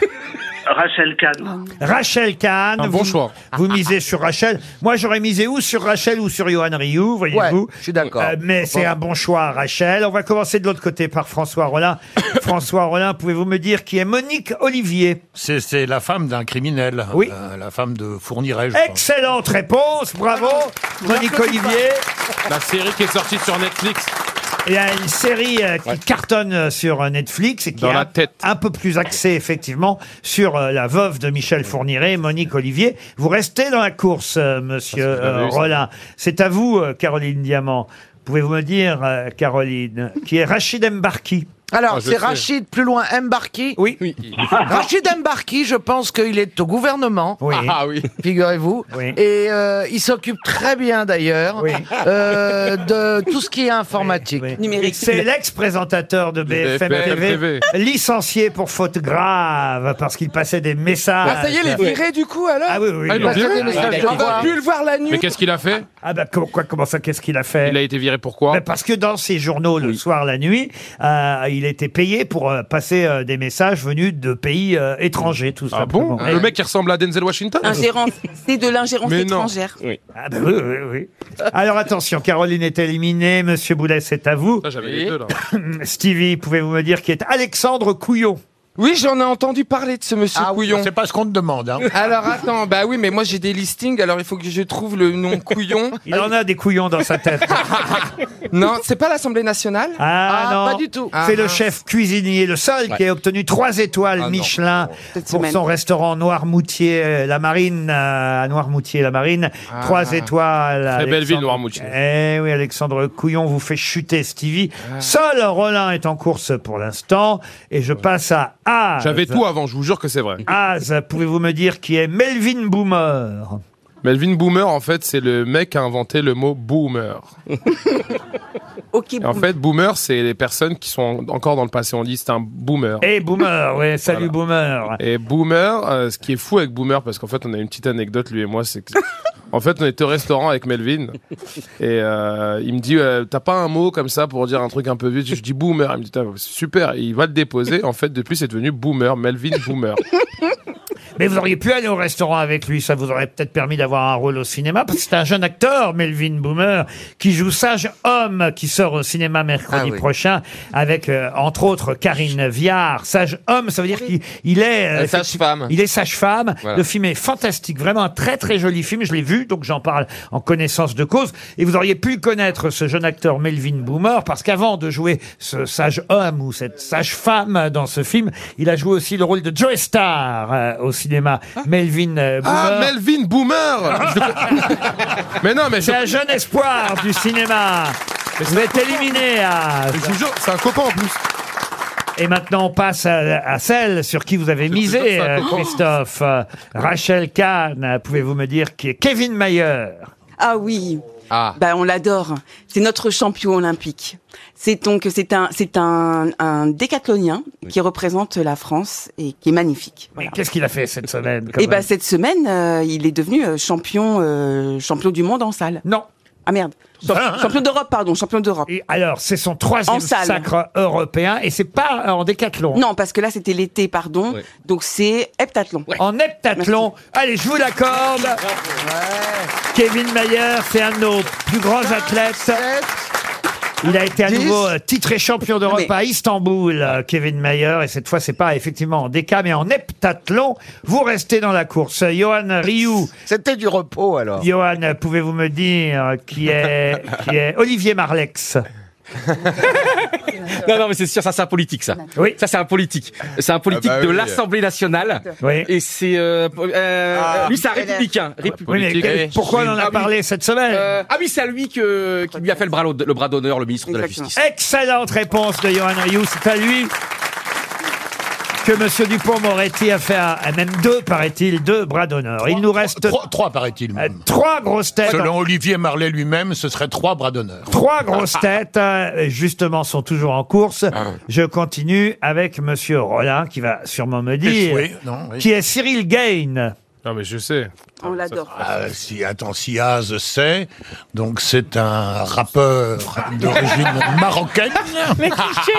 [SPEAKER 20] Rachel Kahn.
[SPEAKER 2] Rachel Kahn.
[SPEAKER 20] Un bon
[SPEAKER 2] vous,
[SPEAKER 20] choix.
[SPEAKER 2] Vous misez sur Rachel. Moi, j'aurais misé ou sur Rachel ou sur Johan Rioux, voyez-vous.
[SPEAKER 5] je suis d'accord.
[SPEAKER 2] Euh, mais c'est un bon choix, Rachel. On va commencer de l'autre côté par François Rollin. François Rollin, pouvez-vous me dire qui est Monique Olivier
[SPEAKER 6] C'est, c'est la femme d'un criminel. Oui. la femme de Fourniret, je
[SPEAKER 2] Ah,
[SPEAKER 6] crois.
[SPEAKER 2] Excellente réponse, bravo, Monique Olivier.
[SPEAKER 8] La série qui est sortie sur Netflix.
[SPEAKER 2] Il y a une série euh, qui cartonne euh, sur euh, Netflix et qui
[SPEAKER 8] Dans
[SPEAKER 2] est
[SPEAKER 8] la
[SPEAKER 2] un- un peu plus axée effectivement sur euh, la veuve de Michel Fourniret, Monique Olivier. Vous restez dans la course, euh, monsieur
[SPEAKER 21] Parce que je l'avais
[SPEAKER 2] euh,
[SPEAKER 21] vu, ça.
[SPEAKER 2] Rollin. C'est à vous, euh, Caroline Diamant. Pouvez-vous me dire, euh, Caroline, qui est Rachid Mbarki
[SPEAKER 11] Alors, c'est Rachid, plus loin, Mbarki.
[SPEAKER 2] Oui.
[SPEAKER 11] Rachid Mbarki, je pense qu'il est au gouvernement.
[SPEAKER 2] Oui.
[SPEAKER 7] Ah oui.
[SPEAKER 11] Figurez-vous. Et euh, il s'occupe très bien, d'ailleurs, euh, de tout ce qui est informatique.
[SPEAKER 2] Numérique. C'est l'ex-présentateur de BFM,
[SPEAKER 11] BFM
[SPEAKER 2] TV,
[SPEAKER 11] TV.
[SPEAKER 2] licencié pour faute grave parce qu'il passait des messages.
[SPEAKER 8] Ah, ça y est, les virés,
[SPEAKER 7] du coup alors
[SPEAKER 2] Ah oui, oui.
[SPEAKER 8] Ah, ils l'ont viré
[SPEAKER 2] d'accord.
[SPEAKER 8] On va plus le
[SPEAKER 7] voir la
[SPEAKER 8] Mais qu'est-ce qu'il a fait
[SPEAKER 2] Ah bah comment, quoi, comment ça, qu'est-ce qu'il a fait
[SPEAKER 8] Il a été viré pourquoi
[SPEAKER 2] Ben, parce que dans ses journaux le soir, la nuit, euh, il était payé pour euh, passer euh, des messages venus de pays euh, étrangers, tout
[SPEAKER 8] Ah
[SPEAKER 2] simplement.
[SPEAKER 8] bon
[SPEAKER 2] Ouais.
[SPEAKER 8] Le mec qui ressemble à Denzel Washington
[SPEAKER 3] Ingérence, c'est de l'ingérence
[SPEAKER 8] Mais non.
[SPEAKER 3] étrangère.
[SPEAKER 8] Oui.
[SPEAKER 2] Ah ben oui, oui, oui. Alors attention, Caroline est éliminée, Monsieur Boulet, c'est à vous.
[SPEAKER 8] Ça, j'avais les deux, là.
[SPEAKER 2] Stevie, pouvez-vous me dire qui est Alexandre Couillon
[SPEAKER 7] Oui, j'en ai entendu parler de ce monsieur
[SPEAKER 2] Ah oui,
[SPEAKER 7] Couillon.
[SPEAKER 6] C'est pas ce qu'on te demande. Hein.
[SPEAKER 7] Alors attends, bah oui, mais moi j'ai des listings, alors il faut que je trouve le nom couillon.
[SPEAKER 2] Il en a des couillons dans sa tête.
[SPEAKER 7] Non, c'est pas l'Assemblée nationale
[SPEAKER 2] Ah, non, C'est le
[SPEAKER 7] Ah,
[SPEAKER 2] chef cuisinier, le seul
[SPEAKER 7] Ouais.
[SPEAKER 2] qui a obtenu trois étoiles
[SPEAKER 7] Ah non.
[SPEAKER 2] Michelin
[SPEAKER 7] Cette
[SPEAKER 2] pour
[SPEAKER 7] semaine.
[SPEAKER 2] son restaurant Noirmoutier euh, la Marine euh, à Noirmoutier la Marine.
[SPEAKER 8] Ah.
[SPEAKER 2] Trois étoiles.
[SPEAKER 8] Très belle ville,
[SPEAKER 2] Alexandre-
[SPEAKER 8] Noirmoutier.
[SPEAKER 2] Eh oui, Alexandre Couillon vous fait chuter Stevie.
[SPEAKER 7] Ah.
[SPEAKER 2] Seul Rollin est en course pour l'instant et je passe à Az.
[SPEAKER 8] J'avais tout avant, je vous jure que c'est vrai.
[SPEAKER 2] Az, pouvez-vous me dire qui est Melvin Boomer
[SPEAKER 8] Melvin Boomer, en fait, c'est le mec qui a inventé le mot boomer.
[SPEAKER 3] ok.
[SPEAKER 8] Et en fait, boomer, c'est les personnes qui sont en- encore dans le passé. On dit c'est un boomer.
[SPEAKER 2] Et boomer, ouais, salut boomer.
[SPEAKER 8] Et boomer, euh, ce qui est fou avec boomer, parce qu'en fait, on a une petite anecdote, lui et moi, c'est que. En fait, on était au restaurant avec Melvin et euh, il me dit euh, T'as pas un mot comme ça pour dire un truc un peu vieux Je dis boomer. Il me dit Tain, c'est Super. Et il va le déposer. En fait, depuis, c'est devenu boomer, Melvin boomer.
[SPEAKER 2] Mais vous auriez pu aller au restaurant avec lui, ça vous aurait peut-être permis d'avoir un rôle au cinéma, parce que c'est un jeune acteur, Melvin Boomer, qui joue Sage Homme, qui sort au cinéma
[SPEAKER 7] Ah
[SPEAKER 2] mercredi prochain, avec, euh, entre autres, Karine Viard. Sage Homme, ça veut dire qu'il il est... euh,
[SPEAKER 7] Euh, sage-femme.
[SPEAKER 2] Il est sage-femme.
[SPEAKER 7] Voilà.
[SPEAKER 2] Le film est fantastique, vraiment un très très joli film, je l'ai vu, donc j'en parle en connaissance de cause. Et vous auriez pu connaître ce jeune acteur Melvin Boomer, parce qu'avant de jouer ce sage homme ou cette sage femme dans ce film, il a joué aussi le rôle de Joe Star euh, au cinéma. Melvin euh, Boomer.
[SPEAKER 8] Ah, Melvin Boomer Mais non, mais
[SPEAKER 2] C'est un jeune espoir du cinéma. Vous êtes éliminé à.
[SPEAKER 8] c'est un copain en plus.
[SPEAKER 2] Et maintenant, on passe à, à celle sur qui vous avez misé,
[SPEAKER 18] toujours ça,
[SPEAKER 2] euh,
[SPEAKER 18] copain.
[SPEAKER 2] Christophe. Euh, Rachel Kahn, euh, pouvez-vous me dire qui est Kevin Mayer
[SPEAKER 3] Ah oui. Bah, on l'adore. C'est notre champion olympique. C'est donc c'est un c'est un, un décathlonien qui représente la France et qui est magnifique.
[SPEAKER 2] Mais Qu'est-ce qu'il a fait cette semaine quand
[SPEAKER 3] Et ben
[SPEAKER 2] même
[SPEAKER 3] cette semaine, euh, il est devenu euh, champion euh, champion du monde en salle.
[SPEAKER 2] Non.
[SPEAKER 3] Ah merde. Champ- champion d'Europe, pardon, champion d'Europe.
[SPEAKER 2] Alors, c'est son troisième
[SPEAKER 3] En salle.
[SPEAKER 2] sacre européen et c'est pas euh, en décathlon.
[SPEAKER 3] Non, parce que là c'était l'été, pardon. Donc c'est heptathlon.
[SPEAKER 2] En heptathlon. Allez, je vous l'accorde. Kevin Mayer, c'est un de nos plus grands athlètes. Il a été à nouveau euh, titré champion d'Europe à Istanbul, euh, Kevin Mayer, et cette fois c'est pas effectivement en déca, mais en heptathlon. Vous restez dans la course. Johan Rioux.
[SPEAKER 5] C'était du repos alors.
[SPEAKER 2] Johan, pouvez-vous me dire qui est, qui est Olivier Marlex
[SPEAKER 4] Non, non, mais c'est sûr, ça c'est un politique, ça.
[SPEAKER 2] Oui.
[SPEAKER 4] Ça c'est un politique. C'est un politique
[SPEAKER 2] Ah bah oui.
[SPEAKER 4] de l'Assemblée nationale.
[SPEAKER 2] Oui. Ah.
[SPEAKER 4] Et c'est, euh, euh, lui c'est un républicain.
[SPEAKER 8] Ah,
[SPEAKER 2] Oui, mais que- pourquoi on en a parlé cette semaine
[SPEAKER 7] Euh,
[SPEAKER 4] Ah oui, c'est à lui que, qui lui a fait le bras, l'honneur- le bras d'honneur, le ministre de la Justice.
[SPEAKER 2] Excellente réponse de Johan Rioux. C'est à lui que Monsieur Dupont-Moretti a fait un, un- même deux, paraît-il, deux bras d'honneur. Il nous reste trois,
[SPEAKER 6] paraît-il.
[SPEAKER 2] Euh, trois grosses têtes.
[SPEAKER 6] Selon Olivier Marlet lui-même, ce serait trois bras d'honneur.
[SPEAKER 2] Trois
[SPEAKER 6] ah.
[SPEAKER 2] grosses têtes, euh, justement, sont toujours en course. Je continue avec Monsieur Rollin, qui va sûrement me dire,
[SPEAKER 6] Échoué, non, oui.
[SPEAKER 2] qui est Cyril Gain.
[SPEAKER 8] Non, mais je sais.
[SPEAKER 3] On l'adore.
[SPEAKER 6] Ah, si, attends, si Az sait, donc c'est un rappeur d'origine marocaine. Ah,
[SPEAKER 18] Mais cliché.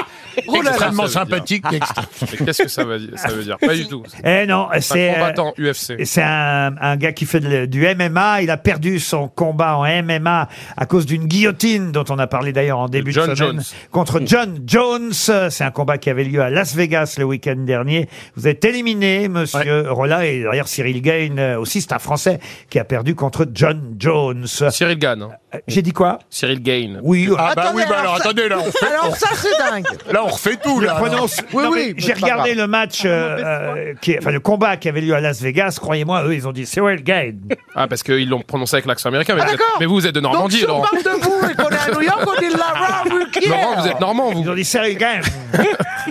[SPEAKER 2] Oh là là,
[SPEAKER 6] extrêmement
[SPEAKER 2] ça veut
[SPEAKER 6] sympathique.
[SPEAKER 2] dire.
[SPEAKER 8] Mais qu'est-ce que ça veut dire, ça veut dire Pas du tout.
[SPEAKER 2] Eh non, c'est
[SPEAKER 8] un
[SPEAKER 2] euh,
[SPEAKER 8] combattant UFC.
[SPEAKER 2] C'est un, un gars qui fait de- du MMA. Il a perdu son combat en MMA à cause d'une guillotine dont on a parlé d'ailleurs en début
[SPEAKER 8] John
[SPEAKER 2] de semaine
[SPEAKER 8] Jones. Hmm.
[SPEAKER 2] contre John Jones. C'est un combat qui avait lieu à Las Vegas le week-end dernier. Vous êtes éliminé, Monsieur Rolla, et d'ailleurs Cyril Gain euh, aussi, c'est un Français qui a perdu contre John Jones. Euh,
[SPEAKER 8] Cyril Gann.
[SPEAKER 2] J'ai dit quoi
[SPEAKER 8] Cyril Gain.
[SPEAKER 2] Oui.
[SPEAKER 6] Ah bah oui, bah alors attendez, là on fait
[SPEAKER 11] Alors
[SPEAKER 6] on-
[SPEAKER 11] ça, c'est dingue.
[SPEAKER 6] Là, on refait tout,
[SPEAKER 2] Je
[SPEAKER 6] là.
[SPEAKER 2] prononce-
[SPEAKER 6] Oui,
[SPEAKER 2] Non, mais
[SPEAKER 6] oui,
[SPEAKER 2] J'ai
[SPEAKER 6] c'est pas
[SPEAKER 2] regardé
[SPEAKER 6] grave.
[SPEAKER 2] le match, euh, euh, qui, est- enfin le combat qui avait lieu à Las Vegas. Croyez-moi, eux, ils ont dit Cyril Gain.
[SPEAKER 8] Ah, parce qu'ils l'ont prononcé avec l'accent américain. Mais,
[SPEAKER 2] Ah,
[SPEAKER 8] vous, êtes,
[SPEAKER 2] d'accord.
[SPEAKER 8] mais vous, vous êtes de Normandie,
[SPEAKER 11] Donc, si on
[SPEAKER 8] Laurent.
[SPEAKER 11] parle de vous et qu'on est à New York, on dit Lara Ruquier.
[SPEAKER 8] Laurent, vous êtes normand, vous.
[SPEAKER 2] Ils ont dit Cyril Gain.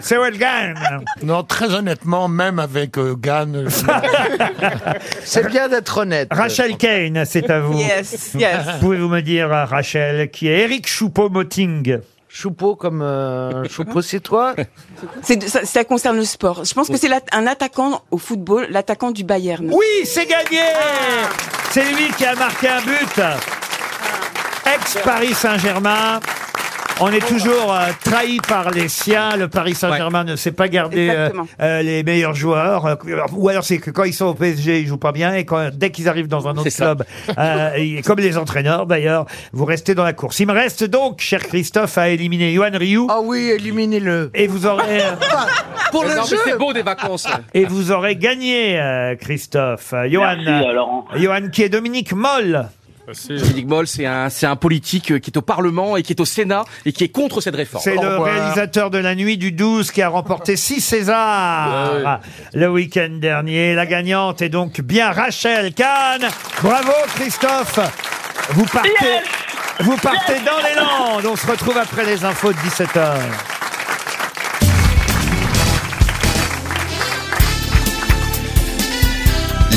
[SPEAKER 2] Cyril Gain.
[SPEAKER 6] Non, très honnêtement, même avec euh, Gann.
[SPEAKER 5] C'est bien d'être honnête.
[SPEAKER 2] Rachel Kane, c'est à vous.
[SPEAKER 5] Yes, yes.
[SPEAKER 2] Pouvez-vous me dire, euh, Rachel, qui est Eric Choupo-Moting
[SPEAKER 5] Choupeau comme euh, Choupeau, c'est toi
[SPEAKER 3] C'est ça, ça concerne le sport. Je pense que c'est l'att- un attaquant au football, l'attaquant du Bayern.
[SPEAKER 2] Oui, c'est gagné C'est lui qui a marqué un but.
[SPEAKER 4] Ah.
[SPEAKER 2] Ex-Paris Saint-Germain. On est toujours euh, trahi par les siens. Le Paris Saint-Germain ne sait pas garder euh,
[SPEAKER 18] Exactement.
[SPEAKER 2] euh, les meilleurs joueurs. Euh, Ou alors c'est que quand ils sont au PSG, ils jouent pas bien. Et quand, dès qu'ils arrivent dans un autre
[SPEAKER 4] ça.
[SPEAKER 2] club, euh, et comme les entraîneurs d'ailleurs, vous restez dans la course. Il me reste donc, cher Christophe, à éliminer Yohan Ryu.
[SPEAKER 5] Ah oui, éliminez-le.
[SPEAKER 2] Et vous aurez... euh,
[SPEAKER 5] Pour
[SPEAKER 4] Mais
[SPEAKER 5] le
[SPEAKER 4] non, mais
[SPEAKER 5] jeu.
[SPEAKER 4] c'est beau des vacances. ouais.
[SPEAKER 2] Et vous aurez gagné, euh, Christophe. Euh, Johan,
[SPEAKER 4] Merci, euh, Laurent.
[SPEAKER 2] Johan, qui est Dominique Moll.
[SPEAKER 4] Dominique Moll, c'est un, c'est un politique euh, qui est au Parlement et qui est au Sénat et qui est contre cette réforme.
[SPEAKER 2] C'est le réalisateur de La Nuit du 12 qui a remporté 6 Césars le week-end dernier. La gagnante est donc bien Rachel Kahn. Bravo, Christophe. Vous partez, vous partez dans les Landes. On se retrouve après les infos de 17h.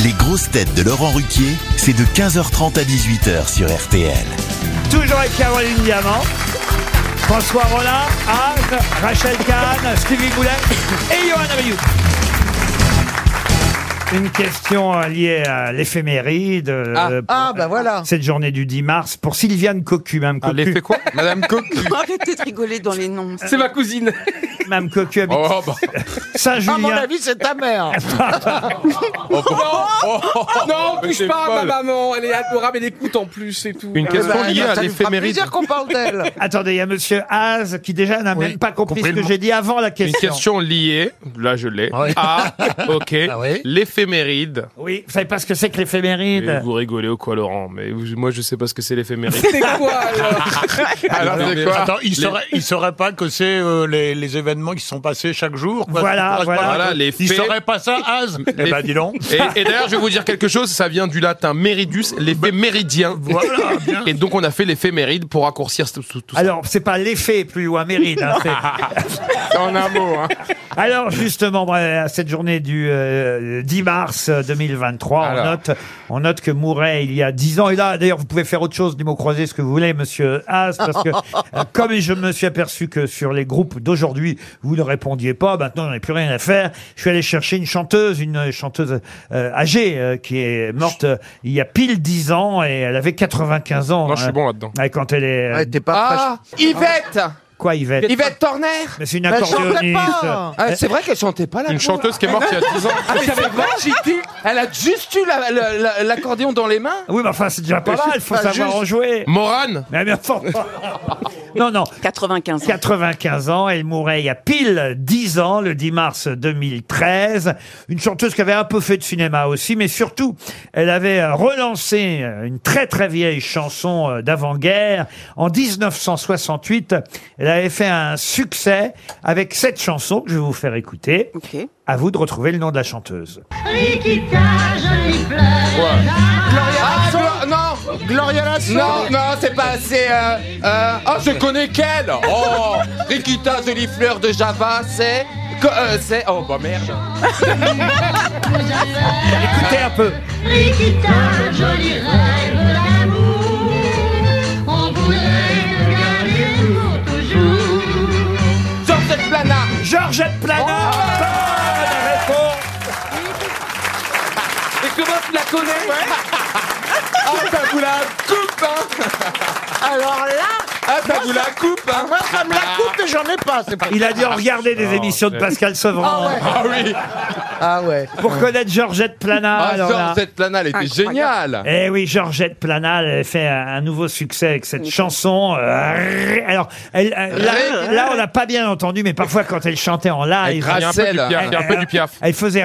[SPEAKER 1] Les grosses têtes de Laurent Ruquier, c'est de 15h30 à 18h sur RTL.
[SPEAKER 2] Toujours avec Caroline Diamant. François Rollin, Anne, Rachel Kahn, Stevie Boulet et Johan Rioux. Une question euh, liée à l'éphéméride. euh,
[SPEAKER 11] Ah.
[SPEAKER 2] pour,
[SPEAKER 11] Ah, bah
[SPEAKER 2] euh,
[SPEAKER 11] voilà.
[SPEAKER 2] Cette journée du 10 mars pour Sylviane Cocu, même Cocu.
[SPEAKER 7] l'effet quoi Madame Cocu.
[SPEAKER 3] Arrêtez de rigoler dans les noms.
[SPEAKER 2] cousine. Mme Cocu habite
[SPEAKER 11] À mon
[SPEAKER 2] Saint-Julien.
[SPEAKER 11] avis, c'est ta mère.
[SPEAKER 4] Oh, Non,
[SPEAKER 11] Mais
[SPEAKER 4] touche
[SPEAKER 11] t'es
[SPEAKER 4] pas à
[SPEAKER 11] folle.
[SPEAKER 4] ma maman, elle est adorable, elle écoute en plus et tout. Ah bah,
[SPEAKER 2] Une question liée à l'éphéméride.
[SPEAKER 11] qu'on parle d'elle.
[SPEAKER 2] Attendez, il y a Monsieur Haas qui déjà n'a
[SPEAKER 8] Oui,
[SPEAKER 2] même pas compris, ce
[SPEAKER 8] compris
[SPEAKER 2] que
[SPEAKER 8] le-
[SPEAKER 2] j'ai dit avant la question.
[SPEAKER 8] Une question liée, là je l'ai, Ah, ok, l'éphéméride.
[SPEAKER 2] Oui, vous savez pas ce que c'est que l'éphéméride
[SPEAKER 8] Mais Vous rigolez ou quoi, Laurent Mais vous- moi, je sais pas ce que c'est l'éphéméride.
[SPEAKER 4] C'est quoi alors
[SPEAKER 8] Alors,
[SPEAKER 6] Non,
[SPEAKER 8] c'est
[SPEAKER 6] mais
[SPEAKER 8] quoi
[SPEAKER 6] Attends, il
[SPEAKER 8] Les-
[SPEAKER 6] saurait, il saurait pas que c'est euh, les, les événements qui se sont passés chaque jour. quoi.
[SPEAKER 8] Voilà,
[SPEAKER 6] C'est pas-
[SPEAKER 8] voilà. Voilà, les
[SPEAKER 6] Il
[SPEAKER 8] faits.
[SPEAKER 6] saurait pas ça, Az. Eh
[SPEAKER 8] Les-
[SPEAKER 6] ben, dis donc.
[SPEAKER 8] Et, et d'ailleurs, je vais vous dire quelque chose, ça vient du latin méridus,
[SPEAKER 2] Bah,
[SPEAKER 8] l'effet méridien.
[SPEAKER 6] voilà,
[SPEAKER 8] Et donc, on a fait l'éphéméride pour raccourcir tout, tout- tout ça.
[SPEAKER 2] Alors, c'est pas l'effet plus ou un mérite. hein, c'est-
[SPEAKER 8] En un mot, hein.
[SPEAKER 2] Alors, justement, bah, à cette journée du euh, 10 mars 2023, on note, on note que mourait il y a 10 ans. Et là, d'ailleurs, vous pouvez faire autre chose, du mot croisé, ce que vous voulez, monsieur Haas, parce que euh, comme je me suis aperçu que sur les groupes d'aujourd'hui, vous ne répondiez pas, maintenant, on n'a plus rien à faire. Je suis allé chercher une chanteuse, une chanteuse euh, âgée, euh, qui est morte euh, il y a pile 10 ans, et elle avait 95 ans.
[SPEAKER 8] Non, je suis
[SPEAKER 2] hein.
[SPEAKER 8] bon là-dedans.
[SPEAKER 2] Ouais, quand elle est. euh,
[SPEAKER 4] Ah, Yvette
[SPEAKER 2] Quoi, Yvette
[SPEAKER 4] Yvette Torner
[SPEAKER 2] Mais c'est une
[SPEAKER 4] Elle chantait
[SPEAKER 2] accordéoniste.
[SPEAKER 4] pas. Ah, c'est vrai qu'elle chantait pas la
[SPEAKER 8] Une chanteuse qui est morte il y a 10 ans.
[SPEAKER 4] Ah, mais c'est vrai, j'ai dit, Elle a juste eu la- la- la- l'accordéon dans les mains
[SPEAKER 2] Oui, mais enfin, c'est déjà pas mal, faut
[SPEAKER 4] Enfin,
[SPEAKER 2] savoir
[SPEAKER 4] juste-
[SPEAKER 2] en jouer.
[SPEAKER 8] Morane
[SPEAKER 2] mais, mais enfin, Non, non.
[SPEAKER 3] 95 ans.
[SPEAKER 2] 95 ans, elle mourait il y a pile 10 ans, le 10 mars 2013. Une chanteuse qui avait un peu fait de cinéma aussi, mais surtout, elle avait euh, relancé euh, une très très vieille chanson euh, d'avant-guerre. En 1968, elle avait fait un succès avec cette chanson que je vais vous faire écouter. À vous de retrouver le nom de la chanteuse.
[SPEAKER 4] Gloria Non
[SPEAKER 11] Ah, Gloria Lasso
[SPEAKER 7] Non, non, c'est pas assez. Euh, euh, oh, je connais quelle Oh Rikita Fleur de Java, c'est. que- euh, c'est. Oh, bah merde
[SPEAKER 2] Écoutez un peu
[SPEAKER 18] Rikita, joli rêve d'amour. On voudrait le garder pour toujours.
[SPEAKER 4] Georgette Plana
[SPEAKER 2] Georgette Plana
[SPEAKER 7] Oh,
[SPEAKER 2] Bonne réponse
[SPEAKER 4] Et comment tu la connais Ah, ça vous la coupe, hein.
[SPEAKER 11] Alors là.
[SPEAKER 4] Ah, ça vous la coupe, hein
[SPEAKER 11] Moi, ça me la coupe et j'en ai pas. c'est pas-
[SPEAKER 2] Il a dû en regarder des émissions de Pascal Sevran.
[SPEAKER 11] Ah ouais.
[SPEAKER 2] Ah
[SPEAKER 11] oui. Ah ouais.
[SPEAKER 2] Pour connaître Georgette Plana.
[SPEAKER 7] Ah,
[SPEAKER 2] alors là.
[SPEAKER 7] Georgette Plana, elle était Incroyable. géniale.
[SPEAKER 2] Eh oui, Georgette Plana, elle a fait un, un nouveau succès avec cette chanson. euh, alors, elle, euh, là, là, on l'a pas bien entendu, mais parfois quand elle chantait en live,
[SPEAKER 8] Avec Racel. Il y a un peu du piaf, il y a un peu du piaf.
[SPEAKER 2] Elle, elle faisait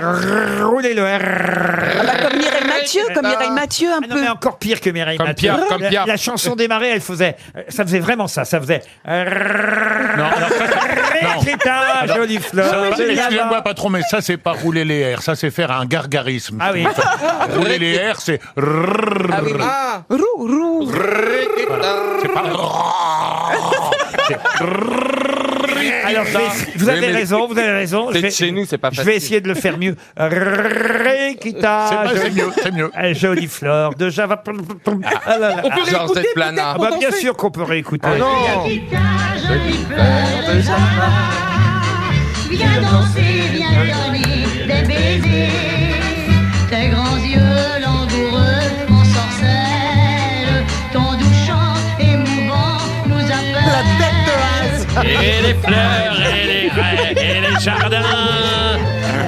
[SPEAKER 2] rouler le
[SPEAKER 11] Ah
[SPEAKER 2] R.
[SPEAKER 11] bah,
[SPEAKER 3] Comme Mireille Mathieu, comme Mireille Mathieu un
[SPEAKER 2] Ah non,
[SPEAKER 3] peu.
[SPEAKER 2] mais encore pire que Mireille
[SPEAKER 8] Comme
[SPEAKER 2] Mathieu.
[SPEAKER 8] Pierre, comme
[SPEAKER 2] La-
[SPEAKER 8] Pierre.
[SPEAKER 2] La, chanson démarrait, elle faisait, ça faisait vraiment ça, ça faisait. Rikita, jolie fleur.
[SPEAKER 6] Ça,
[SPEAKER 2] de Java.
[SPEAKER 6] Excusez-moi, patron, mais ça, c'est pas rouler les airs. Ça, c'est faire un gargarisme.
[SPEAKER 2] Ah oui.
[SPEAKER 6] rouler les airs, c'est.
[SPEAKER 4] Ah
[SPEAKER 3] Roux, roux
[SPEAKER 6] C'est pas.
[SPEAKER 2] Alors, je vais- vous avez
[SPEAKER 7] Oui, mais-
[SPEAKER 2] raison, vous avez raison.
[SPEAKER 7] C'est
[SPEAKER 2] Je vais-
[SPEAKER 7] de chez nous, c'est pas
[SPEAKER 2] Je
[SPEAKER 7] facile.
[SPEAKER 2] vais essayer de le faire mieux. Rikita,
[SPEAKER 7] C'est pas-
[SPEAKER 2] jolie-
[SPEAKER 7] c'est mieux, c'est mieux.
[SPEAKER 2] Eh, Jolie fleur de Java. Ah là là.
[SPEAKER 7] On peut Georgette réécouter, Plana. peut-être,
[SPEAKER 2] Ah bah,
[SPEAKER 7] pour
[SPEAKER 2] bien
[SPEAKER 7] danser.
[SPEAKER 2] sûr qu'on peut réécouter.
[SPEAKER 7] Ah non.
[SPEAKER 18] Rikita, jolie
[SPEAKER 7] fleur de
[SPEAKER 18] Java. Viens danser, viens donner des baisers. Tes grands yeux langoureux m'ensorcellent. Ton doux chant émouvant nous appelle. La tête de
[SPEAKER 21] Et les fleurs et les grès et les jardins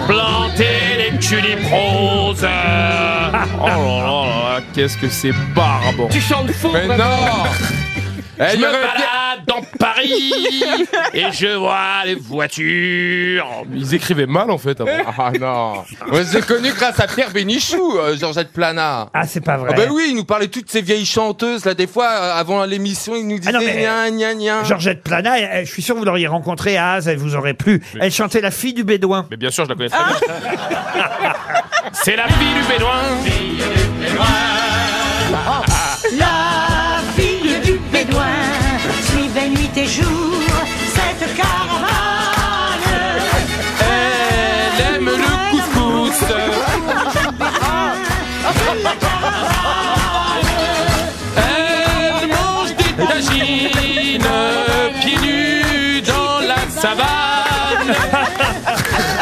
[SPEAKER 21] Planter les tulipes roses
[SPEAKER 8] Oh là là là, qu'est-ce que c'est barbant
[SPEAKER 21] Tu chantes faux,
[SPEAKER 8] Mais
[SPEAKER 21] vraiment.
[SPEAKER 8] non Eh,
[SPEAKER 21] Je
[SPEAKER 8] Elle
[SPEAKER 21] me
[SPEAKER 8] me
[SPEAKER 21] balade dans Paris Et je vois les voitures
[SPEAKER 8] Ils écrivaient mal en fait avant.
[SPEAKER 7] Ah non Moi, je l'ai connu grâce à Pierre Bénichou, euh, Georgette Plana.
[SPEAKER 2] Ah, c'est pas vrai.
[SPEAKER 7] Ah ben oui, il nous parlait de toutes ces vieilles chanteuses là. Des fois, euh, avant l'émission, il nous disait
[SPEAKER 2] Ah non, mais-
[SPEAKER 7] gna gna gna.
[SPEAKER 2] Georgette Plana, elle- elle- je suis sûr que vous l'auriez rencontrée à Az, elle vous aurait plu. Elle chantait La fille du Bédouin. Ah.
[SPEAKER 8] Mais bien sûr, je la connais très bien.
[SPEAKER 21] C'est la fille du Bédouin Ah,
[SPEAKER 18] La fille du Bédouin suivait nuit et jour cette caravane.
[SPEAKER 7] Elle aime le couscous.
[SPEAKER 18] Ah,
[SPEAKER 21] Elle mange des tagines pieds nus dans la savane.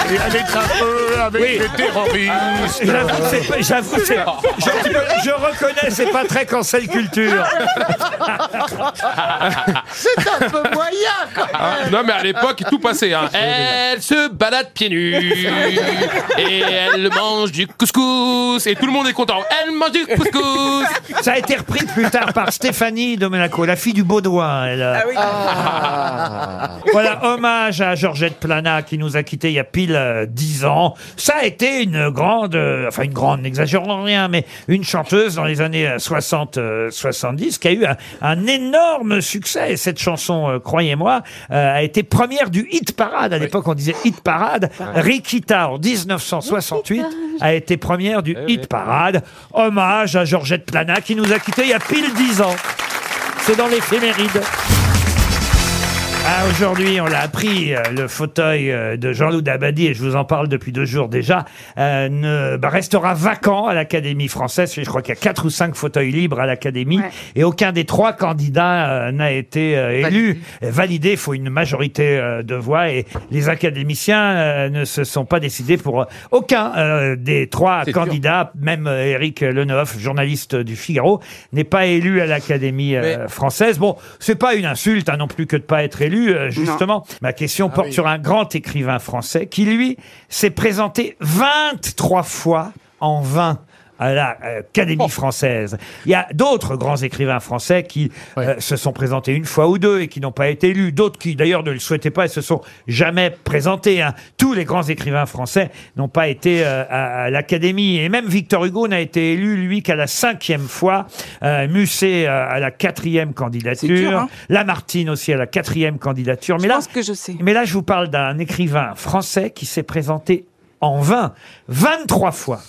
[SPEAKER 6] Et avec un peu, avec les terroristes.
[SPEAKER 2] J'avoue, c'est pas- j'avoue, c'est- je, je reconnais, c'est pas très cancel culture.
[SPEAKER 11] C'est un peu moyen quand
[SPEAKER 8] Ah, non, mais à l'époque, tout passait. Hein.
[SPEAKER 21] Elle se balade pieds nus et elle mange du couscous et tout le monde est content. Elle mange du couscous.
[SPEAKER 2] Ça a été repris plus tard par Stéphanie Domenaco, la fille du Baudouin. Elle.
[SPEAKER 11] Ah.
[SPEAKER 2] Voilà, hommage à Georgette Plana qui nous a quittés il y a pile euh, dix ans. Ça a été une grande, euh, enfin une grande, n'exagérons rien, mais une chanteuse dans les années euh, 60-70 qui a eu un, un énorme succès. Et cette chanson, euh, croyez-moi, euh, a été première du hit parade. À l'époque, on disait hit parade. Rikita, en 1968, a été première du hit parade. Hommage à Georgette Plana qui nous a quittés il y a pile dix ans. C'est dans l'éphéméride. Ah, aujourd'hui, on l'a appris, euh, le fauteuil euh, de Jean-Loup Dabadi, et je vous en parle depuis deux jours déjà, euh, ne, bah, restera vacant à l'Académie française. Je crois qu'il y a quatre ou cinq fauteuils libres à l'Académie, et aucun des trois candidats euh, n'a été euh, élu, validé. Il faut une majorité euh, de voix, et les académiciens euh, ne se sont pas décidés pour euh, aucun euh, des trois
[SPEAKER 8] C'est dur.
[SPEAKER 2] candidats. Même euh, Éric Lenoff, journaliste du Figaro, n'est pas élu à l'Académie euh,
[SPEAKER 8] Mais-
[SPEAKER 2] française. Bon, c'est pas une insulte hein, non plus que de pas être élu, euh, justement. Ma
[SPEAKER 3] Ah
[SPEAKER 2] question porte
[SPEAKER 8] oui.
[SPEAKER 2] sur un grand écrivain français qui, lui, s'est présenté 23 fois en vain à l'Académie
[SPEAKER 3] Oh.
[SPEAKER 2] française. Il y a d'autres grands écrivains français qui euh, se sont présentés une fois ou deux et qui n'ont pas été élus. D'autres qui, d'ailleurs, ne le souhaitaient pas et se sont jamais présentés. hein. Tous les grands écrivains français n'ont pas été euh, à, à l'Académie. Et même Victor Hugo n'a été élu, lui, qu'à la cinquième fois. Euh, Musset euh, à la quatrième candidature.
[SPEAKER 3] dur, hein.
[SPEAKER 2] Lamartine aussi à la quatrième candidature. Mais là,
[SPEAKER 3] que je sais.
[SPEAKER 2] mais là, je vous parle d'un écrivain français qui s'est présenté en vain 23 fois.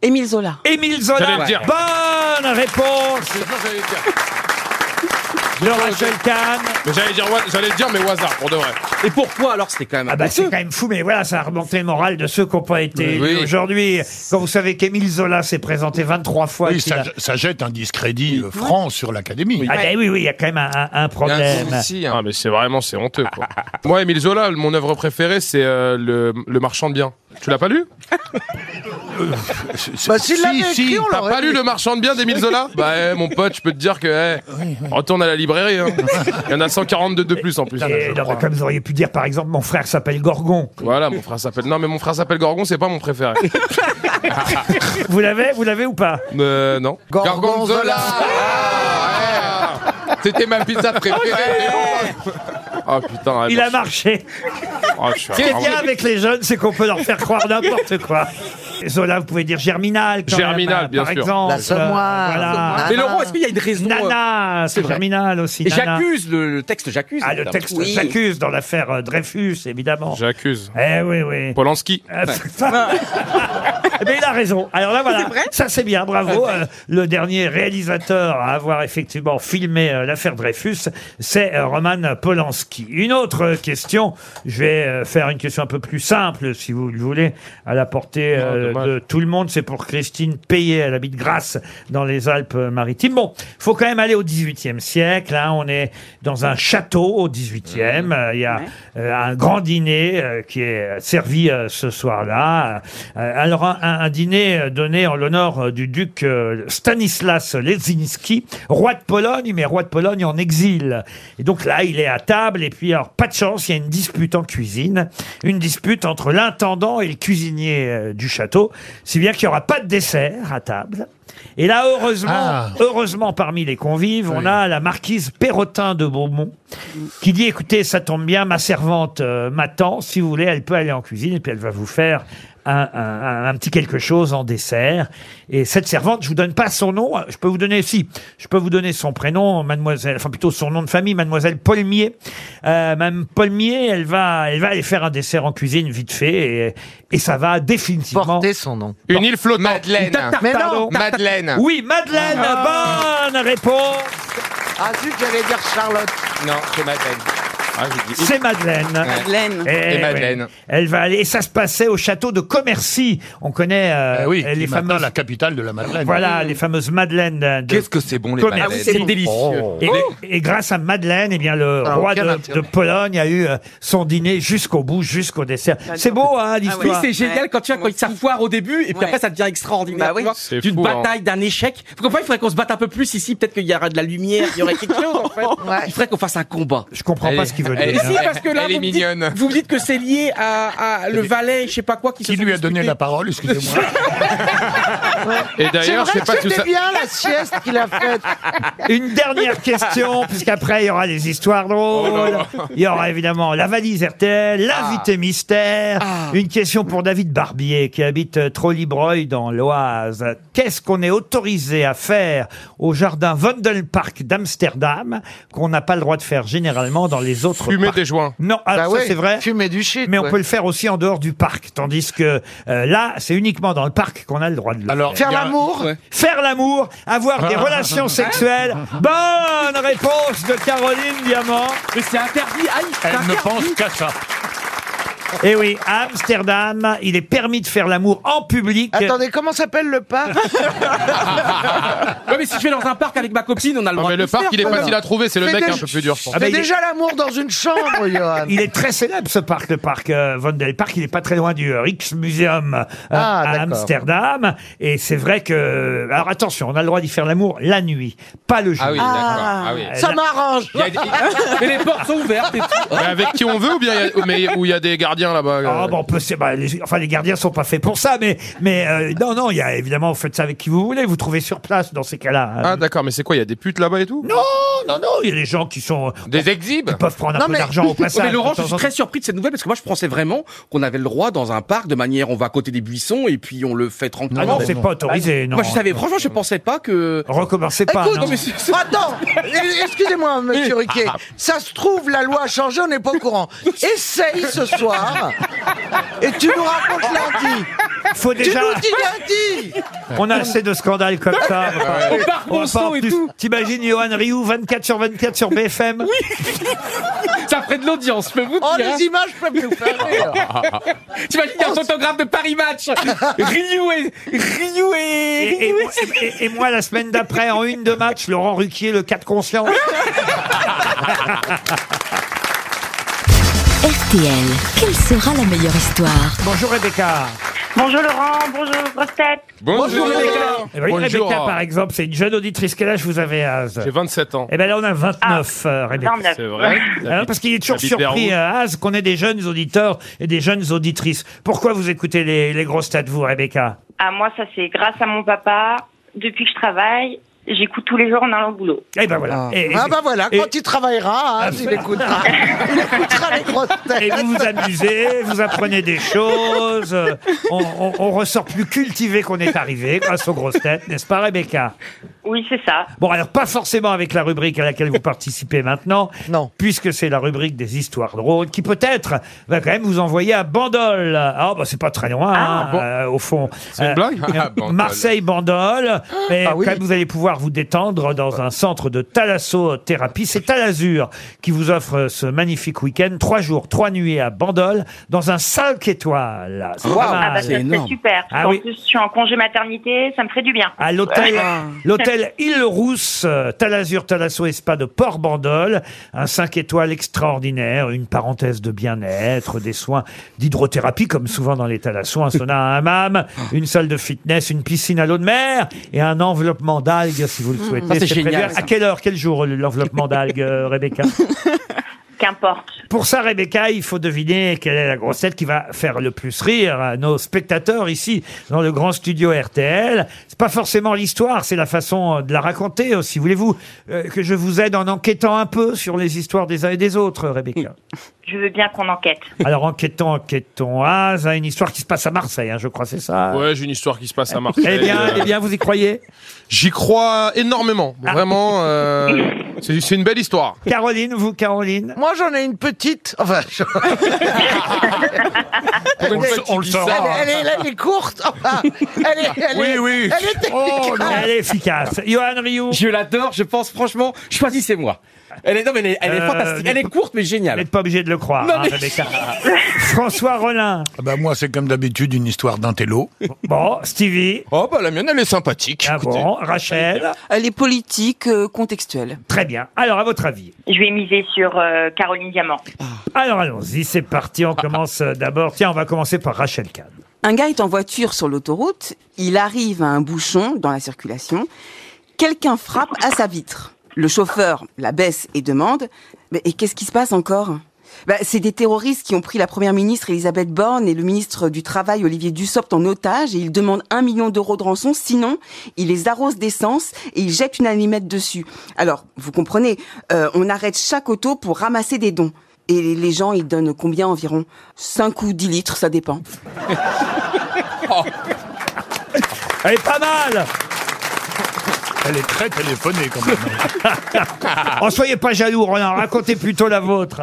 [SPEAKER 3] Émile Zola.
[SPEAKER 2] Émile Zola.
[SPEAKER 3] J'allais le dire.
[SPEAKER 2] Bonne réponse de Rachel Kahn.
[SPEAKER 8] Mais j'allais dire, wa- j'allais dire, mais au hasard, pour de vrai.
[SPEAKER 4] Et pourquoi alors c'était quand même
[SPEAKER 2] Ah bah c'est quand même fou, mais voilà, ça a remonté le moral de ceux qui n'ont pas été
[SPEAKER 6] Oui.
[SPEAKER 2] élus aujourd'hui. Quand vous savez qu'Émile Zola s'est présenté 23 fois.
[SPEAKER 6] Oui,
[SPEAKER 2] qu'il
[SPEAKER 6] ça,
[SPEAKER 2] a-
[SPEAKER 6] ça jette un discrédit euh, franc sur l'Académie.
[SPEAKER 2] Ah bah oui, oui, il y a quand même un, un- un problème.
[SPEAKER 8] Ah, mais c'est vraiment, c'est honteux. Quoi. Moi, Émile Zola, mon œuvre préférée, c'est euh, le, le Marchand de biens. Tu l'as pas lu
[SPEAKER 11] Bah, s'il l'avait écrit, on
[SPEAKER 8] T'as
[SPEAKER 11] l'aurait
[SPEAKER 8] pas
[SPEAKER 11] lu.
[SPEAKER 8] lu le Marchand de biens d'Émile Zola Bah, eh, mon pote, je peux te dire que eh, retourne à la librairie. hein. Il y en a 142 de plus en plus.
[SPEAKER 2] Et non, mais comme vous auriez pu dire, par exemple, mon frère s'appelle Gorgon.
[SPEAKER 8] Voilà, mon frère s'appelle. Non, mais mon frère s'appelle Gorgon, c'est pas mon préféré.
[SPEAKER 2] Vous l'avez, vous l'avez ou pas
[SPEAKER 8] Euh, non.
[SPEAKER 7] Gorgonzola Ah, ouais. C'était ma pizza préférée
[SPEAKER 8] Oh putain.
[SPEAKER 2] Il a marché.
[SPEAKER 8] Oh, je
[SPEAKER 2] Ce
[SPEAKER 8] suis
[SPEAKER 2] qui est bien avec les jeunes, c'est qu'on peut leur faire croire n'importe quoi. Zola, vous pouvez dire Germinal. quand
[SPEAKER 8] Germinal,
[SPEAKER 2] même, hein,
[SPEAKER 8] bien
[SPEAKER 2] par
[SPEAKER 8] sûr.
[SPEAKER 2] Exemple.
[SPEAKER 8] La Sommoire.
[SPEAKER 2] Euh, voilà.
[SPEAKER 4] Mais Laurent, est-ce qu'il y a une raison
[SPEAKER 2] Nana,
[SPEAKER 4] euh,
[SPEAKER 2] c'est Germinal aussi.
[SPEAKER 4] Et
[SPEAKER 2] Nana.
[SPEAKER 4] J'accuse, le, le texte j'accuse.
[SPEAKER 2] Ah, le
[SPEAKER 4] évidemment.
[SPEAKER 2] texte s'accuse dans l'affaire euh, Dreyfus, évidemment.
[SPEAKER 8] J'accuse.
[SPEAKER 2] Eh oui, oui.
[SPEAKER 8] Polanski.
[SPEAKER 2] Euh, Mais Eh il a raison. Alors là, voilà. Ça, c'est bien. Bravo. Euh, le dernier réalisateur à avoir effectivement filmé euh, l'affaire Dreyfus, c'est euh, Roman Polanski. Une autre euh, question. Je vais euh, faire une question un peu plus simple, si vous le voulez, à la portée euh, de tout le monde. C'est pour Christine Payet. Elle habite Grasse, dans les Alpes-Maritimes. Bon, faut quand même aller au XVIIIe siècle. hein. On est dans un château au XVIIIe. Euh, Il y a euh, un grand dîner euh, qui est servi euh, ce soir-là. Euh, alors un, un- un dîner euh, donné en l'honneur euh, du duc euh, Stanislas Leczinski, roi de Pologne, mais roi de Pologne en exil. Et donc là, il est à table et puis alors pas de chance, il y a une dispute en cuisine, une dispute entre l'intendant et le cuisinier euh, du château, si bien qu'il n'y aura pas de dessert à table. Et là, heureusement,
[SPEAKER 6] Ah.
[SPEAKER 2] heureusement parmi les convives, on a la marquise Perrotin de Beaumont qui dit écoutez, ça tombe bien, ma servante euh, m'attend. Si vous voulez, elle peut aller en cuisine et puis elle va vous faire un, un- un- un petit quelque chose en dessert. Et cette servante, je vous donne pas son nom. Je peux vous donner si, je peux vous donner son prénom, mademoiselle, enfin plutôt son nom de famille, mademoiselle Paulmier. Euh, Madame Paulmier, elle va, elle va aller faire un dessert en cuisine vite fait et, et ça va définitivement porter
[SPEAKER 11] son nom.
[SPEAKER 8] Une île flottante.
[SPEAKER 7] Madeleine. Mais non. Madeleine.
[SPEAKER 2] Oui, Madeleine.
[SPEAKER 7] Ah.
[SPEAKER 2] Bonne réponse.
[SPEAKER 11] Ah, zut, j'allais dire Charlotte.
[SPEAKER 7] Non, c'est Madeleine.
[SPEAKER 2] Ah, C'est Madeleine.
[SPEAKER 3] Madeleine.
[SPEAKER 2] Eh
[SPEAKER 7] Et Madeleine.
[SPEAKER 2] oui. Elle va aller. Et ça se passait au château de Commercy. On connaît
[SPEAKER 7] Eh
[SPEAKER 2] euh,
[SPEAKER 6] Ah
[SPEAKER 2] les fameuses. la
[SPEAKER 6] capitale de la Madeleine. Ah
[SPEAKER 2] Voilà, les fameuses Madeleines. de- de
[SPEAKER 7] Qu'est-ce que c'est bon, les
[SPEAKER 2] Commercy.
[SPEAKER 7] madeleines. Ah c'est délicieux. Oh.
[SPEAKER 2] Et, et grâce à Madeleine, eh bien, le
[SPEAKER 7] Ah,
[SPEAKER 2] roi
[SPEAKER 7] aucun
[SPEAKER 2] de,
[SPEAKER 7] intérêt.
[SPEAKER 2] de Pologne a eu euh, son dîner jusqu'au bout, jusqu'au dessert. C'est beau, hein,
[SPEAKER 4] Bah, Ah Oui,
[SPEAKER 2] l'histoire
[SPEAKER 4] c'est génial quand tu vois quand ça foire au début et puis
[SPEAKER 2] Ouais.
[SPEAKER 4] après ça devient extraordinaire.
[SPEAKER 2] Bah oui.
[SPEAKER 4] tu vois.
[SPEAKER 2] C'est
[SPEAKER 4] D'une
[SPEAKER 2] fou, hein.
[SPEAKER 4] bataille, d'un échec. Faut comprendre, il faudrait qu'on se batte un peu plus ici. Peut-être qu'il y aura de la lumière, il y aurait quelque chose en fait. Il faudrait qu'on fasse un combat.
[SPEAKER 2] Je comprends pas ce qu'il veut hein. dire.
[SPEAKER 4] Mais si, parce que là,
[SPEAKER 7] Elle est
[SPEAKER 4] vous, me dites- vous me dites que c'est lié à, à le valet, je sais pas quoi, qui, se
[SPEAKER 6] Qui
[SPEAKER 4] sont
[SPEAKER 6] lui a donné
[SPEAKER 4] disputés.
[SPEAKER 6] la parole, excusez-moi.
[SPEAKER 7] Et d'ailleurs,
[SPEAKER 4] J'aimerais
[SPEAKER 7] je sais pas
[SPEAKER 4] que
[SPEAKER 7] tout ça.
[SPEAKER 4] c'était
[SPEAKER 11] bien la sieste qu'il a faite.
[SPEAKER 2] Une dernière question, puisqu'après, il y aura les histoires drôles.
[SPEAKER 8] Oh
[SPEAKER 2] Il y aura évidemment la valise RTL,
[SPEAKER 8] Ah.
[SPEAKER 2] l'invité mystère. Une question pour David Barbier, qui habite euh, Trolley-Breuil dans l'Oise. Qu'est-ce qu'on est autorisé à faire au jardin Vondelpark d'Amsterdam, qu'on n'a pas le droit de faire généralement dans les autres
[SPEAKER 8] Fumer
[SPEAKER 2] parcs
[SPEAKER 8] des joints.
[SPEAKER 2] Non, alors ça,
[SPEAKER 8] Bah ouais,
[SPEAKER 2] c'est vrai.
[SPEAKER 11] Fumer du shit.
[SPEAKER 2] Mais on
[SPEAKER 8] ouais.
[SPEAKER 2] peut le faire aussi en dehors du parc, tandis que euh, là, c'est uniquement dans le parc qu'on a le droit de le
[SPEAKER 6] Alors,
[SPEAKER 2] faire.
[SPEAKER 6] Faire il y a- l'amour
[SPEAKER 2] Ouais. Faire l'amour, avoir des relations sexuelles. Bonne réponse de Caroline Diamant.
[SPEAKER 4] Mais c'est interdit. Aïe, c'est
[SPEAKER 6] Elle ne
[SPEAKER 4] interdit.
[SPEAKER 6] pense qu'à ça.
[SPEAKER 2] Et Eh oui, à Amsterdam, il est permis de faire l'amour en public.
[SPEAKER 11] Attendez, comment s'appelle le parc
[SPEAKER 4] Ouais, mais si je vais dans un parc avec ma copine, on a le droit
[SPEAKER 8] mais
[SPEAKER 4] de
[SPEAKER 8] le parc, il est
[SPEAKER 4] faire,
[SPEAKER 8] facile
[SPEAKER 4] quoi.
[SPEAKER 8] à trouver, c'est le
[SPEAKER 4] Fais
[SPEAKER 8] mec qui est
[SPEAKER 4] des-
[SPEAKER 8] un peu plus dur, je pense.
[SPEAKER 11] Fais déjà l'amour dans une chambre, Johan.
[SPEAKER 2] Il est très célèbre ce parc, le parc euh, Vondelpark. Il est pas très loin du euh, Rijksmuseum euh,
[SPEAKER 11] Ah,
[SPEAKER 2] à
[SPEAKER 11] d'accord.
[SPEAKER 2] Amsterdam. Et c'est vrai que, euh, alors attention, on a le droit d'y faire l'amour la nuit, pas le jour. Euh,
[SPEAKER 7] Ah oui, d'accord. Ah oui.
[SPEAKER 11] Ça m'arrange.
[SPEAKER 7] Il y a des-
[SPEAKER 4] Mais les portes sont ouvertes et tout.
[SPEAKER 8] Mais avec qui on veut ou bien il y a- oh, mais où il y a des gardiens là-bas
[SPEAKER 2] Ah,
[SPEAKER 8] euh,
[SPEAKER 2] bah, on peut, c'est- bah, les, enfin, les gardiens sont pas faits pour ça, mais, mais euh, non, non, il y a évidemment, vous faites ça avec qui vous voulez, vous trouvez sur place dans ces cas-là. hein.
[SPEAKER 8] Ah d'accord, mais c'est quoi Il y a des putes là-bas et tout
[SPEAKER 2] Non, non, non, il y a des gens qui sont
[SPEAKER 8] des exhibes.
[SPEAKER 2] peuvent prendre un peu d'argent au passage.
[SPEAKER 4] Ouais, mais Laurent,
[SPEAKER 2] de
[SPEAKER 4] je
[SPEAKER 2] temps
[SPEAKER 4] suis
[SPEAKER 2] en
[SPEAKER 4] très
[SPEAKER 2] temps.
[SPEAKER 4] surpris de cette nouvelle parce que moi, je pensais vraiment qu'on avait le droit dans un parc de manière, on va à côté des buissons et puis on le fait tranquillement.
[SPEAKER 2] Ah non, c'est pas autorisé, non.
[SPEAKER 4] Moi, je savais, franchement, je pensais pas que.
[SPEAKER 2] Recommencez pas.
[SPEAKER 11] Écoute,
[SPEAKER 2] non.
[SPEAKER 4] mais c'est-
[SPEAKER 11] attends, excusez-moi, monsieur Riquet. Ça se trouve, la loi a changé, on n'est pas au courant. Essaye ce soir et tu nous racontes lundi.
[SPEAKER 2] Faut déjà-
[SPEAKER 11] Tu nous dis lundi
[SPEAKER 2] On a assez de scandales comme ça. on va pas-
[SPEAKER 4] Au parc
[SPEAKER 2] on va
[SPEAKER 4] Monceau
[SPEAKER 2] pas en
[SPEAKER 4] et
[SPEAKER 2] plus-
[SPEAKER 4] tout.
[SPEAKER 2] T'imagines Johan Rioux 24 sur 24 sur BFM
[SPEAKER 4] Ça ferait de l'audience, je peux vous
[SPEAKER 11] Oh,
[SPEAKER 4] dire. hein.
[SPEAKER 11] les images peuvent nous faire rire.
[SPEAKER 4] T'imagines, il y a un autographe de Paris Match. Ryu et. Ryu
[SPEAKER 2] et,
[SPEAKER 4] et.
[SPEAKER 2] et- et- et moi, la semaine d'après, en une de match, Laurent Ruquier, le 4 conscient.
[SPEAKER 13] RTL, quelle sera la meilleure histoire
[SPEAKER 2] Bonjour Rebecca.
[SPEAKER 16] Bonjour Laurent, bonjour grosse tête.
[SPEAKER 8] Bonjour, Rebecca.
[SPEAKER 2] Eh ben oui,
[SPEAKER 8] Bonjour.
[SPEAKER 2] Rebecca, par exemple, c'est une jeune auditrice. Quel âge vous avez, Az
[SPEAKER 8] J'ai 27 ans.
[SPEAKER 2] Eh ben là, on a 29,
[SPEAKER 8] Ah,
[SPEAKER 2] euh, Rebecca.
[SPEAKER 16] 29.
[SPEAKER 8] C'est vrai.
[SPEAKER 2] Alors, parce qu'il est toujours
[SPEAKER 8] J'habite
[SPEAKER 2] surpris,
[SPEAKER 8] Verroux.
[SPEAKER 2] euh, Az, qu'on ait des jeunes auditeurs et des jeunes auditrices. Pourquoi vous écoutez les, les grosses têtes, vous, Rebecca
[SPEAKER 16] À Ah, moi, ça c'est grâce à mon papa. Depuis que je travaille, j'écoute tous les jours en allant au boulot.
[SPEAKER 2] Eh ben voilà. Et- et-
[SPEAKER 11] Ah bah voilà, quand il travaillera, hein, il écoutera. Il écoutera les grosses têtes.
[SPEAKER 2] Et vous vous amusez, vous apprenez des choses. euh, On, on- on ressort plus cultivé qu'on est arrivé grâce aux grosses têtes, n'est-ce pas, Rebecca
[SPEAKER 16] Oui, c'est ça.
[SPEAKER 2] Bon, alors pas forcément avec la rubrique à laquelle vous participez maintenant,
[SPEAKER 11] Non.
[SPEAKER 2] puisque c'est la rubrique des histoires drôles, qui peut-être va quand même vous envoyer à Bandol. Ah, bah c'est pas très loin, hein, euh, au fond. C'est
[SPEAKER 8] une blague Ah, Bandol.
[SPEAKER 2] Marseille Bandol, mais
[SPEAKER 11] Ah oui.
[SPEAKER 2] quand même vous allez pouvoir vous détendre dans un centre de thalassothérapie. C'est Thalazur qui vous offre ce magnifique week-end, trois jours, trois nuits à Bandol, dans un 5 étoiles. C'est pas
[SPEAKER 16] Ah bah
[SPEAKER 2] mal.
[SPEAKER 16] ça c'est super.
[SPEAKER 2] Ah
[SPEAKER 16] en
[SPEAKER 2] oui.
[SPEAKER 16] plus, je suis en congé maternité, ça me ferait du bien.
[SPEAKER 2] à l'hôtel l'hôtel Île Rousse, euh, Talazur, Talasso et Spa de Port-Bandol, un 5 étoiles extraordinaire, une parenthèse de bien-être, des soins d'hydrothérapie comme souvent dans les Talasso, un sauna, un hammam, une salle de fitness, une piscine à l'eau de mer et un enveloppement d'algues si vous le souhaitez.
[SPEAKER 4] Hmm. Ça, c'est génial,
[SPEAKER 2] prévu.
[SPEAKER 4] ça.
[SPEAKER 2] À quelle heure, quel jour l'enveloppement d'algues, euh, Rebecca
[SPEAKER 16] Qu'importe.
[SPEAKER 2] pour ça, Rebecca, il faut deviner quelle est la grossette qui va faire le plus rire à nos spectateurs ici dans le grand studio RTL. C'est pas forcément l'histoire, c'est la façon de la raconter aussi. Voulez-vous euh, que je vous aide en enquêtant un peu sur les histoires des uns et des autres, Rebecca
[SPEAKER 16] Je veux bien qu'on enquête.
[SPEAKER 2] Alors enquêtons, enquêtons. Ah, ça a une histoire qui se passe à Marseille, hein, je crois, c'est ça.
[SPEAKER 8] Ouais, j'ai une histoire qui se passe à Marseille.
[SPEAKER 2] Eh bien,
[SPEAKER 8] Euh,
[SPEAKER 2] eh bien, vous y croyez
[SPEAKER 8] J'y crois énormément.
[SPEAKER 2] Ah.
[SPEAKER 8] Vraiment, euh, c'est c'est une belle histoire.
[SPEAKER 2] Caroline, vous, Caroline
[SPEAKER 11] Moi, j'en ai une petite. Enfin, je-
[SPEAKER 6] On, le- on le
[SPEAKER 11] elle,
[SPEAKER 6] saura.
[SPEAKER 11] elle est, elle est courte. Enfin, elle est, elle est-
[SPEAKER 6] Oui, Oh, oui.
[SPEAKER 11] Elle
[SPEAKER 2] Oh,
[SPEAKER 11] est technique.
[SPEAKER 2] Elle est efficace. Johan Rioux
[SPEAKER 4] Je l'adore, je pense, franchement, choisissez-moi. Elle est, non, mais elle est, elle est
[SPEAKER 2] Euh,
[SPEAKER 4] fantastique. Elle est courte, mais géniale.
[SPEAKER 2] Vous n'êtes pas obligé de le croire.
[SPEAKER 4] Non,
[SPEAKER 2] hein,
[SPEAKER 4] mais-
[SPEAKER 2] Rebecca. François Rollin.
[SPEAKER 6] bah moi, c'est comme d'habitude une histoire d'un télo.
[SPEAKER 2] Bon, Stevie.
[SPEAKER 6] Oh, bah la mienne, elle est sympathique.
[SPEAKER 2] Ah bon, Rachel.
[SPEAKER 3] Elle est politique, euh, contextuelle.
[SPEAKER 2] Très bien. Alors, à votre avis
[SPEAKER 16] Je vais miser sur euh, Caroline Diamant.
[SPEAKER 2] Alors, allons-y, c'est parti. On commence euh, d'abord. Tiens, on va commencer par Rachel Kahn.
[SPEAKER 3] Un gars est en voiture sur l'autoroute, il arrive à un bouchon dans la circulation, quelqu'un frappe à sa vitre. Le chauffeur la baisse et demande Mais et qu'est-ce qui se passe encore Bah, C'est des terroristes qui ont pris la première ministre Elisabeth Borne et le ministre du Travail Olivier Dussopt en otage et ils demandent un million d'euros de rançon, sinon ils les arrosent d'essence et ils jettent une allumette dessus. Alors, vous comprenez, euh, on arrête chaque auto pour ramasser des dons. Et les gens, ils donnent combien environ 5 ou 10 litres, ça dépend.
[SPEAKER 2] Elle est pas mal
[SPEAKER 6] Elle est très téléphonée quand même.
[SPEAKER 2] En Oh, soyez pas jaloux, Roland. Racontez plutôt la vôtre.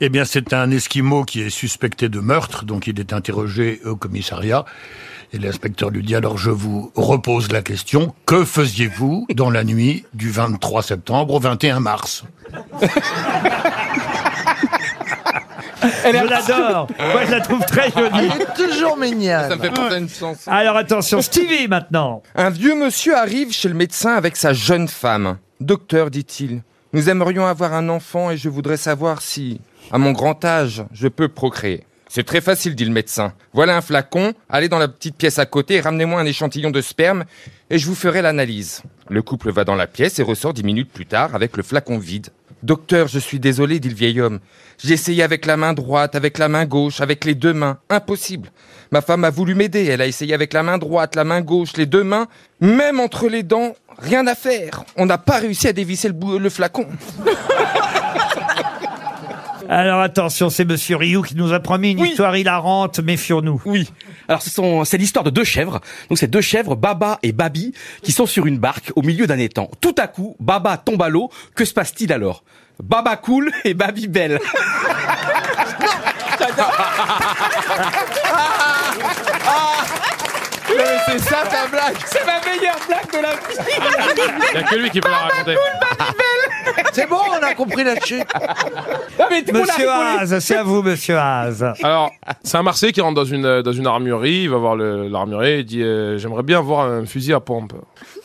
[SPEAKER 6] Eh bien, c'est un Esquimau qui est suspecté de meurtre, donc il est interrogé au commissariat. Et l'inspecteur lui dit, alors je vous repose la question, que faisiez-vous dans la nuit du 23 septembre au 21 mars
[SPEAKER 2] Elle je l'adore. Moi, je la trouve très jolie.
[SPEAKER 11] Elle est toujours mignonne.
[SPEAKER 7] Ça me fait penser à une chanson.
[SPEAKER 2] Alors, attention, Stevie maintenant.
[SPEAKER 7] Un vieux monsieur arrive chez le médecin avec sa jeune femme. Docteur, dit-il, nous aimerions avoir un enfant et je voudrais savoir si, à mon grand âge, je peux procréer. C'est très facile, dit le médecin. Voilà un flacon, allez dans la petite pièce à côté et ramenez-moi un échantillon de sperme et je vous ferai l'analyse. Le couple va dans la pièce et ressort dix minutes plus tard avec le flacon vide. Docteur, je suis désolé, dit le vieil homme. J'ai essayé avec la main droite, avec la main gauche, avec les deux mains. Impossible. Ma femme a voulu m'aider. Elle a essayé avec la main droite, la main gauche, les deux mains. Même entre les dents, rien à faire. On n'a pas réussi à dévisser le, bou- le flacon.
[SPEAKER 2] Alors, attention, c'est Monsieur Rioux qui nous a promis une histoire hilarante. Méfions-nous.
[SPEAKER 4] Oui. Alors, ce sont- c'est l'histoire de deux chèvres. Donc, c'est deux chèvres, Baba et Babi, qui sont sur une barque au milieu d'un étang. Tout à coup, Baba tombe à l'eau. Que se passe-t-il alors Baba cool et Babi belle.
[SPEAKER 7] c'est ça ta blague
[SPEAKER 4] C'est ma meilleure blague de la vie
[SPEAKER 21] Il n'y a que lui qui peut la raconter.
[SPEAKER 11] C'est bon, on a compris là-dessus.
[SPEAKER 4] Non, mais tout le monde a
[SPEAKER 2] Monsieur
[SPEAKER 4] rigolé.
[SPEAKER 2] Haas, c'est à vous, Monsieur Haas.
[SPEAKER 8] Alors, c'est un Marseillais qui rentre dans une, euh, dans une armurerie, il va voir le- l'armurier, il dit euh, J'aimerais bien avoir un fusil à pompe.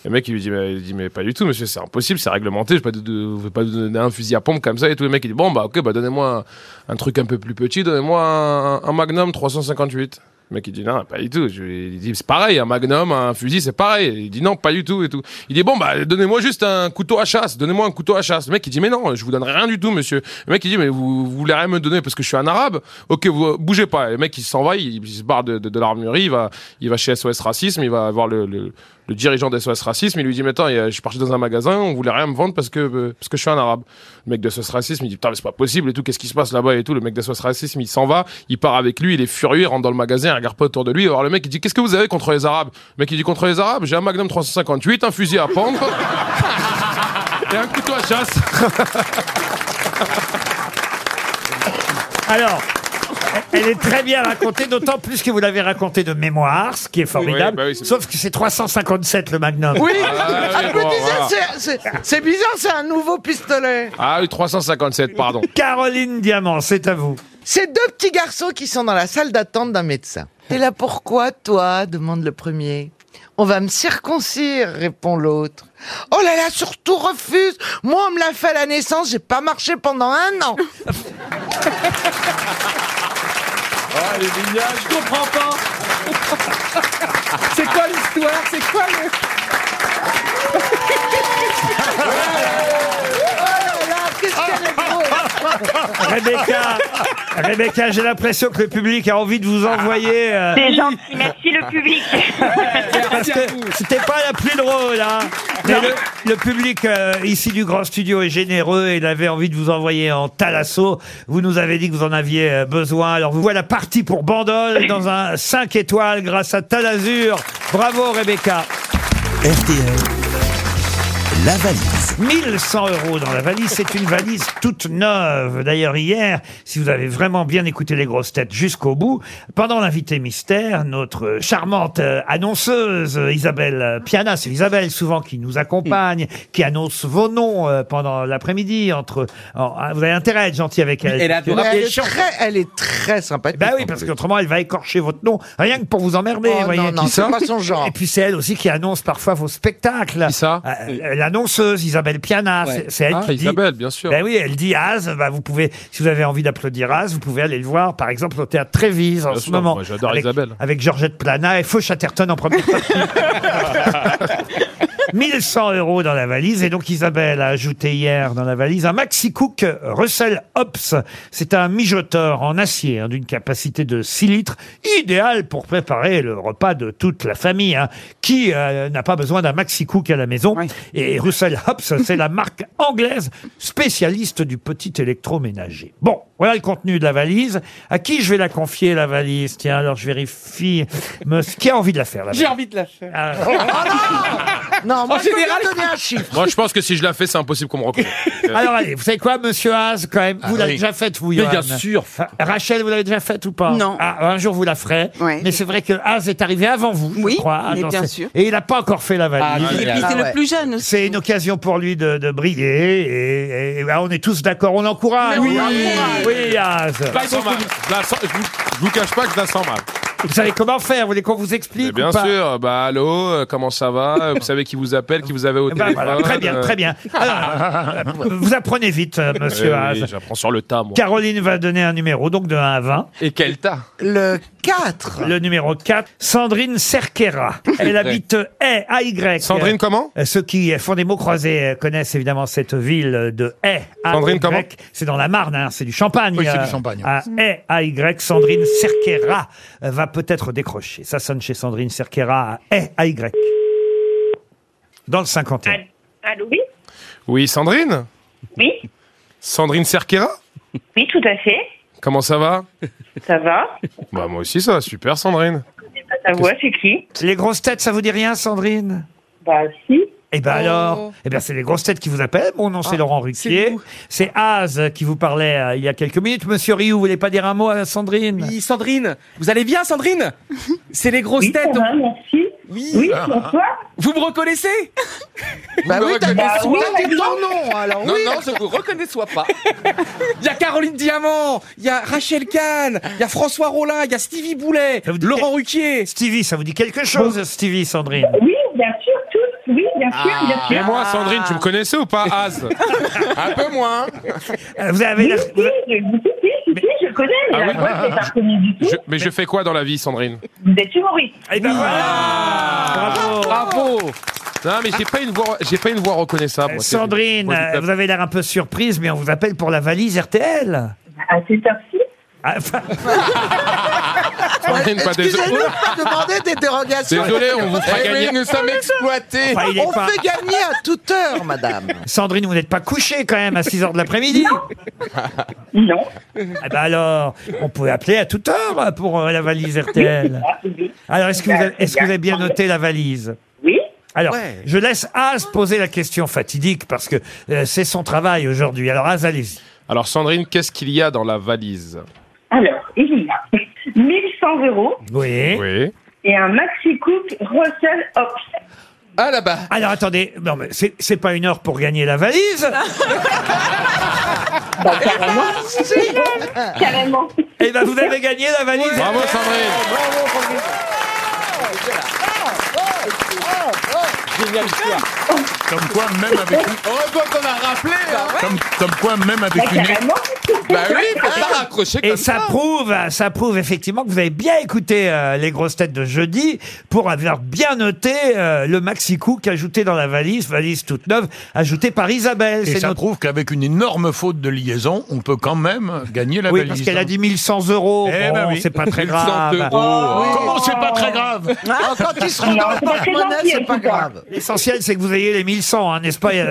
[SPEAKER 8] Le mec, il lui dit Mais, il dit, mais pas du tout, monsieur, c'est impossible, c'est réglementé, je ne peux pas de- vous pas vous donner un fusil à pompe comme ça. Et tout le mec, il dit Bon, bah ok, bah donnez-moi un, un truc un peu plus petit, donnez-moi un, un Magnum 358. Le mec, il dit Non, pas du tout. Je, lui- il dit C'est pareil, un Magnum, un fusil, c'est pareil. Il dit Non, pas du tout et tout. Il dit Bon, bah donnez-moi juste un couteau à chasse, donnez-moi un couteau à chasse. Le mec, il dit Mais non, je vous donnerai rien du tout, monsieur. Le mec, il dit Mais vous, vous voulez rien me donner parce que je suis un arabe Ok, vous bougez pas. Le mec, il s'en va, il, il se barre de, de, de l'armurerie, il va, il va chez SOS Racisme, il va voir le, le, le dirigeant d'SOS Racisme, il lui dit Mais attends, il y a- je suis parti dans un magasin, on voulait rien me vendre parce que, euh, parce que je suis un arabe. Le mec de SOS Racisme, il dit Putain, mais c'est pas possible et tout, qu'est-ce qui se passe là-bas et tout. Le mec de SOS Racisme, il s'en va, il part avec lui, il est furieux, il rentre dans le magasin, il regarde pas autour de lui. Alors le mec, il dit Qu'est-ce que vous avez contre les arabes Le mec, il dit Contre les arabes, j'ai un Magnum 358, un fusil à pendre et un couteau à chasse.
[SPEAKER 2] Alors, elle est très bien racontée, d'autant plus que vous l'avez racontée de mémoire, ce qui est formidable.
[SPEAKER 8] Oui, bah oui, c'est-
[SPEAKER 2] Sauf que c'est 357 le Magnum.
[SPEAKER 11] Oui,
[SPEAKER 8] Ah,
[SPEAKER 11] je me
[SPEAKER 8] oui, bon,
[SPEAKER 11] disais,
[SPEAKER 8] voilà.
[SPEAKER 11] c'est- c'est- c'est bizarre, c'est un nouveau pistolet.
[SPEAKER 8] Ah oui, 357, pardon.
[SPEAKER 2] Caroline Diamant, c'est à vous.
[SPEAKER 11] C'est deux petits garçons qui sont dans la salle d'attente d'un médecin. T'es là pourquoi, toi demande le premier. On va me circoncire, répond l'autre. Oh là là, surtout refuse. Moi, on me l'a fait à la naissance, j'ai pas marché pendant un an.
[SPEAKER 4] Ah, Je comprends pas. C'est quoi l'histoire C'est quoi le... Oh
[SPEAKER 2] Rebecca, Rebecca j'ai l'impression que le public a envie de vous envoyer. euh,
[SPEAKER 16] C'est gentil, merci le public.
[SPEAKER 2] Parce que c'était pas la plus drôle, hein. Mais le, le public euh, ici du grand studio est généreux et il avait envie de vous envoyer en talasso. Vous nous avez dit que vous en aviez euh, besoin. Alors vous voilà parti pour Bandol dans un 5 étoiles grâce à Talazur. Bravo Rebecca.
[SPEAKER 1] RTL, la valise.
[SPEAKER 2] 1100 euros dans la valise. C'est une valise toute neuve. D'ailleurs, hier, si vous avez vraiment bien écouté les grosses têtes jusqu'au bout, pendant l'invité mystère, notre charmante euh, annonceuse euh, Isabelle euh, Piana, c'est Isabelle souvent qui nous accompagne, qui annonce vos noms euh, pendant l'après-midi. Entre, en- hein, vous avez intérêt à être gentil avec elle.
[SPEAKER 11] elle,
[SPEAKER 2] Parce que-
[SPEAKER 11] est très, elle est très sympathique.
[SPEAKER 2] ben oui, parce qu'autrement, elle va écorcher votre nom, rien que pour vous emmerder.
[SPEAKER 11] Oh
[SPEAKER 2] voyez.
[SPEAKER 11] non, non,
[SPEAKER 2] Qui
[SPEAKER 11] c'est
[SPEAKER 2] ça
[SPEAKER 11] pas son genre.
[SPEAKER 2] Et puis c'est elle aussi qui annonce parfois vos spectacles. Qui ça L'annonceuse, Isabelle Piana.
[SPEAKER 8] Ouais.
[SPEAKER 2] C'est- C'est elle
[SPEAKER 8] Ah,
[SPEAKER 2] qui dit...
[SPEAKER 8] Isabelle, bien sûr.
[SPEAKER 2] Ben oui, elle dit Az, bah vous pouvez, si vous avez envie d'applaudir Az, vous pouvez aller le voir, par exemple, au théâtre Trévise en
[SPEAKER 8] Bien
[SPEAKER 2] ce
[SPEAKER 8] sûr,
[SPEAKER 2] moment.
[SPEAKER 8] moi, j'adore
[SPEAKER 2] avec,
[SPEAKER 8] Isabelle.
[SPEAKER 2] Avec Georgette Plana et Feu Chatterton en première partie. 1100 euros dans la valise. Et donc, Isabelle a ajouté hier dans la valise un Maxi Cook Russell Hobbs. C'est un mijoteur en acier hein, d'une capacité de 6 litres, idéal pour préparer le repas de toute la famille. hein. Qui euh, n'a pas besoin d'un Maxi Cook à la maison Et Russell Hobbs, c'est la marque anglaise spécialiste du petit électroménager. Bon, voilà le contenu de la valise. À qui je vais la confier, la valise Tiens, alors je vérifie. Me- Qui a envie de la faire, la valise
[SPEAKER 4] J'ai envie de la faire.
[SPEAKER 2] ah.
[SPEAKER 11] Oh non,
[SPEAKER 4] moi, En je peux général-
[SPEAKER 11] donner un chiffre.
[SPEAKER 8] Moi, je pense que si je la fais, c'est impossible qu'on me reconnaisse.
[SPEAKER 2] Ah, Alors allez, vous savez quoi, monsieur Haas, quand même, vous
[SPEAKER 8] Ah
[SPEAKER 2] l'avez
[SPEAKER 8] oui.
[SPEAKER 2] déjà faite, vous,
[SPEAKER 8] Mais
[SPEAKER 2] Johan.
[SPEAKER 8] bien sûr.
[SPEAKER 2] Ah, Rachel, vous l'avez déjà faite ou pas
[SPEAKER 3] Non.
[SPEAKER 2] Ah, un jour, vous la ferez. Mais c'est vrai que Haas est arrivé avant vous, je
[SPEAKER 3] Oui,
[SPEAKER 2] crois. Ah,
[SPEAKER 3] mais
[SPEAKER 2] dans
[SPEAKER 3] bien
[SPEAKER 2] ces-
[SPEAKER 3] sûr.
[SPEAKER 2] Et il n'a pas encore fait la valise.
[SPEAKER 3] Ah, Et puis, c'est le plus jeune aussi.
[SPEAKER 2] C'est une occasion pour lui de, de briller. Et, et- et là, on est tous d'accord, on encourage.
[SPEAKER 8] Mais oui.
[SPEAKER 2] oui, Haas.
[SPEAKER 8] Je la sens mal. Je la sens- je vous, je vous cache pas que je la sens mal.
[SPEAKER 2] Vous savez comment faire Vous voulez qu'on vous explique
[SPEAKER 8] Mais bien
[SPEAKER 2] ou pas
[SPEAKER 8] sûr. Bah, allô, euh, comment ça va Euh, Vous savez qui vous appelle, qui vous avez au
[SPEAKER 2] Eh ben,
[SPEAKER 8] téléphone
[SPEAKER 2] voilà. Très bien,
[SPEAKER 8] euh.
[SPEAKER 2] très bien. Alors, vous apprenez vite, euh, monsieur
[SPEAKER 8] Eh
[SPEAKER 2] Haas.
[SPEAKER 8] oui, J'apprends sur le tas, moi.
[SPEAKER 2] Caroline va donner un numéro, donc de 1 à 20.
[SPEAKER 8] Et quel tas
[SPEAKER 11] Le 4.
[SPEAKER 2] Le numéro 4, Sandrine Cerquera. Elle habite Haye, A-Y.
[SPEAKER 8] Sandrine comment
[SPEAKER 2] Euh, Ceux qui font des mots croisés euh, connaissent évidemment cette ville de Haye. A-Y.
[SPEAKER 8] Sandrine comment
[SPEAKER 2] C'est dans la Marne, hein, c'est du Champagne.
[SPEAKER 6] Oui, c'est du
[SPEAKER 2] euh,
[SPEAKER 6] Champagne.
[SPEAKER 2] À Haye, A-Y, Sandrine Cerquera euh, va peut-être décrocher. Ça sonne chez Sandrine Cerquera à Haye, A-Y. Dans le 51.
[SPEAKER 16] Allô, oui
[SPEAKER 8] Oui, Sandrine
[SPEAKER 16] Oui,
[SPEAKER 8] Sandrine Cerquera
[SPEAKER 16] oui, tout à fait.
[SPEAKER 8] Comment ça va
[SPEAKER 16] Ça va
[SPEAKER 8] Bah, moi aussi, ça va super, Sandrine.
[SPEAKER 16] Ta voix, c'est qui
[SPEAKER 2] Les grosses têtes, ça vous dit rien, Sandrine
[SPEAKER 16] Bah, si.
[SPEAKER 2] Eh ben
[SPEAKER 16] Oh.
[SPEAKER 2] alors, eh ben c'est les grosses têtes qui vous appellent. Mon nom c'est Laurent Ruquier. C'est Az qui vous parlait euh, il y a quelques minutes. Monsieur Rioux, vous voulez pas dire un mot à Sandrine
[SPEAKER 4] Oui, Sandrine, vous allez bien, Sandrine C'est les grosses têtes.
[SPEAKER 16] merci.
[SPEAKER 4] Oui.
[SPEAKER 16] Oui,
[SPEAKER 4] Ah.
[SPEAKER 16] pourquoi
[SPEAKER 4] Vous me reconnaissez
[SPEAKER 11] Bah oui, t'as
[SPEAKER 4] Bah
[SPEAKER 11] dit
[SPEAKER 4] oui,
[SPEAKER 11] t'as dit ton nom, alors
[SPEAKER 4] Non,
[SPEAKER 11] oui.
[SPEAKER 4] non,
[SPEAKER 7] je vous reconnais soit pas.
[SPEAKER 4] Il y a Caroline Diamant, il y a Rachel Kahn, il y a François Rollin, il y a Stevie Boulet, Laurent Ruquier.
[SPEAKER 2] Stevie, ça vous dit quelque chose, Stevie, Sandrine
[SPEAKER 16] Oui, bien sûr, tous. Oui, bien sûr,
[SPEAKER 2] Ah.
[SPEAKER 16] bien sûr.
[SPEAKER 8] Et moi, Sandrine, tu me connaissais ou pas, Az Un peu moins.
[SPEAKER 2] Euh, Vous avez
[SPEAKER 16] Oui,
[SPEAKER 2] l'air.
[SPEAKER 16] si, je- si, si, si, je connais, mais
[SPEAKER 8] Ah
[SPEAKER 16] la
[SPEAKER 8] oui.
[SPEAKER 16] voix, je l'ai pas reconnue du tout.
[SPEAKER 8] Je- mais je fais quoi dans la vie, Sandrine
[SPEAKER 16] Vous êtes humoriste.
[SPEAKER 2] Eh ben voilà Bravo
[SPEAKER 8] Bravo Non, mais j'ai pas une voix, j'ai pas une voix reconnaissable. moi, c'est-
[SPEAKER 2] Sandrine,
[SPEAKER 8] moi, je-
[SPEAKER 2] euh, vous avez l'air un peu surprise, mais on vous appelle pour la valise RTL.
[SPEAKER 16] Ah, c'est ça.
[SPEAKER 2] Ah, enfin,
[SPEAKER 8] Sandrine, pas désolé.
[SPEAKER 11] Excusez-nous de pas demander des dérogations.
[SPEAKER 8] Désolé, on vous fera
[SPEAKER 7] Eh oui,
[SPEAKER 8] gagner.
[SPEAKER 7] nous sommes exploités.
[SPEAKER 2] Enfin, il est
[SPEAKER 11] On
[SPEAKER 2] pas-
[SPEAKER 11] fait gagner à toute heure, madame.
[SPEAKER 2] Sandrine, vous n'êtes pas couchée quand même à 6 heures de l'après-midi
[SPEAKER 16] Non.
[SPEAKER 2] Eh ben alors, on peut appeler à toute heure pour euh, la valise RTL. Alors, est-ce que, vous avez- est-ce que vous avez bien noté la valise
[SPEAKER 16] Oui.
[SPEAKER 2] Alors,
[SPEAKER 16] Ouais.
[SPEAKER 2] je laisse Az poser la question fatidique parce que euh, c'est son travail aujourd'hui. Alors, Az, allez-y.
[SPEAKER 8] Alors, Sandrine, qu'est-ce qu'il y a dans la valise
[SPEAKER 16] Alors, il y a 1100 euros
[SPEAKER 2] Oui.
[SPEAKER 8] Oui.
[SPEAKER 16] et un Maxi Cook Russell Hobbs.
[SPEAKER 7] Ah là-bas.
[SPEAKER 2] Alors, attendez, non, mais c'est c'est pas une heure pour gagner la valise
[SPEAKER 16] Bah,
[SPEAKER 2] bah,
[SPEAKER 16] Carrément.
[SPEAKER 2] Eh ben, vous avez gagné la valise
[SPEAKER 8] Bravo, Sandrine.
[SPEAKER 6] Comme quoi, même avec,
[SPEAKER 4] Oh,
[SPEAKER 7] Heureusement qu'on a rappelé. hein.
[SPEAKER 6] comme, comme quoi, même
[SPEAKER 16] Bah,
[SPEAKER 6] avec une
[SPEAKER 16] carrément.
[SPEAKER 7] Bah oui, faut pas raccrocher
[SPEAKER 2] Et
[SPEAKER 7] comme
[SPEAKER 2] ça
[SPEAKER 7] ça.
[SPEAKER 2] prouve, ça prouve effectivement que vous avez bien écouté euh, les grosses têtes de jeudi pour avoir bien noté euh, le maxi cook ajouté dans la valise, valise toute neuve, ajouté par Isabelle.
[SPEAKER 6] Et
[SPEAKER 2] C'est
[SPEAKER 6] ça
[SPEAKER 2] notre...
[SPEAKER 6] prouve qu'avec une énorme faute de liaison, on peut quand même gagner la
[SPEAKER 2] Oui,
[SPEAKER 6] valise. hein.
[SPEAKER 2] parce qu'elle a dit 1100 euros.
[SPEAKER 6] Eh
[SPEAKER 2] Bon,
[SPEAKER 6] ben oui.
[SPEAKER 2] c'est pas très
[SPEAKER 8] 1100
[SPEAKER 2] grave. Ah,
[SPEAKER 8] euros.
[SPEAKER 6] Oh, Comment c'est pas très grave
[SPEAKER 11] Ah, quand ils seront dans le
[SPEAKER 16] c'est pas très
[SPEAKER 11] porte-monnaie,
[SPEAKER 16] gentil,
[SPEAKER 11] c'est pas
[SPEAKER 16] en tout cas.
[SPEAKER 11] grave.
[SPEAKER 2] L'essentiel, c'est que vous ayez les 1100, hein, n'est-ce pas euh,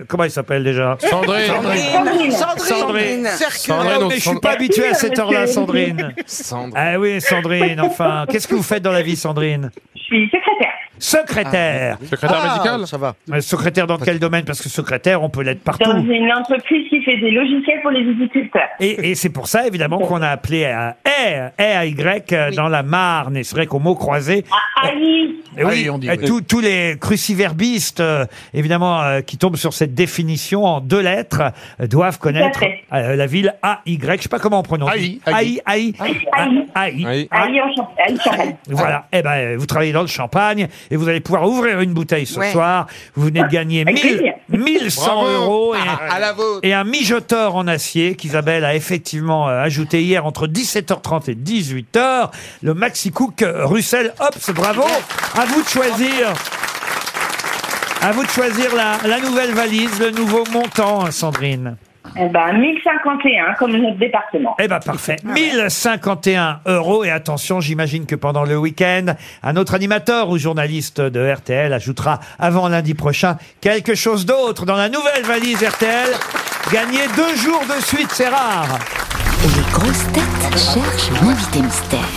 [SPEAKER 2] euh, Comment il s'appelle déjà
[SPEAKER 8] Sandrine.
[SPEAKER 16] Sandrine.
[SPEAKER 2] Sandrine.
[SPEAKER 11] Circule.
[SPEAKER 8] Sandrine,
[SPEAKER 2] Ah,
[SPEAKER 8] on
[SPEAKER 2] mais je
[SPEAKER 8] s'en-
[SPEAKER 2] suis pas habitué à cette heure-là, Sandrine.
[SPEAKER 7] Sandrine.
[SPEAKER 2] Ah oui, Sandrine, enfin. Qu'est-ce que vous faites dans la vie, Sandrine
[SPEAKER 16] Je suis secrétaire.
[SPEAKER 2] Secrétaire.
[SPEAKER 8] Ah, oui. Secrétaire Ah, médical
[SPEAKER 2] Ça va. Euh, secrétaire dans quel domaine Parce que secrétaire, on peut l'être
[SPEAKER 16] Dans
[SPEAKER 2] partout.
[SPEAKER 16] une entreprise qui fait des logiciels pour les viticulteurs.
[SPEAKER 2] Et, et c'est pour ça, évidemment, qu'on a appelé à R, R-Y, euh, dans la Marne. Et c'est vrai qu'au mot croisé,
[SPEAKER 16] Ah, Aïe
[SPEAKER 2] Et oui, euh, tous- tous les cruciverbistes, euh, évidemment, euh, qui tombent sur cette définition en deux lettres, euh, doivent connaître
[SPEAKER 16] Tout à fait.
[SPEAKER 2] euh, la ville AY. Je sais pas comment on prononce.
[SPEAKER 16] Aïe,
[SPEAKER 2] Aïe,
[SPEAKER 16] aïe.
[SPEAKER 2] aïe.
[SPEAKER 16] Aïe.
[SPEAKER 2] Aïe.
[SPEAKER 16] Aïe Ah, en Champ- Aïe, Champagne.
[SPEAKER 11] Ah
[SPEAKER 2] Voilà. Eh ben, euh, vous travaillez dans le champagne et vous allez pouvoir ouvrir une bouteille ce
[SPEAKER 16] Ouais.
[SPEAKER 2] soir. Vous venez de gagner
[SPEAKER 16] Avec
[SPEAKER 2] 1000,
[SPEAKER 16] plaisir.
[SPEAKER 2] 1100
[SPEAKER 16] Bravo.
[SPEAKER 2] euros et,
[SPEAKER 16] Ah, à la vôtre.
[SPEAKER 2] et un mijoteur en acier qu'Isabelle a effectivement euh, ajouté hier entre 17h30 et 18h. Le Maxi Cook euh, Russell Hops. Bravo. À vous de choisir. À vous de choisir la, la nouvelle valise, le nouveau montant, hein, Sandrine.
[SPEAKER 16] Eh ben, 1051, comme notre département.
[SPEAKER 2] Eh ben, parfait. 1051 euros. Et attention, j'imagine que pendant le week-end, un autre animateur ou journaliste de RTL ajoutera avant lundi prochain quelque chose d'autre dans la nouvelle valise RTL. Gagner deux jours de suite, c'est rare.
[SPEAKER 13] Les grosses têtes cherchent l'invité mystère.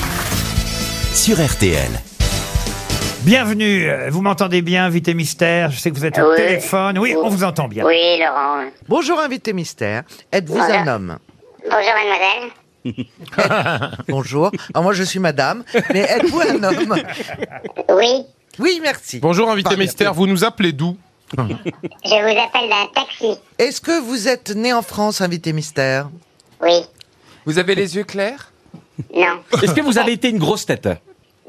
[SPEAKER 2] Sur RTL. Bienvenue. Euh, Vous m'entendez bien, Vité Mystère. Je sais que vous êtes au
[SPEAKER 11] Oui.
[SPEAKER 2] téléphone. Oui, on vous entend bien.
[SPEAKER 11] Oui,
[SPEAKER 17] Laurent.
[SPEAKER 11] Bonjour, invité mystère. Êtes-vous
[SPEAKER 17] Voilà.
[SPEAKER 11] un homme
[SPEAKER 17] Bonjour mademoiselle.
[SPEAKER 11] Bonjour. Alors, Oh, ah, moi, je suis madame, mais êtes-vous un homme
[SPEAKER 17] Oui,
[SPEAKER 11] Oui, merci.
[SPEAKER 8] Bonjour, invité mystère. Vous nous appelez d'où
[SPEAKER 17] je vous appelle d'un taxi.
[SPEAKER 11] Est-ce que vous êtes né en France, invité mystère
[SPEAKER 17] Oui,
[SPEAKER 7] Vous avez les yeux clairs
[SPEAKER 17] non,
[SPEAKER 4] Est-ce que vous avez été une grosse tête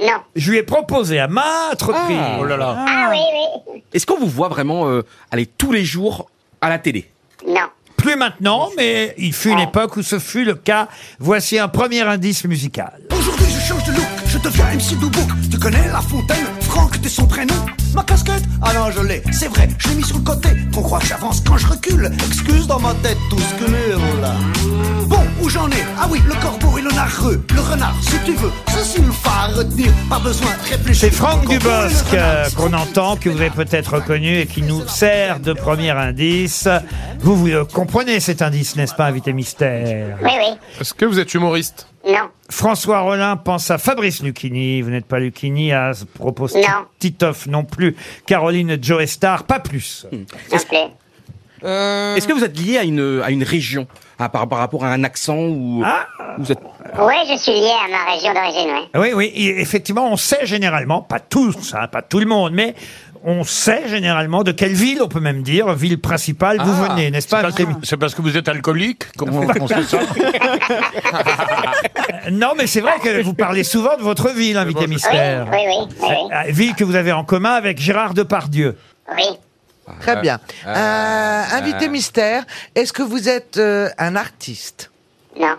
[SPEAKER 17] non.
[SPEAKER 2] Je lui ai proposé à maintes reprises.
[SPEAKER 4] Oh là là.
[SPEAKER 17] Ah oui,
[SPEAKER 4] Est-ce qu'on vous voit vraiment euh, aller tous les jours à la télé
[SPEAKER 17] oui, non.
[SPEAKER 2] Plus maintenant, mais il fut une époque où ce fut le cas. Voici un premier indice musical.
[SPEAKER 18] Aujourd'hui je change de look, je deviens MC Dubouk Tu connais la fontaine, Franck de son prénom Ma casquette Ah non je l'ai, c'est vrai, je l'ai mis sur le côté Qu'on croit que j'avance quand je recule Excuse dans ma tête tout ce que là Bon, où j'en ai Ah oui, le corbeau et le narreux Le renard, si tu veux, ceci me fera retenir Pas besoin de réfléchir
[SPEAKER 2] C'est Franck Dubosc euh, qu'on entend, que vous avez peut-être reconnu et qui nous sert de premier indice. Vous, vous euh, comprenez cet indice, n'est-ce pas, invité mystère
[SPEAKER 17] Oui, oui,
[SPEAKER 8] Est-ce que vous êtes humoriste
[SPEAKER 17] non,
[SPEAKER 2] François Rollin pense à Fabrice Lucchini. Vous n'êtes pas Lucchini, à ce propos
[SPEAKER 17] Non.
[SPEAKER 2] Titoff non plus. Caroline Joestar, pas plus.
[SPEAKER 17] s'il vous plaît.
[SPEAKER 4] Est-ce que vous êtes lié à une, à une région à, par, par rapport à un accent ou vous êtes
[SPEAKER 17] Oui, je suis lié à ma région d'origine, oui.
[SPEAKER 2] Ah Oui, oui, et effectivement, on sait généralement, pas tous, hein, pas tout le monde, mais on sait généralement de quelle ville, on peut même dire, ville principale, vous venez, n'est-ce pas
[SPEAKER 6] Ah, C'est parce, que- c'est parce que vous êtes alcoolique Comment on sait ça
[SPEAKER 2] Euh, Non, mais c'est vrai que vous parlez souvent de votre ville, invité mystère.
[SPEAKER 17] Oui, oui, oui, oui,
[SPEAKER 2] Euh, Ville que vous avez en commun avec Gérard Depardieu.
[SPEAKER 17] oui.
[SPEAKER 11] Très bien.
[SPEAKER 2] Euh,
[SPEAKER 11] Euh, invité
[SPEAKER 2] euh.
[SPEAKER 11] mystère, est-ce que vous êtes euh, un artiste
[SPEAKER 17] Non.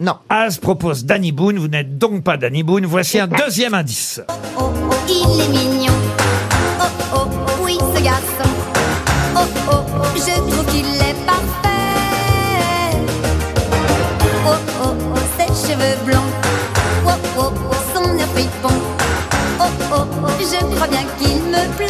[SPEAKER 11] Non.
[SPEAKER 2] As propose Danny Boone, vous n'êtes donc pas Danny Boone, voici un deuxième indice.
[SPEAKER 22] Oh oh, il est mignon. Oh oh, oui, ce garçon. Oh oh, je trouve qu'il est parfait. Oh oh, ses cheveux blonds. Oh oh, son air fripon. Oh oh, je crois bien qu'il me plaît.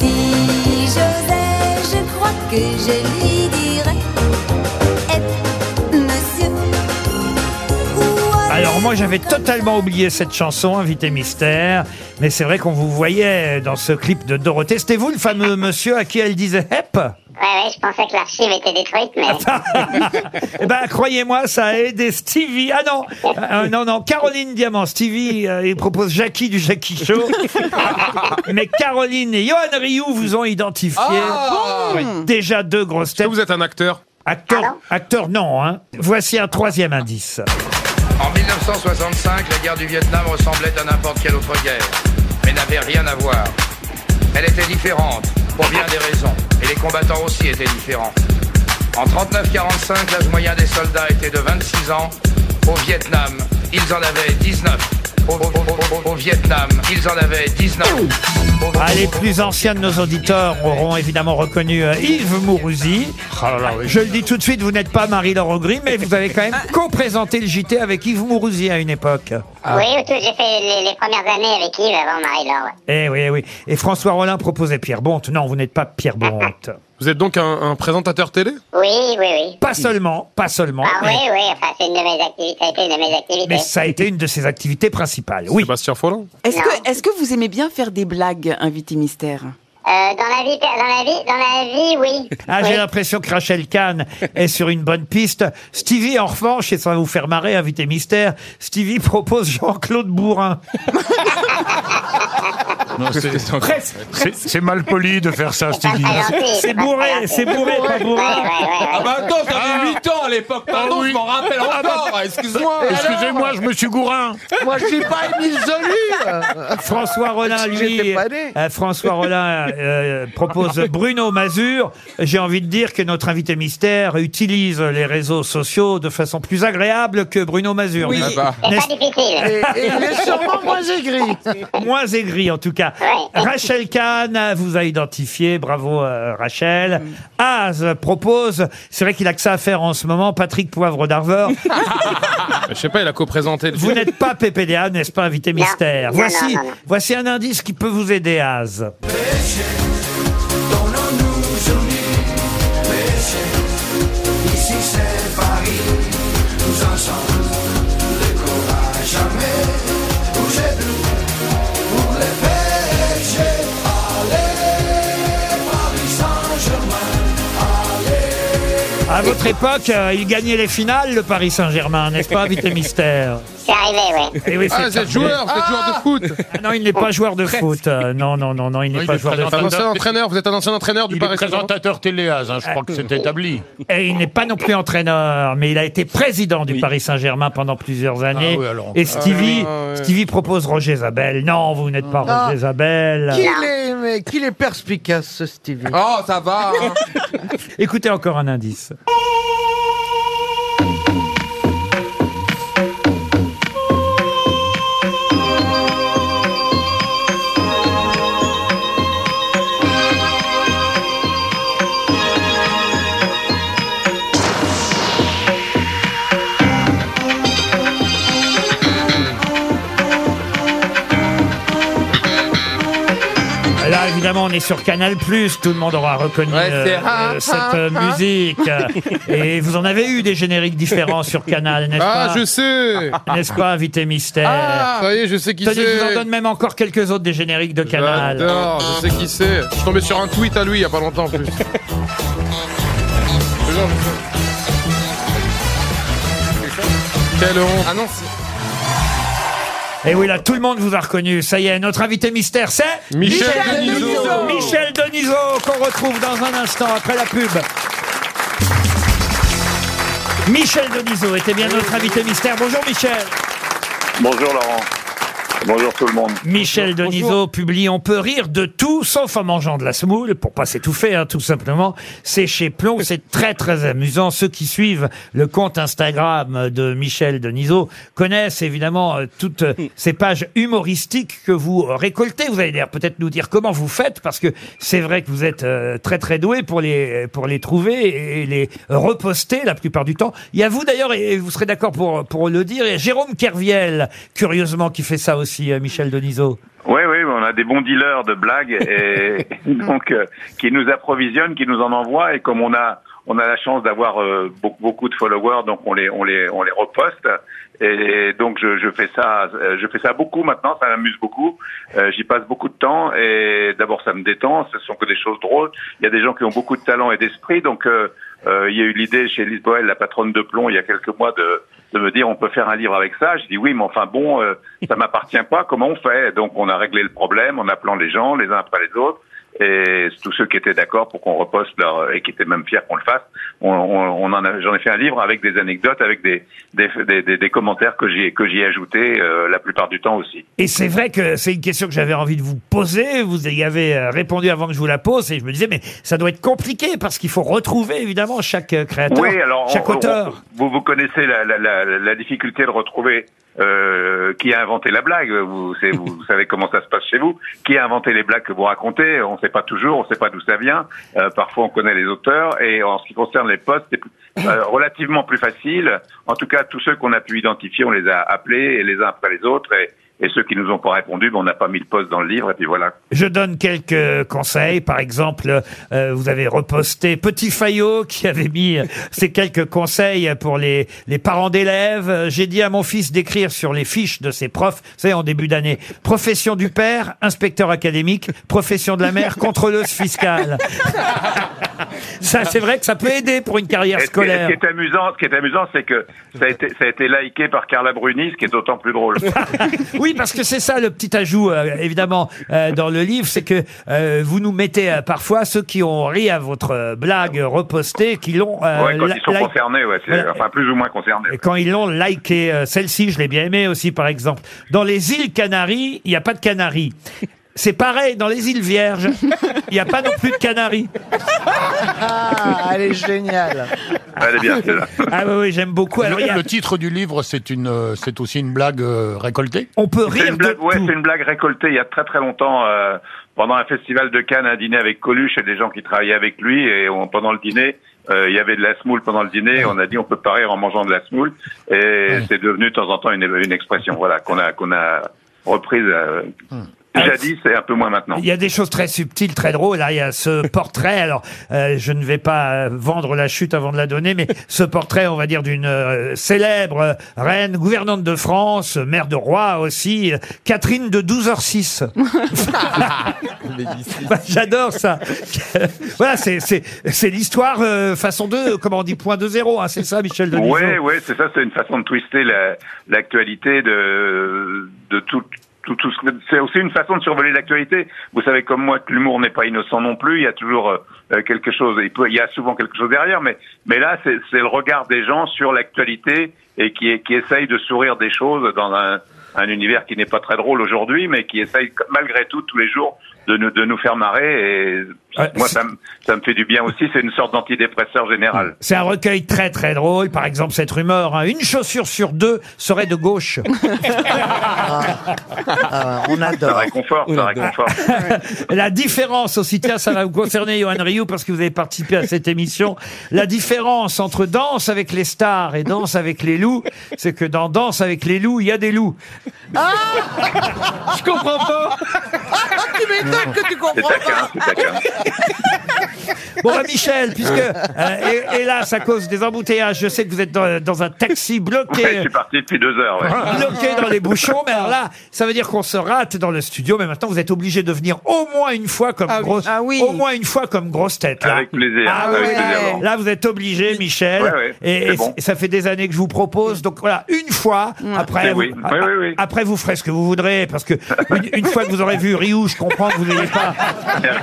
[SPEAKER 22] Si j'osais, je crois que je lui dirais. Eh, monsieur.
[SPEAKER 2] Alors moi j'avais totalement oublié cette chanson, Invité Mystère, mais c'est vrai qu'on vous voyait dans ce clip de Dorothée. C'était vous le fameux monsieur à qui elle disait Hep
[SPEAKER 17] Ouais, ouais, je pensais que l'archive était détruite, mais.
[SPEAKER 2] Eh ben croyez-moi, ça a aidé Stevie. Ah non, Euh, non, non, Caroline Diamant. Stevie, euh, il propose Jackie du Jackie Show. Mais Caroline et Johan Rioux vous ont identifié.
[SPEAKER 8] Ah bon
[SPEAKER 2] Oui. Déjà deux grosses têtes. Vous
[SPEAKER 8] êtes un acteur
[SPEAKER 2] Acteur, acteur non. Hein. Voici un troisième indice.
[SPEAKER 5] En 1965, la guerre du Vietnam ressemblait à n'importe quelle autre guerre, mais n'avait rien à voir. Elle était différente, pour bien des raisons, et les combattants aussi étaient différents. En 39-45, l'âge moyen des soldats était de 26 ans. Au Vietnam, ils en avaient 19. Au, au- au- au- au Vietnam, ils en avaient 19.
[SPEAKER 2] Ah, les plus anciens de nos auditeurs auront évidemment reconnu euh, Yves Mourouzi. Oh Je le dis tout de suite, vous n'êtes pas Marie-Laure Augry, mais vous avez quand
[SPEAKER 17] Ah.
[SPEAKER 2] même co-présenté le JT avec Yves Mourouzi à une époque.
[SPEAKER 17] Ah. Oui, au tout, j'ai fait les, les premières années avec Yves avant Marie-Laure. ouais.
[SPEAKER 2] Eh oui, eh oui. Et François Rollin proposait Pierre Bonte. Non, vous n'êtes pas Pierre Bonte.
[SPEAKER 8] Vous êtes donc un, un présentateur télé
[SPEAKER 17] Oui, oui, oui.
[SPEAKER 2] Pas seulement, pas seulement.
[SPEAKER 17] Ah
[SPEAKER 2] mais-
[SPEAKER 17] oui, oui, enfin, c'est une de mes activités, ça a été une de mes activités.
[SPEAKER 2] Mais ça a été une de ses activités principales. Oui.
[SPEAKER 8] Sébastien Folland.
[SPEAKER 3] Est-ce que, est que vous aimez bien faire des blagues, invité mystère
[SPEAKER 17] Euh, dans la vie, dans la vie, dans la vie, oui.
[SPEAKER 2] Ah, j'ai l'impression que Rachel Kahn est sur une bonne piste. Stevie, en revanche, et ça va vous faire marrer, invité mystère, Stevie propose Jean-Claude Bourrin.
[SPEAKER 6] Non, c'est- c'est- C'est mal poli de faire ça, Stevie.
[SPEAKER 2] C'est bourré, c'est bourré, pas bourré.
[SPEAKER 6] Ah
[SPEAKER 21] bah attends, j'avais 8 ans à l'époque, pardon, je m'en rappelle encore, excuse-moi.
[SPEAKER 6] bah, Excusez-moi, je me suis gourin.
[SPEAKER 11] Moi, je suis pas Émile Zolu.
[SPEAKER 2] François Rollin, lui,
[SPEAKER 11] J'étais pas né.
[SPEAKER 2] euh, François Rollin euh, propose Bruno Mazur. J'ai envie de dire que notre invité mystère utilise les réseaux sociaux de façon plus agréable que Bruno Mazur.
[SPEAKER 17] Oui.
[SPEAKER 2] n'est-ce-
[SPEAKER 17] Ah bah. C'est pas difficile. Et- et il est sûrement moins
[SPEAKER 2] aigri. moins aigri, en tout cas. Rachel Kahn vous a identifié. Bravo, euh, Rachel.
[SPEAKER 8] Mm.
[SPEAKER 2] Az propose, c'est vrai qu'il a que ça à faire en ce moment, Patrick Poivre d'Arvor.
[SPEAKER 8] Je sais pas, il a co-présenté. le
[SPEAKER 2] Vous
[SPEAKER 8] film.
[SPEAKER 2] n'êtes pas PPDA, n'est-ce pas, invité
[SPEAKER 8] Non.
[SPEAKER 2] mystère
[SPEAKER 8] Non,
[SPEAKER 2] Voici,
[SPEAKER 8] non, non, non.
[SPEAKER 2] voici un indice qui peut vous aider, Az.
[SPEAKER 18] Donnons-nous unis, péché. Ici c'est Paris, nous ensemble, le courage jamais. Bougez nous pour les péchés. Allez, Paris Saint-Germain, allez.
[SPEAKER 2] À votre époque, euh, il gagnait les finales, le Paris Saint-Germain, n'est-ce pas, invité mystère
[SPEAKER 17] C'est arrivé, oui.
[SPEAKER 2] Eh oui,
[SPEAKER 8] Ah, vous êtes joueur, vous êtes joueur de foot.
[SPEAKER 2] Ah Non, il n'est
[SPEAKER 8] Oh.
[SPEAKER 2] pas joueur de foot. Euh, Non, non, non, non, il n'est
[SPEAKER 6] Oui,
[SPEAKER 2] pas
[SPEAKER 6] il est
[SPEAKER 2] joueur de
[SPEAKER 8] Vous êtes un
[SPEAKER 2] foot.
[SPEAKER 8] ancien entraîneur, vous êtes un ancien entraîneur du
[SPEAKER 6] Il est
[SPEAKER 8] Paris Saint-Germain.
[SPEAKER 6] présentateur télé, Az, hein, je crois que
[SPEAKER 2] Ah, oh.
[SPEAKER 6] c'est établi.
[SPEAKER 2] Et il n'est pas non plus entraîneur, mais il a été président du Paris Saint-Germain pendant
[SPEAKER 8] Ah
[SPEAKER 2] plusieurs années.
[SPEAKER 6] oui, alors.
[SPEAKER 2] Et Stevie,
[SPEAKER 6] Ah, ouais.
[SPEAKER 2] Stevie propose Roger Zabel. Non, vous n'êtes pas
[SPEAKER 11] Ah.
[SPEAKER 2] Roger Zabel.
[SPEAKER 11] Qu'il est, mais qu'il est perspicace, ce Stevie.
[SPEAKER 7] Oh, ça va. hein.
[SPEAKER 2] Écoutez encore un indice. Là, évidemment, on est sur Canal+. Tout le monde aura reconnu
[SPEAKER 7] Ouais, c'est
[SPEAKER 2] euh,
[SPEAKER 7] ha,
[SPEAKER 2] cette
[SPEAKER 7] ha,
[SPEAKER 2] euh,
[SPEAKER 7] ha.
[SPEAKER 2] musique. Et vous en avez eu des génériques différents sur Canal, n'est-ce
[SPEAKER 8] Ah,
[SPEAKER 2] pas
[SPEAKER 8] je sais
[SPEAKER 2] N'est-ce pas, invité mystère
[SPEAKER 8] Ah, ça y est, je sais qui
[SPEAKER 2] Tenez, je vous en
[SPEAKER 8] c'est.
[SPEAKER 2] donne même encore quelques autres des génériques de Canal.
[SPEAKER 8] J'adore, je sais qui c'est. Je suis tombé sur un tweet à lui il y a pas longtemps en plus. Quelle honte.
[SPEAKER 7] Ah non, c'est-
[SPEAKER 2] Et Eh oui, là, tout le monde vous a reconnu. Ça y est, notre invité mystère, c'est
[SPEAKER 8] Michel Michel Denisot. Denisot.
[SPEAKER 2] Michel Denisot, qu'on retrouve dans un instant après la pub. Michel Denisot était bien notre invité mystère. Bonjour Michel.
[SPEAKER 20] Bonjour Laurent. Bonjour tout le monde.
[SPEAKER 2] Michel Denisot publie On peut rire de tout sauf en mangeant de la semoule, pour pas s'étouffer, hein, tout simplement. C'est chez Plomb, c'est très très amusant. Ceux qui suivent le compte Instagram de Michel Denisot connaissent évidemment euh, toutes euh, ces pages humoristiques que vous récoltez. Vous allez d'ailleurs peut-être nous dire comment vous faites, parce que c'est vrai que vous êtes euh, très très doué pour les, pour les trouver et les reposter la plupart du temps. Il y a vous d'ailleurs, et vous serez d'accord pour, pour le dire, et Jérôme Kerviel, curieusement, qui fait ça aussi, euh, Michel Denisot.
[SPEAKER 20] Oui, oui, on a des bons dealers de blagues et donc euh, qui nous approvisionnent, qui nous en envoient et comme on a on a la chance d'avoir euh, beaucoup, beaucoup de followers, donc on les on les on les reposte et donc je, je fais ça euh, je fais ça beaucoup maintenant, ça m'amuse beaucoup, Euh, j'y passe beaucoup de temps et d'abord ça me détend, ce sont que des choses drôles. Il y a des gens qui ont beaucoup de talent et d'esprit, donc euh, euh, il y a eu l'idée chez Lise Boel, la patronne de plomb, il y a quelques mois de de me dire on peut faire un livre avec ça. Je dis oui, mais enfin bon, euh, ça m'appartient pas. Comment on fait Donc on a réglé le problème en appelant les gens les uns après les autres. Et tous ceux qui étaient d'accord pour qu'on reposte leur et qui étaient même fiers qu'on le fasse, on, on- on en a, j'en ai fait un livre avec des anecdotes, avec des des, des, des- des commentaires que j'ai que j'y ai ajouté la plupart du temps aussi.
[SPEAKER 2] Et c'est vrai que c'est une question que j'avais envie de vous poser. Vous y avez euh, répondu avant que je vous la pose, et je me disais, mais ça doit être compliqué, parce qu'il faut retrouver, évidemment, chaque euh, créateur,
[SPEAKER 20] Oui, alors
[SPEAKER 2] chaque
[SPEAKER 20] on- on-
[SPEAKER 2] auteur.
[SPEAKER 20] vous vous connaissez la, la, la, la difficulté de retrouver euh, qui a inventé la blague. Vous, c'est- vous, vous savez comment ça se passe chez vous. Qui a inventé les blagues que vous racontez On ne sait pas toujours. On ne sait pas d'où ça vient. Euh, parfois, on connaît les auteurs. Et en ce qui concerne les postes, c'est plus- euh, relativement plus facile. En tout cas, tous ceux qu'on a pu identifier, on les a appelés et les uns après les autres. Et, Et ceux qui nous ont pas répondu, ben, on n'a pas mis le poste dans le livre, et puis voilà.
[SPEAKER 2] Je donne quelques conseils. Par exemple, euh, vous avez reposté Petit Fayot qui avait mis euh, ces quelques conseils pour les, les parents d'élèves. Euh, J'ai dit à mon fils d'écrire sur les fiches de ses profs, c'est en début d'année, profession du père, inspecteur académique, profession de la mère, contrôleuse fiscale. Ça, c'est vrai que ça peut aider pour une carrière
[SPEAKER 20] Et ce qui est-
[SPEAKER 2] scolaire.
[SPEAKER 20] ce qui est amusant, ce qui est amusant, c'est que ça a été, ça a été liké par Carla Bruni, ce qui est d'autant plus drôle.
[SPEAKER 2] Ah, Oui, parce que c'est ça le petit ajout, euh, évidemment, euh, dans le livre, c'est que euh, vous nous mettez euh, parfois ceux qui ont ri à votre euh, blague euh, repostée, qui l'ont... euh,
[SPEAKER 20] ouais, quand
[SPEAKER 2] la-
[SPEAKER 20] ils sont
[SPEAKER 2] like-
[SPEAKER 20] concernés, ouais, c'est-
[SPEAKER 2] Voilà.
[SPEAKER 20] enfin plus ou moins concernés.
[SPEAKER 2] Et quand ils l'ont liké, euh, celle-ci, je l'ai bien aimée aussi, par exemple. Dans les îles Canaries, il n'y a pas de Canaries. C'est pareil, dans les îles Vierges, il n'y a pas non plus de Canaries.
[SPEAKER 11] Ah, elle est géniale.
[SPEAKER 20] Elle est bien, celle-là.
[SPEAKER 2] Ah oui, oui, j'aime beaucoup. Alors, il y
[SPEAKER 6] le,
[SPEAKER 2] a-
[SPEAKER 6] le titre du livre, c'est une, euh, c'est aussi une blague euh, récoltée.
[SPEAKER 2] On peut
[SPEAKER 20] C'est une blague, ouais, c'est une blague récoltée il y a très très longtemps euh, pendant un festival de Cannes, un dîner avec Coluche et des gens qui travaillaient avec lui et on- pendant le dîner. euh, Il y avait de la semoule pendant le dîner. On a dit on peut pas rire en mangeant de la semoule et c'est devenu de temps en temps une, une expression voilà qu'on a qu'on a reprise euh, jadis et un peu moins maintenant.
[SPEAKER 2] Il y a des choses très subtiles, très drôles. Là, il y a ce portrait. Alors, euh, je ne vais pas euh, vendre la chute avant de la donner, mais ce portrait, on va dire, d'une euh, célèbre euh, reine, gouvernante de France, euh, mère de roi aussi, euh, Catherine de 12h06. Bah, J'adore ça. voilà, c'est c'est- c'est l'histoire euh, façon 2, comment on dit, point 2-0, hein, c'est ça, Michel Denisot
[SPEAKER 20] Ouais, ouais, c'est ça, c'est une façon de twister la- l'actualité de, de tout. Tout, tout ce que- c'est aussi une façon de survoler l'actualité. Vous savez comme moi que l'humour n'est pas innocent non plus. Il y a toujours euh, quelque chose. Il, peut, il y a souvent quelque chose derrière, mais mais là c'est, c'est le regard des gens sur l'actualité et qui qui essaye de sourire des choses dans un, un univers qui n'est pas très drôle aujourd'hui, mais qui essaye malgré tout tous les jours de nous de nous faire marrer. Et moi ça me ça me fait du bien aussi. C'est une sorte d'antidépresseur général.
[SPEAKER 2] C'est un recueil très très drôle. Par exemple, cette rumeur, hein, une chaussure sur deux serait de gauche.
[SPEAKER 11] Ah, on adore.
[SPEAKER 20] Ça réconforte, ça réconforte.
[SPEAKER 2] la différence aussi, tiens, ça va vous concerner, Johan Rioux, parce que vous avez participé à cette émission. La différence entre Danse avec les stars et Danse avec les loups, c'est que dans Danse avec les loups, il y a des loups.
[SPEAKER 11] Je comprends pas. Ah tu m'étonnes que tu comprends pas.
[SPEAKER 2] Bon, bah, Michel, puisque, euh, hé- hélas, à cause des embouteillages, je sais que vous êtes dans, dans un taxi bloqué.
[SPEAKER 20] Ouais, je suis parti depuis deux heures. ouais.
[SPEAKER 2] bloqué dans les bouchons. Mais alors là, ça veut dire qu'on se rate dans le studio. Mais maintenant, vous êtes obligé de venir au moins une fois
[SPEAKER 20] Ah
[SPEAKER 2] comme grosse, au moins une fois comme grosse tête. Là.
[SPEAKER 20] Avec plaisir,
[SPEAKER 2] Ah
[SPEAKER 20] avec
[SPEAKER 2] ouais.
[SPEAKER 20] plaisir, Laurent.
[SPEAKER 2] Là, vous êtes obligé, Michel.
[SPEAKER 20] Ouais, ouais,
[SPEAKER 2] et,
[SPEAKER 20] c'est
[SPEAKER 2] et
[SPEAKER 20] bon.
[SPEAKER 2] c- ça fait des années que je vous propose. Donc voilà, une fois. Après,
[SPEAKER 20] Eh oui,
[SPEAKER 2] vous,
[SPEAKER 20] oui, oui, oui.
[SPEAKER 2] après, vous ferez ce que vous voudrez, parce que une, une fois que vous aurez vu Ryu, je comprends que vous n'ayez pas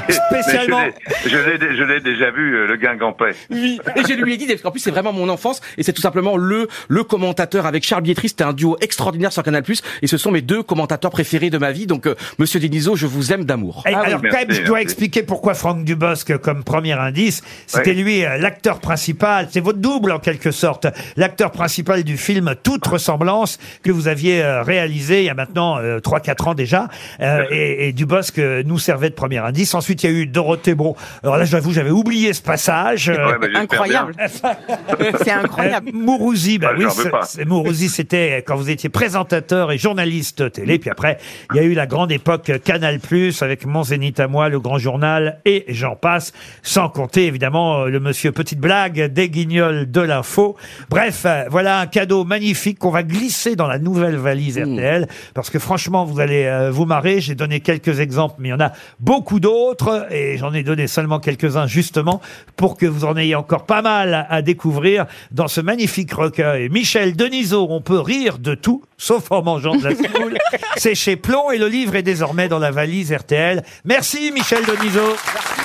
[SPEAKER 2] spécialement.
[SPEAKER 20] Mais Je l'ai- je l'ai je l'ai déjà vu, euh, le guingampais.
[SPEAKER 4] Oui, et je lui ai dit, parce qu'en plus c'est vraiment mon enfance, et c'est tout simplement le le commentateur avec Charles Bietri, c'était un duo extraordinaire sur Canal+, et ce sont mes deux commentateurs préférés de ma vie, donc euh, Monsieur Denisot, je vous aime d'amour.
[SPEAKER 20] Ah
[SPEAKER 2] Et alors, quand même, je dois expliquer pourquoi Franck Dubosc, euh, comme premier indice, c'était lui euh, l'acteur principal, c'est votre double en quelque sorte, l'acteur principal du film Toute ressemblance que vous aviez euh, réalisé il y a maintenant euh, 3-4 ans déjà. Euh, et, et Dubosc euh, nous servait de premier indice. Ensuite, il y a eu Dorothée Bon. Alors là, j'avoue, j'avais oublié ce passage. euh,
[SPEAKER 20] Ouais, bah, j'espère Incroyable.
[SPEAKER 3] C'est incroyable.
[SPEAKER 2] euh, Mourouzi, bah
[SPEAKER 20] Ah,
[SPEAKER 2] oui,
[SPEAKER 20] j'en veux
[SPEAKER 2] c'est-
[SPEAKER 20] pas.
[SPEAKER 2] c'est- Mourouzi, c'était quand vous étiez présentateur et journaliste télé. Puis après, il y a eu la grande époque Canal Plus avec Mon Zénith à moi, Le Grand Journal et j'en passe. Sans compter évidemment euh, le Monsieur Petite Blague, des Guignols de l'info. Bref, euh, voilà un cadeau magnifique qu'on va glisser dans la nouvelle valise RTL parce que franchement, vous allez euh, vous marrer. J'ai donné quelques exemples, mais il y en a beaucoup d'autres et j'en ai donné seulement quelques-uns justement pour que vous en ayez encore pas mal à- à découvrir dans ce magnifique recueil. Michel Denisot, on peut rire de tout sauf en mangeant de la semoule. C'est chez Plomb et le livre est désormais dans la valise RTL. Merci Michel Denisot.